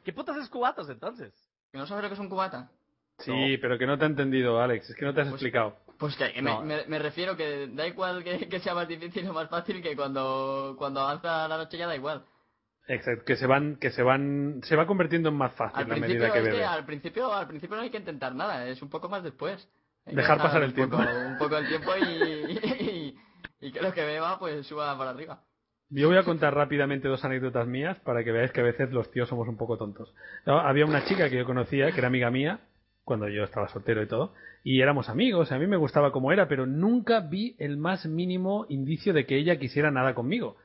G: ¿Qué putas es cubatas entonces?
C: ¿Que no sabes lo que es un cubata?
D: Sí, pero que no te he entendido, Alex. Es que no te has
C: Pues-
D: explicado.
C: Pues que que
D: No.
C: me, me- me refiero que da igual que, que sea más difícil o más fácil que cuando, cuando avanza la noche ya da igual.
D: Exacto. Que se van. que se van Se va convirtiendo en más fácil
C: Al
D: a medida
C: principio,
D: que
C: es
D: bebes.
C: que al principio, al principio no hay que intentar nada, es un poco más después. Hay que
D: Dejar pasar el
C: un poco-
D: tiempo.
C: un poco el tiempo y, y, y que lo que beba pues suba para arriba.
D: Yo voy a contar rápidamente dos anécdotas mías para que veáis que a veces los tíos somos un poco tontos. No, había una chica que yo conocía, que era amiga mía, cuando yo estaba soltero y todo, y éramos amigos, a mí me gustaba como era, pero nunca vi el más mínimo indicio de que ella quisiera nada conmigo.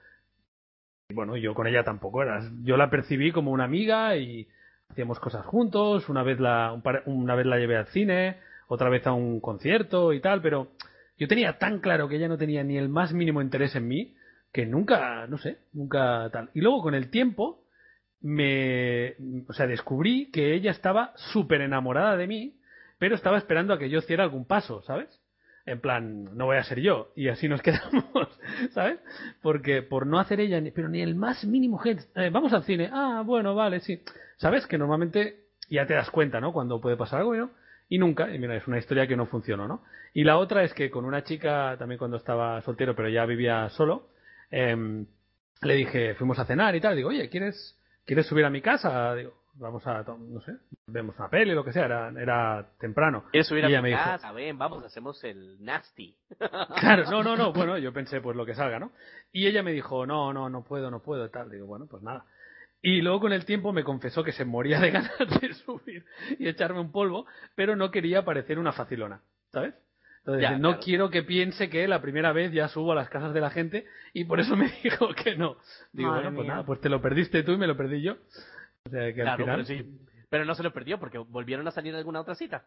D: Y bueno, yo con ella tampoco era. Yo la percibí como una amiga y hacíamos cosas juntos, una vez la, un par- una vez la llevé al cine, otra vez a un concierto y tal, pero yo tenía tan claro que ella no tenía ni el más mínimo interés en mí que nunca, no sé, nunca tal. Y luego con el tiempo me, o sea, descubrí que ella estaba súper enamorada de mí, pero estaba esperando a que yo hiciera algún paso, ¿sabes? En plan, no voy a ser yo. Y así nos quedamos, ¿sabes? Porque por no hacer ella, ni- pero ni el más mínimo gesto, eh, vamos al cine. Ah, bueno, vale, sí. ¿Sabes? Que normalmente ya te das cuenta, ¿no? Cuando puede pasar algo, ¿no? Y nunca, y mira, es una historia que no funcionó, ¿no? Y la otra es que con una chica, también cuando estaba soltero, pero ya vivía solo, em, le dije, fuimos a cenar y tal. Digo, oye, ¿quieres, ¿quieres subir a mi casa? Digo, vamos a, to- no sé, vemos una peli, lo que sea, era, era temprano.
G: ¿Quieres subir
D: Y
G: a
D: ella me
G: mi
D: dijo-
G: casa? Ven, vamos, hacemos el nasty.
D: Claro, no, no, no. Bueno, yo pensé, pues lo que salga, ¿no? Y ella me dijo, no, no, no puedo, no puedo, tal. Digo, bueno, pues nada. Y luego con el tiempo me confesó que se moría de ganas de subir y echarme un polvo, pero no quería parecer una facilona, ¿sabes? Entonces,
G: Ya,
D: no
G: claro.
D: quiero que piense que la primera vez ya subo a las casas de la gente y por eso me dijo que no. Digo,
C: Madre
D: bueno, pues
C: mía.
D: nada, pues te lo perdiste tú y me lo perdí yo. O sea, que al
G: Claro,
D: final...
G: pero sí. Pero no se lo perdió porque volvieron a salir a alguna otra cita.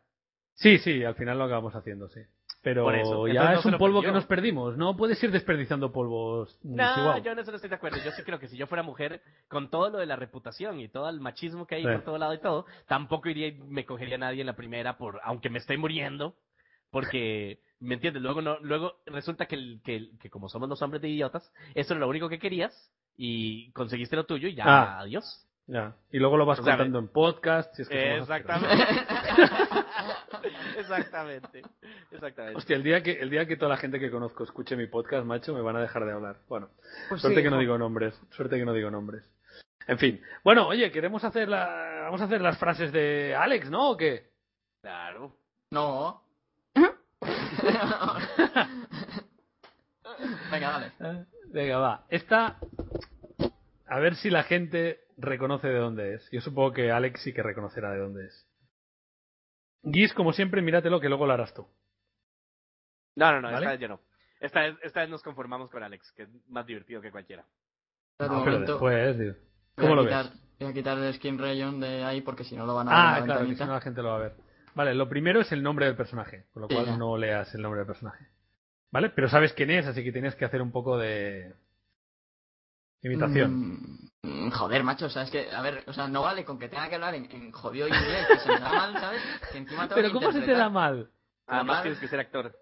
D: Sí, sí, al final lo acabamos haciendo, sí. Pero
G: Por eso, entonces
D: ya
G: no
D: es
G: se
D: un
G: lo
D: polvo
G: perdió.
D: que nos perdimos. No puedes ir desperdiciando polvos. mm,
G: No,
D: Chihuahua.
G: yo en eso no estoy de acuerdo. Yo sí creo que si yo fuera mujer, con todo lo de la reputación y todo el machismo que hay
D: Sí.
G: por todo lado y todo, tampoco iría y me cogería a nadie en la primera, por aunque me esté muriendo, porque, ¿me entiendes? Luego no, luego resulta que, el- que, el- que como somos los hombres de idiotas, eso era lo único que querías y conseguiste lo tuyo y ya,
D: Ah.
G: adiós.
D: Ya. Y luego lo vas
G: O sea,
D: contando en podcast. si es que somos asquerosos.
G: exactamente. Exactamente.
D: Hostia, el día, que, el día que toda la gente que conozco escuche mi podcast, macho, me van a dejar de hablar. Bueno,
H: Pues
D: suerte
H: sí,
D: que no
H: jo.
D: digo nombres. Suerte que no digo nombres. En fin. Bueno, oye, queremos hacer la... vamos a hacer las frases de Alex, ¿no? ¿O qué?
G: Claro.
C: No. Venga, dale.
D: Eh, Venga, va. Esta, a ver si la gente reconoce de dónde es. Yo supongo que Alex sí que reconocerá de dónde es. Guis, como siempre, míratelo que luego lo harás tú.
G: No, no, no,
D: ¿Vale?
G: esta vez yo no. Esta vez, esta vez nos conformamos con Alex, que es más divertido que cualquiera.
C: Espera un
D: pero
C: momento.
D: después, digo.
C: Voy a
D: ¿Cómo lo ves?
C: quitar, Voy a quitar el skin rayon de ahí porque si no lo van a ver en
D: Ah,
C: la
D: claro, que si
C: ventanita.
D: no la gente lo va a ver. Vale, lo primero es el nombre del personaje, con lo
C: Sí,
D: cual
C: ya.
D: no leas el nombre del personaje. ¿Vale? Pero sabes quién es, así que tienes que hacer un poco de imitación.
C: Mm, mm, joder, macho, o sea, es que, a ver, o sea, no vale con que tenga que hablar en, en jodido inglés, que se me da mal, ¿sabes? Que encima tengo
D: Pero
C: que
D: ¿cómo se te
C: interpretar.
D: da mal?
G: Además
C: claro.
G: tienes que ser actor.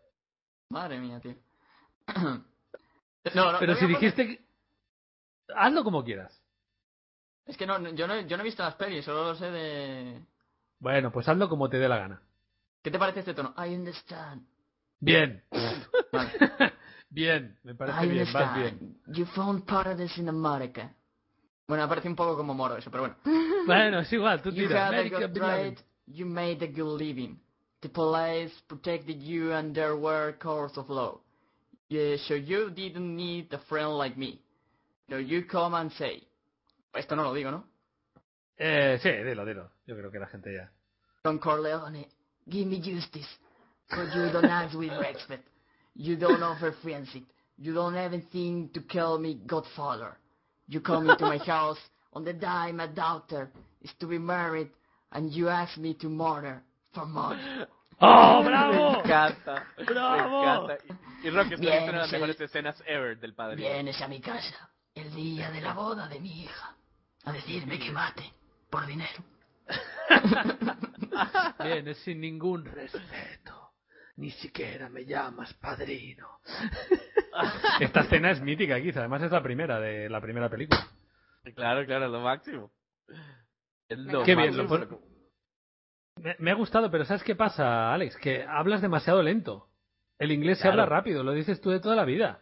C: Madre mía, tío. No, no,
D: Pero
C: no
D: si
C: voy a poner-
D: dijiste que... Hazlo como quieras.
C: Es que no, no, yo, no, yo no he visto las pelis, solo lo sé de...
D: Bueno, pues hazlo como te dé la gana.
C: ¿Qué te parece este tono? I understand.
D: Bien,
C: Vale.
D: bien, me parece
C: I
D: bien, vas
C: understand.
D: bien.
C: You found paradise in America. Bueno, parece un poco como moro eso, pero bueno.
D: Bueno, es igual, tú
C: You
D: tiras.
C: had a
D: America
C: good
D: Beloved.
C: trade, you made a good living. The police protected you and there were courts of law. Yeah, so you didn't need a friend like me. No, you come and say. Esto no lo digo, ¿no?
D: Eh, sí, dilo, dilo. Yo creo que la gente ya.
C: Don Corleone, give me justice. But you don't act with respect. You don't offer friendship. You don't even think to call me godfather. You come into my house on the day my daughter is to be married and you ask me to murder for murder.
D: ¡Oh, bravo!
G: encanta.
D: ¡Bravo!
G: Me encanta. Y Rock es
C: Bien,
G: una de las
C: sí.
G: mejores escenas ever del padre.
C: Vienes a mi casa el día de la boda de mi hija a decirme que mate por dinero.
D: Bien, es sin ningún respeto. Ni siquiera me llamas padrino. Esta escena es mítica, quizá. Además es la primera de la primera película.
G: Claro, claro, lo máximo. Es lo
D: Qué bien,
G: máximo.
D: lo pon- Me, me ha gustado, pero ¿sabes qué pasa, Alex? Que hablas demasiado lento. El inglés se
G: Claro.
D: habla rápido, lo dices tú de toda la vida.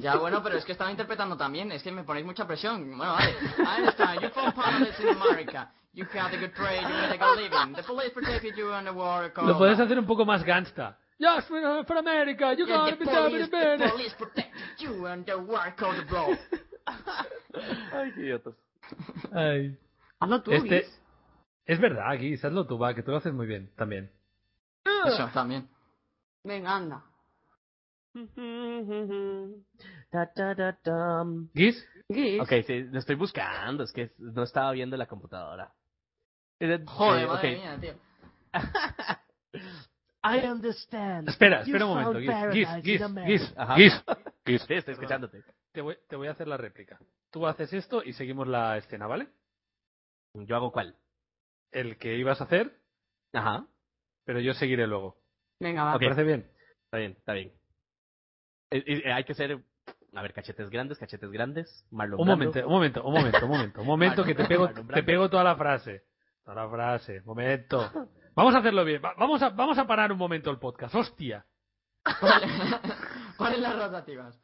C: Ya, bueno, pero es que estaba interpretando también, es que me ponéis mucha presión. Bueno, vale. I understand, you from Paradise in America. You had a good trade, you made a good living. The police protected you and the war called...
D: Lo puedes hacer un poco más gangsta. Yes, for, for America, you
C: Yeah,
D: gotta
C: the
D: be
C: police, the
D: better.
C: police protected you and the war called the blow.
G: Ay, qué idiotas.
D: Ay.
H: Hazlo tú,
D: Este-
H: Luis.
D: Es verdad, Guis, hazlo tú, va, que tú lo haces muy bien también.
C: Eso también.
H: Venga, anda.
J: Ta, ta, ta, tam.
D: Guis,
H: Guis.
J: Ok, sí, lo estoy buscando, es que no estaba viendo la computadora. Eh,
C: Joder,
J: eh,
C: madre
J: ok.
C: mía, tío.
J: I understand.
D: espera, espera un
J: You
D: momento.
J: found
D: Guis, Guis,
J: paradise
D: Guis,
J: in America.
D: Guis,
J: Ajá.
D: Guis. Guis.
J: Sí, estoy escuchándote.
D: Te voy, te voy a hacer la réplica. Tú haces esto y seguimos la escena, ¿vale?
J: ¿Yo hago cuál?
D: El que ibas a hacer,
J: Ajá.
D: pero yo seguiré luego.
H: Venga, va.
J: Ok.
D: ¿Te parece bien?
J: Está Ah, bien, está bien. Eh, eh, hay que ser, a ver, cachetes grandes, cachetes grandes. Marlon
D: Un
J: Brando.
D: momento, un momento, un momento, un momento. Un momento
J: Ah,
D: que te pego, te pego toda la frase. Toda la frase. Momento. Vamos a hacerlo bien. Va- Vamos a, vamos a parar un momento el podcast. Hostia.
C: ¿Cuáles las rotativas?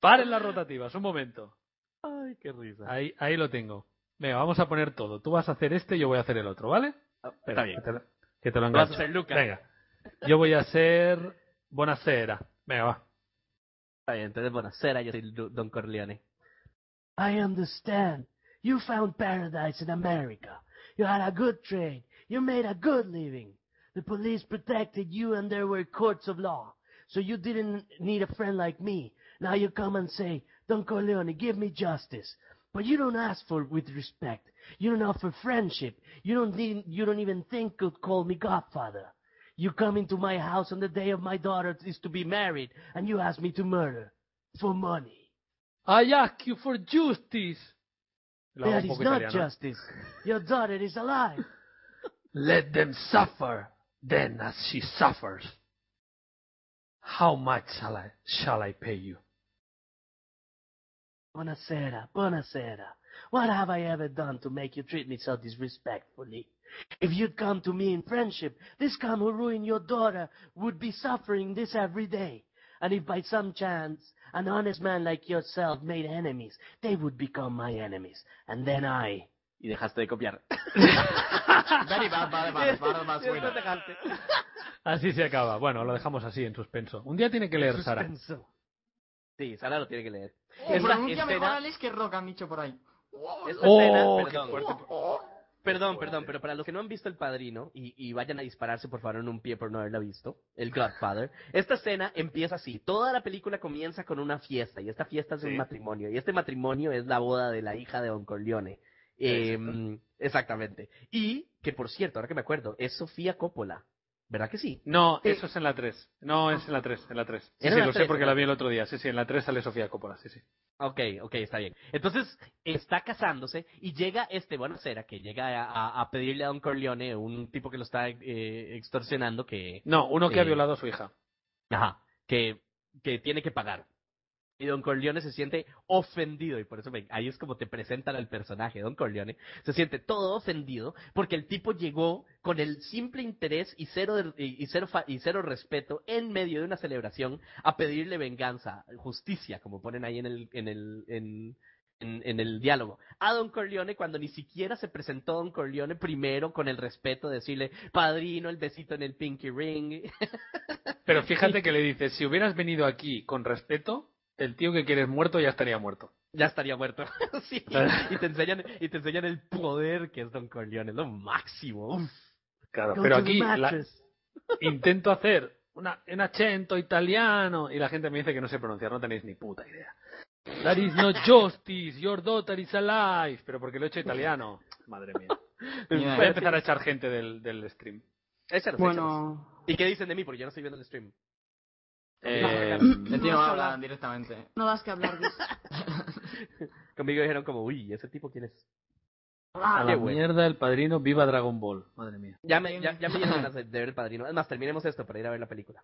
D: Paren las rotativas. Un momento.
J: Ay, qué risa.
D: Ahí, ahí lo tengo. Venga, vamos a poner todo. Tú vas a hacer este, yo voy a hacer el otro, ¿vale?
J: está
G: Ah,
D: Espera,
J: bien.
D: Que te, lo- que te lo
J: Vas a
D: engancho.
J: ser Lucas.
D: Venga. Yo voy a hacer Buenasera. Venga, va.
J: Está bien, entonces, bueno, será yo soy Lu- Don Corleone. I understand. You found paradise in America. You had a good trade. You made a good living. The police protected you and there were courts of law. So you didn't need a friend like me. Now you come and say, Don Corleone, give me justice. But you don't ask for with respect. You don't offer friendship. You don't need, you don't even think could call me godfather. You come into my house on the day of my daughter is to be married, and you ask me to murder for money.
D: I ask you for justice. Lo hago
J: That
D: un
J: is
D: poco
J: not
D: italiano.
J: justice. Your daughter is alive.
D: Let them suffer, then as she suffers. How much shall I, shall I pay you?
J: Buonasera, buonasera. What have I ever done to make you treat me so disrespectfully? If you'd come to me in friendship, this come who ruined your daughter would be suffering this every day. And if by some chance an honest man like yourself made enemies, they would become my enemies. And then I. Y dejaste de copiar.
C: Very bad, bad, bad, bad, bad, bueno.
D: Así se acaba. Bueno, lo dejamos así, en suspenso. Un día tiene que leer, Sara.
J: Suspenso. Sí, Sara lo tiene que leer.
C: Oh,
J: Esta
C: pronuncia mejor
J: escena,
C: Alex que Rock han dicho por ahí.
J: esta
D: Oh,
J: escena-
D: qué fuerte.
J: perdón, perdón, perdón, pero para los que no han visto El Padrino y, y vayan a dispararse por favor en un pie por no haberla visto, El Godfather, esta escena empieza así. Toda la película comienza con una fiesta y esta fiesta es un matrimonio y este matrimonio es la boda de la hija de Don Corleone. Eh, exactamente. Y que por cierto, ahora que me acuerdo, es Sofía Coppola. ¿Verdad que sí?
D: No, eso es en la 3. No, es en la 3, Eh. en la 3. Sí,
J: Era
D: sí,
J: la
D: lo sé
J: tres,
D: porque
J: ¿verdad?
D: la vi el otro día. Sí, sí, en la 3 sale Sofía Coppola, sí, sí.
J: Ok, ok, está bien. Entonces, está casándose y llega este Bonacera, que llega a, a- a pedirle a Don Corleone, un tipo que lo está eh, extorsionando, que,
D: No, uno que ha
J: Sí.
D: violado a su hija.
J: ajá, que, que tiene que pagar. Y Don Corleone se siente ofendido, y por eso me- ahí es como te presentan al personaje, Don Corleone, se siente todo ofendido porque el tipo llegó con el simple interés y cero, de- y, y cero, fa- y cero respeto en medio de una celebración a pedirle venganza, justicia, como ponen ahí en el, en el, en, en, en el diálogo, a Don Corleone cuando ni siquiera se presentó Don Corleone primero con el respeto de decirle, padrino, el besito en el pinky ring,
D: Pero fíjate que le dice, si hubieras venido aquí con respeto, el tío que quieres muerto ya estaría muerto.
J: ya estaría muerto. sí. Y te enseñan, y te enseñan el poder que es Don Corleone, lo máximo. Uf.
D: Claro, pero aquí la- intento hacer una, un acento italiano y la gente me dice que no sé pronunciar, no tenéis ni puta idea. That is not justice, your daughter is alive. Pero porque lo he hecho italiano. Madre mía. Voy a empezar a echar gente del, del stream.
J: Échalos, échalos.
H: Bueno,
J: pues. ¿Y qué dicen de mí? Porque yo no estoy viendo el stream.
D: Eh,
C: De ti no hablan directamente.
H: no das que hablar, Guis.
J: Conmigo dijeron como, uy, ¿ese tipo quién es?
H: Ah,
D: a
J: qué
D: la
J: bueno.
D: mierda, el padrino, viva Dragon Ball. Madre mía.
J: Ya me, ya, ya me dieron ganas de de ver El Padrino. Es más, terminemos esto para ir a ver la película.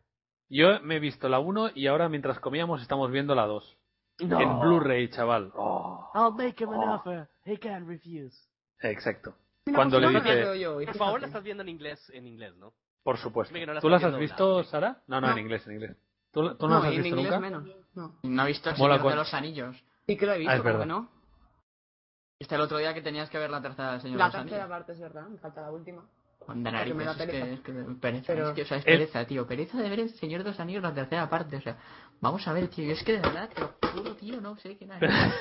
D: Yo me he visto la 1 y ahora mientras comíamos estamos viendo la 2. En Blu-ray, chaval. Oh.
J: I'll make him an offer. He can't refuse.
D: Exacto.
H: Mira,
D: Cuando
H: pues,
D: le
H: no me
D: dice-
H: veo yo hoy,
J: Por favor, la
H: fíjate.
J: estás viendo en inglés, en inglés, ¿no?
D: Por supuesto.
J: Dime que no la
D: ¿Tú
J: estás
D: las has
J: viendo
D: visto, Sara? No, no,
H: No.
D: en inglés, en inglés. ¿Tú, tú no,
H: No,
D: las has
H: en
D: visto
H: inglés
D: nunca?
H: menos. No.
C: No ha visto el
D: Mola
C: Señor de
D: cuando-
C: los Anillos.
H: Sí que lo he visto,
D: Ah, es
H: ¿por qué
D: verdad.
H: no?
C: Está el otro día que tenías que ver la tercera del Señor
H: La
C: de los
H: tercera
C: Anillos.
H: parte es verdad, me falta la última.
C: Cuando
H: Hasta que
C: narices,
H: me da
C: es que,
H: pereza.
C: es que me- pereza,
H: Pero-
C: es que, o sea, es
D: El-
C: pereza, tío, pereza de ver el Señor de los Anillos la tercera parte, o sea, vamos a ver, tío, es que de verdad, te lo juro, tío, no sé qué nada.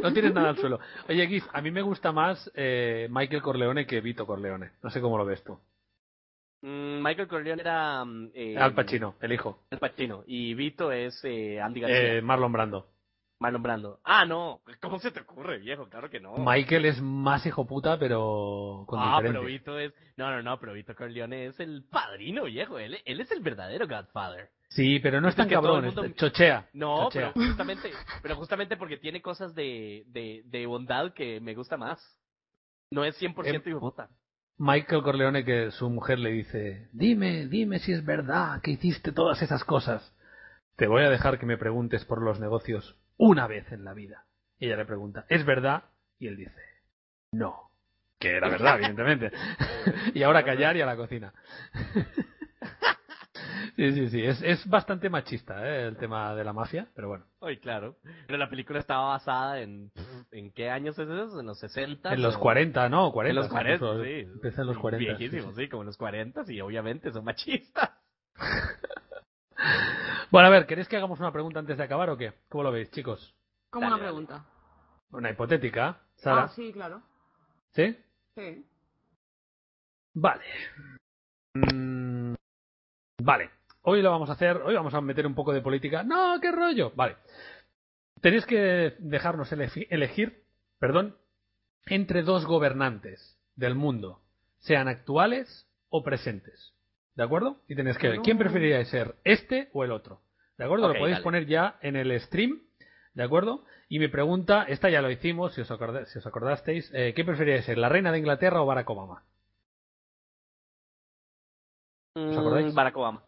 D: No tienes nada al suelo. Oye, Giz, a mí me gusta más eh, Michael Corleone que Vito Corleone. No sé cómo lo ves tú.
G: Mm, Michael Corleone era... mm, eh,
D: Al Pacino, el hijo.
G: Al Pacino. Y Vito es eh, Andy García.
D: Eh, Marlon Brando.
G: Marlon Brando. Ah, no. ¿Cómo se te ocurre, viejo? Claro que no.
D: Michael es más hijo puta, pero con
G: Oh. ah, pero
D: diferencia.
G: Vito es... No, no, no, pero Vito Corleone es el padrino, viejo. Él, él es el verdadero Godfather.
D: Sí, pero no es
G: Es
D: tan
G: que todo
D: cabrón.
G: el mundo-
D: es- Chochea.
G: No,
D: chochea.
G: pero justamente, pero justamente porque tiene cosas de, de, de bondad que me gusta más. No es 100%
D: Em,
G: hijo puta.
D: Michael Corleone que su mujer le dice, dime, dime si es verdad que hiciste todas esas cosas. Te voy a dejar que me preguntes por los negocios una vez en la vida. Y ella le pregunta, ¿es verdad? Y él dice, no. Que era verdad, evidentemente. y ahora a callar y a la cocina. sí, sí, sí. Es, es bastante machista ¿eh? el tema de la mafia, pero bueno.
G: Ay, claro. Pero la película estaba basada en... ¿En qué años es eso? ¿En los 60?
D: En los
G: ¿O-
D: 40, ¿no? 40.
G: En los
D: sí,
G: 40,
D: incluso
G: sí.
D: Empieza en los 40. sí, sí.
G: Viejísimos, sí, como en los 40 y obviamente son machistas.
D: Bueno, a ver, ¿queréis que hagamos una pregunta antes de acabar o qué? ¿Cómo lo veis, chicos?
H: Como
G: Dale,
H: una
G: dale.
H: pregunta.
D: Una hipotética, Sara.
H: Ah, sí, claro.
D: sí.
H: Sí.
D: Vale. Mm, vale. Hoy lo vamos a hacer, hoy vamos a meter un poco de política. No, qué rollo. Vale. Tenéis que dejarnos elefi- elegir, perdón, entre dos gobernantes del mundo, sean actuales o presentes. ¿De acuerdo? Y tenéis que ver, ¿quién preferiríais ser, este o el otro? ¿De acuerdo?
G: Ok,
D: lo podéis
G: dale.
D: poner ya en el stream, ¿de acuerdo? Y mi pregunta, esta ya lo hicimos, si os, acorda- si os acordasteis, eh, ¿quién preferiríais ser, la reina de Inglaterra o Barack Obama?
G: ¿Os
D: acordáis?
G: Mm, Barack Obama.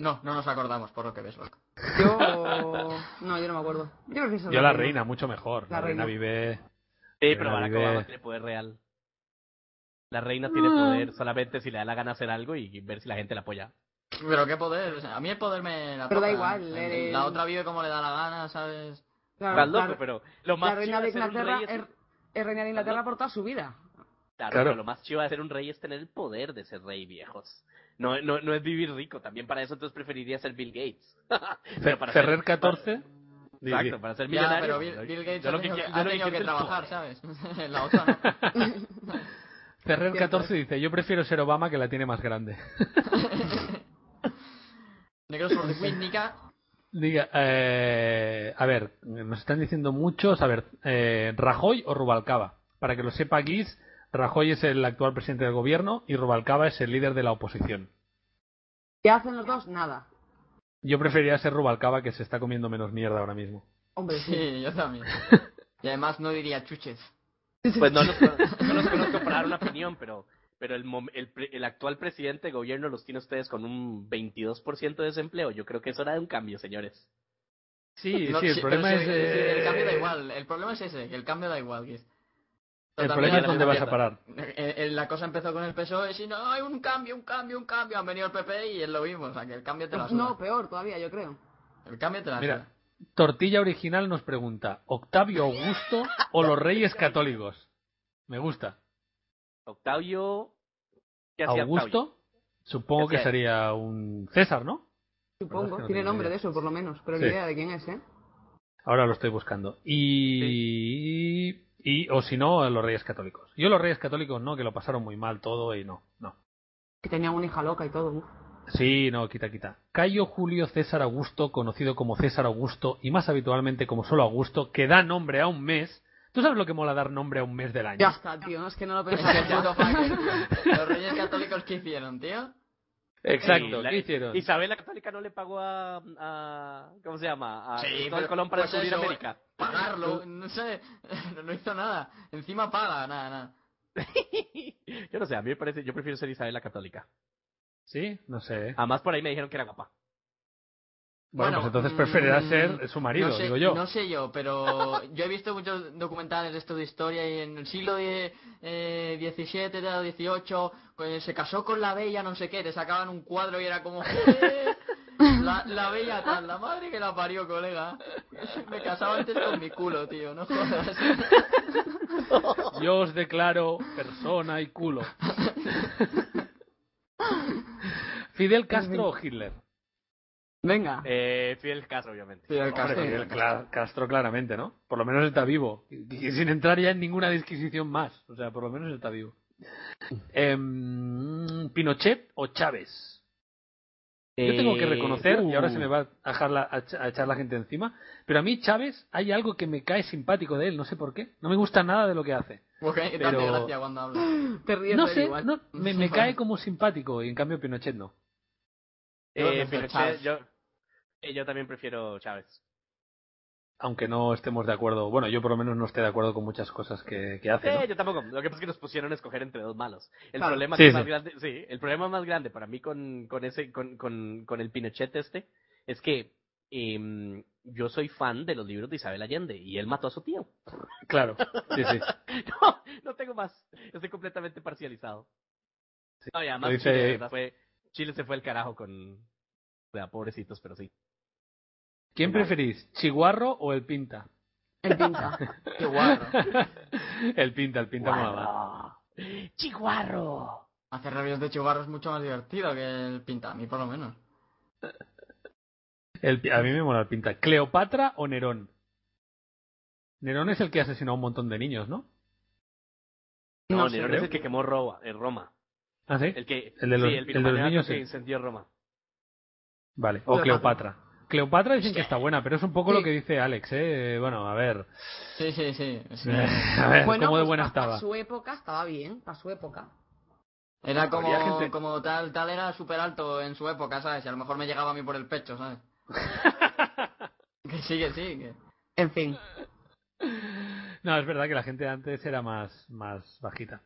C: No, no nos acordamos, por lo que ves, loco.
H: Yo. No, yo no me acuerdo. Yo creo que soy
D: Yo la reina, mucho mejor. La,
H: La
D: reina,
H: reina.
D: vive.
G: Sí,
D: Reina
G: pero Barack
D: vive-
G: Obama tiene poder real. La reina tiene poder solamente si le da la gana hacer algo y ver si la gente la apoya.
C: Pero qué poder, o sea, a mí el poder me la
H: Pero da
C: toca.
H: igual,
C: El-
H: eres-
C: La otra vive como le da la gana, ¿sabes?
H: Claro,
G: Estás
H: la-
G: loco, pero lo
H: La
G: más
H: reina
G: chido
H: de
G: de ser un
H: Inglaterra
G: rey es...
H: es, es reina de Inglaterra por toda su vida.
G: Claro,
D: Claro.
G: pero lo más chido de ser un rey es tener el poder de ser rey, viejos. No, no, no es vivir rico, también para eso entonces preferiría ser Bill Gates. Pero para ser-
D: Ferrer 14. di- di-
G: Exacto, para ser
C: Ya,
G: millonario.
C: pero Bill, Bill Gates
G: yo
C: ha
G: lo que
C: tenido,
G: quiero-
C: ha
G: yo lo que
C: tenido
G: quiero
C: que
G: es el
C: trabajar,
G: poder.
C: ¿sabes? la otra no.
D: Ferrer
H: Cierto.
D: 14 dice: Yo prefiero ser Obama que la tiene más grande.
C: Negros por Winnica,
D: Diga, eh, a ver, nos están diciendo muchos. A ver, eh, ¿Rajoy o Rubalcaba? Para que lo sepa Guis, Rajoy es el actual presidente del gobierno y Rubalcaba es el líder de la oposición.
H: ¿Qué hacen los dos? Nada.
D: Yo preferiría ser Rubalcaba, que se está comiendo menos mierda ahora mismo. Pues
H: Hombre, sí.
C: sí, yo también. Y además no diría chuches.
G: Pues no los, con- no los conozco para dar una opinión, pero, pero el, mom- el, pre- el actual presidente de gobierno los tiene ustedes con un 22% de desempleo. Yo creo que es hora de un cambio, señores.
D: Sí,
C: No,
D: sí, el
C: sí,
D: problema
C: pero
D: es.
C: sí, sí,
D: eh,
C: el cambio da igual. El problema es ese, que el cambio da igual. que es-
D: el
C: Totalmente
D: problema es
C: la
D: dónde vas a
C: mierda.
D: parar.
C: Eh, eh, la cosa empezó con el PSOE, si no, hay un cambio, un cambio, un cambio. Han venido el PP y es lo mismo. O sea, que el cambio te la suda.
H: No, peor todavía, yo creo.
C: el cambio te la
D: Mira,
C: suda.
D: Tortilla Original nos pregunta, ¿Octavio Augusto o los Reyes Católicos? Me gusta.
G: Octavio. ¿Qué hacía Octavio?
D: Augusto, supongo
G: ¿Qué
D: que
G: hacía?
D: sería un César, ¿no?
H: Supongo.
D: no
H: Tiene
D: tengo
H: nombre
D: idea.
H: de eso, por lo menos. Pero
D: Sí.
H: ni idea de quién es, ¿eh?
D: Ahora lo estoy buscando. Y... y o si no, los Reyes Católicos. Yo los Reyes Católicos no, que lo pasaron muy mal todo y no, no.
H: Que tenía una hija loca y todo. uf.
D: Sí, no, quita, quita. Cayo Julio César Augusto, conocido como César Augusto y más habitualmente como solo Augusto, que da nombre a un mes. ¿Tú sabes lo que mola dar nombre a un mes del año?
H: Ya está, tío. No es que no lo
C: Es que puto
H: pensaba.
C: fucker. Los reyes católicos, ¿qué hicieron, tío?
D: Exacto,
G: Y la-
D: ¿qué hicieron?
G: Isabel la Católica no le pagó a. a- ¿Cómo se llama? A
C: Sí,
G: Cristóbal
C: pero-
G: Colón para
C: pues
G: descubrir
C: eso,
G: América.
C: Pagarlo, no sé, no hizo nada. Encima paga, nada, nada.
G: Yo no sé, a mí me parece. Yo prefiero ser Isabel la Católica.
D: Sí, no sé.
C: Ah,
G: Además, por ahí me dijeron que era guapa.
D: Bueno,
C: Bueno,
D: pues entonces
C: mm,
D: preferirá ser su marido,
C: no sé,
D: digo yo.
C: No sé yo, pero yo he visto muchos documentales de esto de historia y en el siglo die- eh, XVII, era XVIII, pues, se casó con la bella, no sé qué, le sacaban un cuadro y era como... "Eh, La, la bella tan, la madre que la parió, colega. Me casaba antes con mi culo, tío, no jodas.
D: Yo os declaro persona y culo. Fidel Castro o Hitler.
H: Venga.
G: Eh, Fidel Castro, obviamente.
C: Fidel
D: Hombre,
C: Castro.
D: Fidel Cla- Castro claramente, ¿no? Por lo menos está vivo. Y- y sin entrar ya en ninguna disquisición más. O sea, por lo menos está vivo. Em, ¿Pinochet o Chávez? Yo tengo que
G: Eh,
D: reconocer, y ahora
G: uh,
D: se me va a, dejar la- a ch- a echar la gente encima, pero a mí Chávez hay algo que me cae simpático de él, no sé por qué. No me gusta nada de lo que hace.
C: Porque
D: Pero-
C: date gracia cuando hablas.
H: Te ríes
D: No
H: de él
D: sé,
H: igual.
D: no, me, me cae como simpático y en cambio Pinochet no.
C: Yo no
G: eh,
C: sé,
G: Pinochet,
C: Chávez.
G: yo, eh, yo también prefiero Chávez.
D: Aunque no estemos de acuerdo, bueno, yo por lo menos no esté de acuerdo con muchas cosas que, que hace. ¿no?
G: Eh, yo tampoco. Lo que pasa es que nos pusieron a escoger entre dos malos. El
H: Claro.
G: problema
D: Sí,
G: que
D: sí.
G: más grande, sí, el problema más grande para mí con, con ese, con, con, con el Pinochet este, es que em, yo soy fan de los libros de Isabel Allende y él mató a su tío.
D: Claro, sí, sí.
G: no, no tengo más. Estoy completamente parcializado. No, y además
D: Lo dice-
G: Chile, de verdad, fue- Chile se fue el carajo con. O sea, pobrecitos, pero sí.
D: ¿Quién preferís, Chiguarro o el Pinta?
H: El pinta.
C: Qué guarro.
D: el Pinta, el Pinta molaba.
G: ¡Chiguarro!
C: Hacer reviews de chivarro es mucho más divertido que el pinta, a mí por lo menos.
D: El pi- a mí me mola el Pinta. ¿Cleopatra o Nerón? Nerón es el que asesinó a un montón de niños, ¿no?
G: No,
H: No sé,
G: Nerón es
D: creo
G: el que quemó Roma. en Roma.
D: Ah, sí.
G: El, que,
D: El de los- el
G: sí,
D: de los
G: piromaniaco
D: niños,
G: que
D: sí.
G: incendió Roma.
D: Vale, o Cleopatra. Cleopatra dicen que está buena, pero es un poco lo que dice Alex, ¿eh? Bueno, a ver.
C: Sí, sí, sí. sí.
D: A ver,
H: Bueno,
D: cómo de
H: pues
D: buena
H: pa- pa
D: estaba.
H: su época estaba bien, para su época.
C: Era como,
G: Habría gente-
C: como tal, tal era súper alto en su época, ¿sabes? Y a lo mejor me llegaba a mí por el pecho, ¿sabes? que sí, que sí. que-
H: En fin.
D: No, es verdad que la gente de antes era más, más bajita.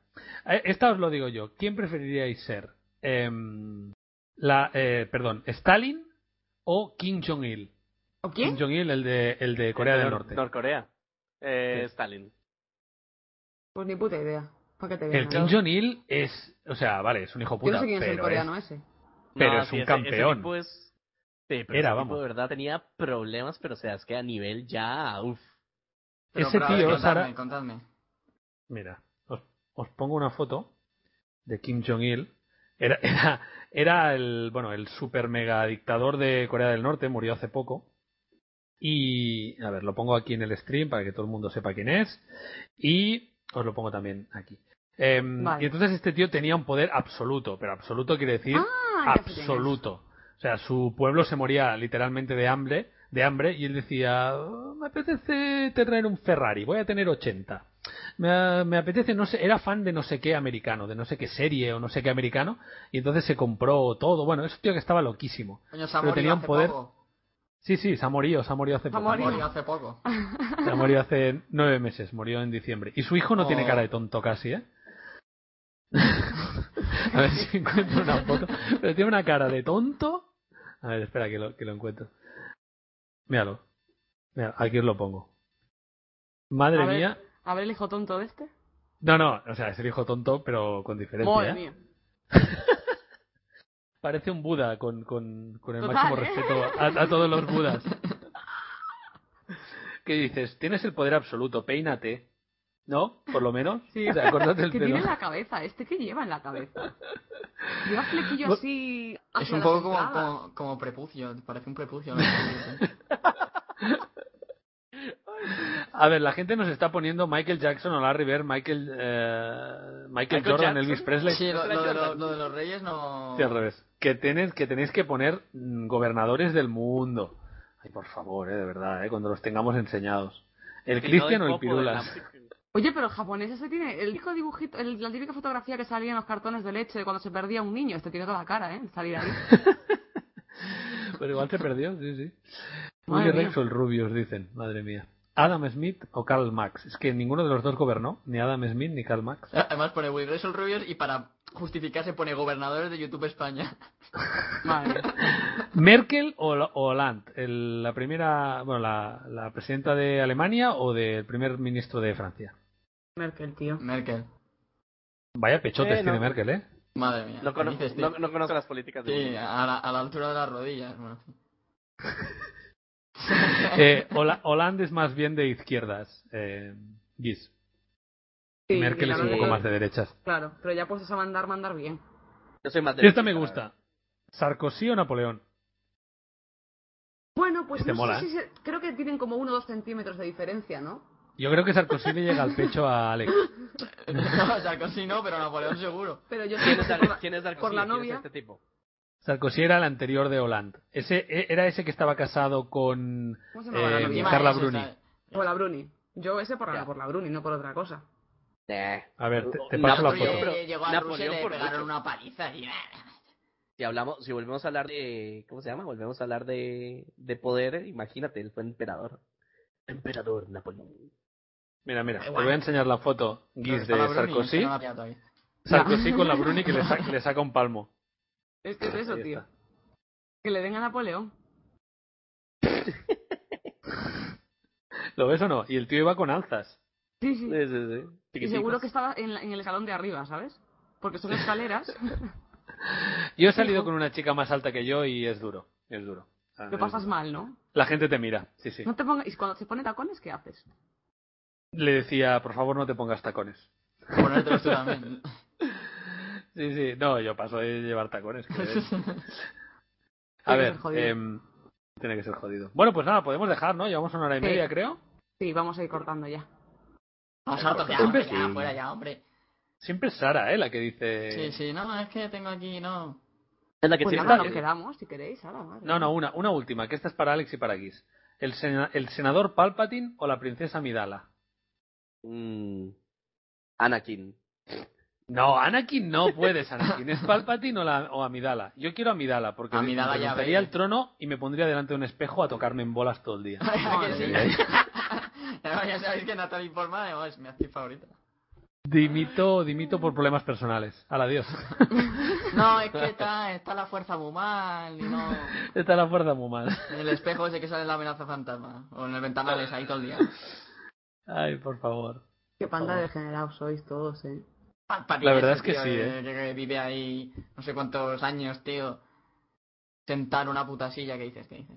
D: Eh, Esta os lo digo yo. ¿Quién preferiríais ser? Em, la, eh, perdón, ¿Stalin o Kim Jong-il?
H: ¿O
D: Kim
H: quién?
D: Jong-il, el de, el de Corea
G: El de
D: del
G: Nor-
D: Norte.
G: Norcorea. Eh,
D: Sí.
G: Stalin.
H: Pues ni puta idea. ¿Para qué te
D: El Kim
H: vengas?
D: Jong-il es, o sea, vale, es un hijo
H: Yo no
D: puta,
H: sé quién es el
D: pero
H: coreano ¿eh?
D: es-
H: ese.
D: Pero es
G: sí,
D: un
G: ese- ese
D: campeón.
G: tipo es- Sí, pero
D: Era,
G: ese tipo
D: vamos.
G: de verdad tenía problemas, pero o sea, es que a nivel ya, uff.
C: Pero,
D: ese
C: pero, a ver,
D: tío,
C: contadme,
D: Sara,
C: contadme.
D: Mira, os, os pongo una foto de Kim Jong-il. Era, era, era el, bueno, el super mega dictador de Corea del Norte, murió hace poco. Y, a ver, lo pongo aquí en el stream para que todo el mundo sepa quién es. Y os lo pongo también aquí. Em,
H: Vale.
D: Y entonces este tío tenía un poder absoluto, pero absoluto quiere decir
H: Ah, ya sé quién es.
D: absoluto. O sea, su pueblo se moría literalmente de hambre, de hambre y él decía, "Oh, me apetece tener un Ferrari, voy a tener 80. Me, me apetece, no sé, era fan de no sé qué americano, de no sé qué serie o no sé qué americano, y entonces se compró todo. Bueno, es un tío que estaba loquísimo.
C: Coño, se ha
D: Pero
C: morido
D: tenía un
C: hace
D: poder-
C: poco.
D: Sí, sí, se ha morido, se ha morido hace
H: Se ha
D: poco.
C: Se ha morido
H: Morido.
C: hace poco.
D: Se ha morido hace nueve meses, murió en diciembre. Y su hijo no tiene
C: Oh.
D: cara de tonto casi, ¿eh? A ver si encuentro una foto. Pero tiene una cara de tonto. A ver, espera que lo, que lo encuentro. Míralo. Mira, aquí os lo pongo. Madre
H: A ver.
D: mía.
H: A ver el hijo tonto de este.
D: No, no, o sea, es el hijo tonto, pero con diferencia.
H: Madre
D: ¿eh?
H: mía.
D: Parece un Buda con, con, con el
H: Total,
D: máximo
H: ¿eh?
D: respeto a, a todos los Budas. ¿Qué dices? Tienes el poder absoluto, peínate. ¿No? Por lo menos.
H: Sí.
D: O sea, córtate el
H: ¿Qué
D: pelo.
H: tiene en la cabeza? ¿Este qué lleva en la cabeza? Lleva flequillo
D: Bu-
H: así.
C: Es
H: hacia
C: un
H: las
C: poco como,
H: entradas.
C: como, como prepucio, parece un prepucio. ¿no? Sí, sí.
D: A ver, la gente nos está poniendo Michael Jackson, Ola River, Michael, eh, Michael,
G: Michael
D: Jordan,
G: Jackson.
D: Elvis Presley.
C: Sí, lo, lo de los- lo de los reyes no...
D: Sí, al revés. Que, tenés, que tenéis que poner mm, gobernadores del mundo. Ay, por favor, eh, de verdad, eh, cuando los tengamos enseñados. ¿El
G: que
D: Cristian
G: no
D: o
G: de
D: el
G: popo de la
D: Pirulas?
G: música.
H: Oye, pero el japonés ese tiene el típico dibujito, el- la típica fotografía que salía en los cartones de leche de cuando se perdía un niño. Este tiene toda la cara, ¿eh? de Salir ahí.
D: Pero igual se perdió, sí, sí.
H: Madre
D: Willy
H: mía.
D: Rex o el Rubius, dicen, madre mía. Adam Smith o Karl Marx. Es que ninguno de los dos gobernó, ni Adam Smith ni Karl Marx.
C: Eh, Además pone Will Russell Rubius y para justificarse pone gobernadores de YouTube España.
H: Madre mía.
D: Merkel o, Hol- o Hollande, el- la primera, bueno, la, la presidenta de Alemania o del primer ministro de Francia.
H: Merkel, tío.
C: Merkel.
D: Vaya pechotes
G: Eh, no.
D: tiene Merkel, ¿eh?
C: Madre mía.
G: No, conozco,
C: dices,
G: no,
C: tío?
G: no conozco las políticas de
C: Sí,
G: Google.
H: ah.
C: a la, a la altura de las rodillas. bueno.
D: Eh, Hola- Hollande es más bien de izquierdas, eh, Guis.
H: Sí,
D: Merkel es
H: claro,
D: un poco
H: yo-
D: más de derechas.
H: Claro, pero ya puestos a mandar, mandar bien.
G: Yo soy más de
D: Esta me
G: la-
D: gusta. ¿Sarkozy o Napoleón?
H: Bueno, pues
D: Este
H: no
D: mola,
H: sé si se- creo que tienen como uno o dos centímetros de diferencia, ¿no?
D: Yo creo que Sarkozy le llega al pecho a Alex.
C: No, Sarkozy no, pero Napoleón seguro.
H: Pero yo
G: ¿Quién
H: siento
G: es
H: que
G: Dar-
H: por la-
G: quién es Darko
H: por la
G: Sim? ¿Quién es
H: novia.
G: este tipo?
D: Sarkozy era el anterior de Hollande. Ese, e- era ese que estaba casado con...
H: ¿Cómo se llamaba la
D: Eh,
H: novia?
C: Encima
D: Carla
C: eso
D: Bruni.
C: está-
H: Por la Bruni. Yo ese por la,
G: Ya.
H: por la Bruni, no por otra cosa.
G: Eh,
D: A ver, te, te
G: Napoleón,
D: paso la
C: Oye,
D: foto.
G: pero-
C: llegó a Rusia y
G: Napoleón
C: le
G: por
C: pegaron
G: mucho.
C: una paliza y...
G: Si hablamos, si volvemos a hablar de, ¿cómo se llama? Volvemos a hablar de, de poder, imagínate, él fue emperador. Emperador Napoleón.
D: Mira, mira, te
C: Igual.
D: voy a enseñar la foto, Guis,
C: Está
D: de
C: la Bruni,
D: Sarkozy.
C: que no la ha pillado todavía.
D: Sarkozy con la Bruni que le, sa- le saca un palmo.
H: Es que es eso,
D: Ahí
H: tío.
D: está.
H: Que le den a Napoleón.
D: ¿Lo ves o no? Y el tío iba con alzas.
H: Sí, sí.
D: Eh,
G: Sí, sí, sí.
H: Y seguro que estaba en, la- en el escalón de arriba, ¿sabes? Porque son escaleras.
D: Yo he salido con una chica más alta que yo y es duro, es duro. Ah,
H: Lo
D: es
H: pasas
D: duro.
H: mal, ¿no?
D: La gente te mira, sí, sí.
H: No te pongas... Y cuando se pone tacones, ¿qué haces?
D: Le decía, por favor, no te pongas tacones.
C: Ponértelos tú también.
D: Sí, sí, no, yo paso de llevar tacones. que ves. A
H: Tiene que
D: ver,
H: ser jodido.
D: em, tiene que ser jodido. Bueno, pues nada, podemos dejar, ¿no? Llevamos una hora y
H: Sí.
D: media, creo.
H: Sí, vamos a ir cortando ya.
C: Vamos a tocar, hombre, ya, fuera ya, hombre.
D: Siempre es Sara, ¿eh? La que dice...
C: Sí, sí, no, es que tengo aquí, no...
G: Es la que
H: Pues
G: tiene
H: nada,
G: la-
H: nos quedamos, si queréis. Ahora, vale.
D: No, no, una, una última, que esta es para Alex y para Guis. ¿El, sena- ¿El senador Palpatine o la princesa Midala?
G: Mm, Anakin.
D: No, Anakin no puedes, Anakin. ¿Es Palpatine o, la, o Amidala? Yo quiero Amidala, porque
C: Amidala
D: me
C: ya
D: levantaría
C: ve.
D: el trono y me pondría delante de un espejo a tocarme en bolas todo el día.
C: ¿A que sí?
D: Madre
C: Además, ya sabéis que Natalie Portman además, es "Pues, mi actriz favorita.
D: dimito, dimito por problemas personales. Al adiós.
C: No, es que está, está la fuerza muy mal, y no...
D: Está la fuerza muy mal.
C: En el espejo ese que sale en la amenaza fantasma. O en el ventanales, ahí todo el día.
D: Ay, por favor.
H: Qué panda de degenerados sois todos, ¿eh?
C: Pa- pa-
D: La verdad
C: ese
D: es que
C: tío
D: sí, ¿eh?
C: Que, que vive ahí no sé cuántos años, tío. Sentar una puta silla que dices, que dices.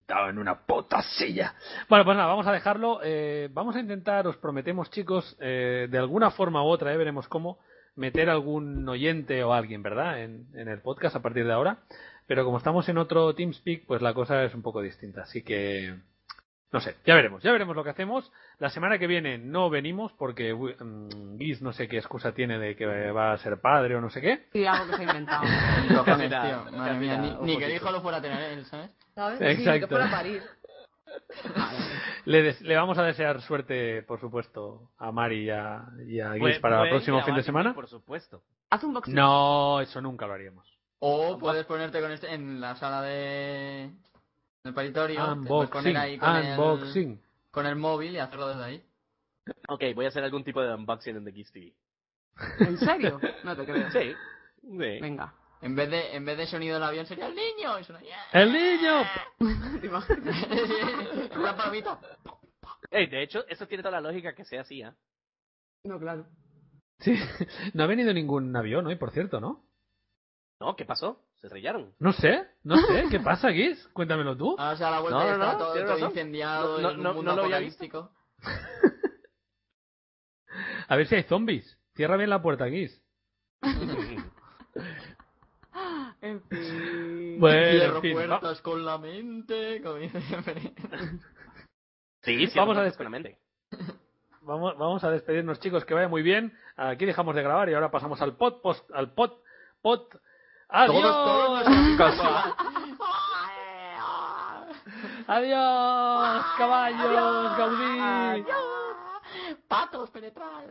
D: Estaba en una puta silla. Bueno, pues nada, vamos a dejarlo. Eh, vamos a intentar, os prometemos, chicos, eh, de alguna forma u otra, eh, veremos cómo, meter algún oyente o alguien, ¿verdad? En, en el podcast a partir de ahora. Pero como estamos en otro TeamSpeak, pues la cosa es un poco distinta. Así que, no sé, ya veremos, ya veremos lo que hacemos. La semana que viene no venimos porque uy, mm, Guis no sé qué excusa tiene de que va a ser padre o no sé qué.
H: Sí, algo que se ha inventado.
C: Cojones,
G: mira,
C: tío.
G: mira,
C: Madre mía,
G: mira,
C: ni,
G: un
C: ni que
G: poquito.
C: el hijo lo fuera a tener él, ¿sabes?
H: ¿Sabes? Sí,
D: Exacto.
H: que fuera a parir.
D: Le, des- le vamos a desear suerte, por supuesto, a Mari y a, y a Guis
G: Fue-
D: para
G: fue
D: el próximo
G: ella,
D: fin de
G: Anakin,
D: semana.
G: Por supuesto.
H: Haz un boxeo.
D: No, eso nunca lo haríamos.
C: O puedes ponerte con este en la sala de... del paritorio. te puedes
D: Ah, Unboxing,
C: pues, poner ahí con el-
D: unboxing.
C: con el móvil y hacerlo desde ahí.
G: Ok, voy a hacer algún tipo de unboxing en The Geeks TV.
H: ¿En serio? No te creo.
G: Sí. sí.
H: Venga.
C: En vez de, en vez de sonido del avión sería el niño. Y suena, "Yeah".
D: ¡El niño!
H: ¿Te imaginas?
C: Una palomita.
G: Ey, de hecho, eso tiene toda la lógica que sea así, ¿ah?
H: No, claro.
D: Sí, no ha venido ningún avión hoy, por cierto, ¿no?
G: No, ¿qué pasó? Se estrellaron.
D: No sé, no sé, ¿qué pasa, Guis? Cuéntamelo tú.
C: Ahora, o sea, a la vuelta
G: No,
C: ya
G: no,
C: está
G: no,
C: todo,
G: tienes
C: todo
G: razón.
C: incendiado
G: No,
C: en
G: no,
C: un
G: no,
C: mundo
G: no lo había
C: apocalíptico.
D: A ver si hay zombies. Cierra bien la puerta, Guis.
H: En fin.
D: Bueno,
C: Cierro
D: en fin, va-
C: puertas con la mente, como dice siempre.
G: Sí, sí,
D: Vamos a despe-
G: con la mente.
D: vamos, vamos a despedirnos, chicos, que vaya muy bien. Aquí dejamos de grabar y ahora pasamos al pod, post, al pod, pod. ¡Adiós! ¡Adiós, caballos, Gaudí!
C: Patos penetrar.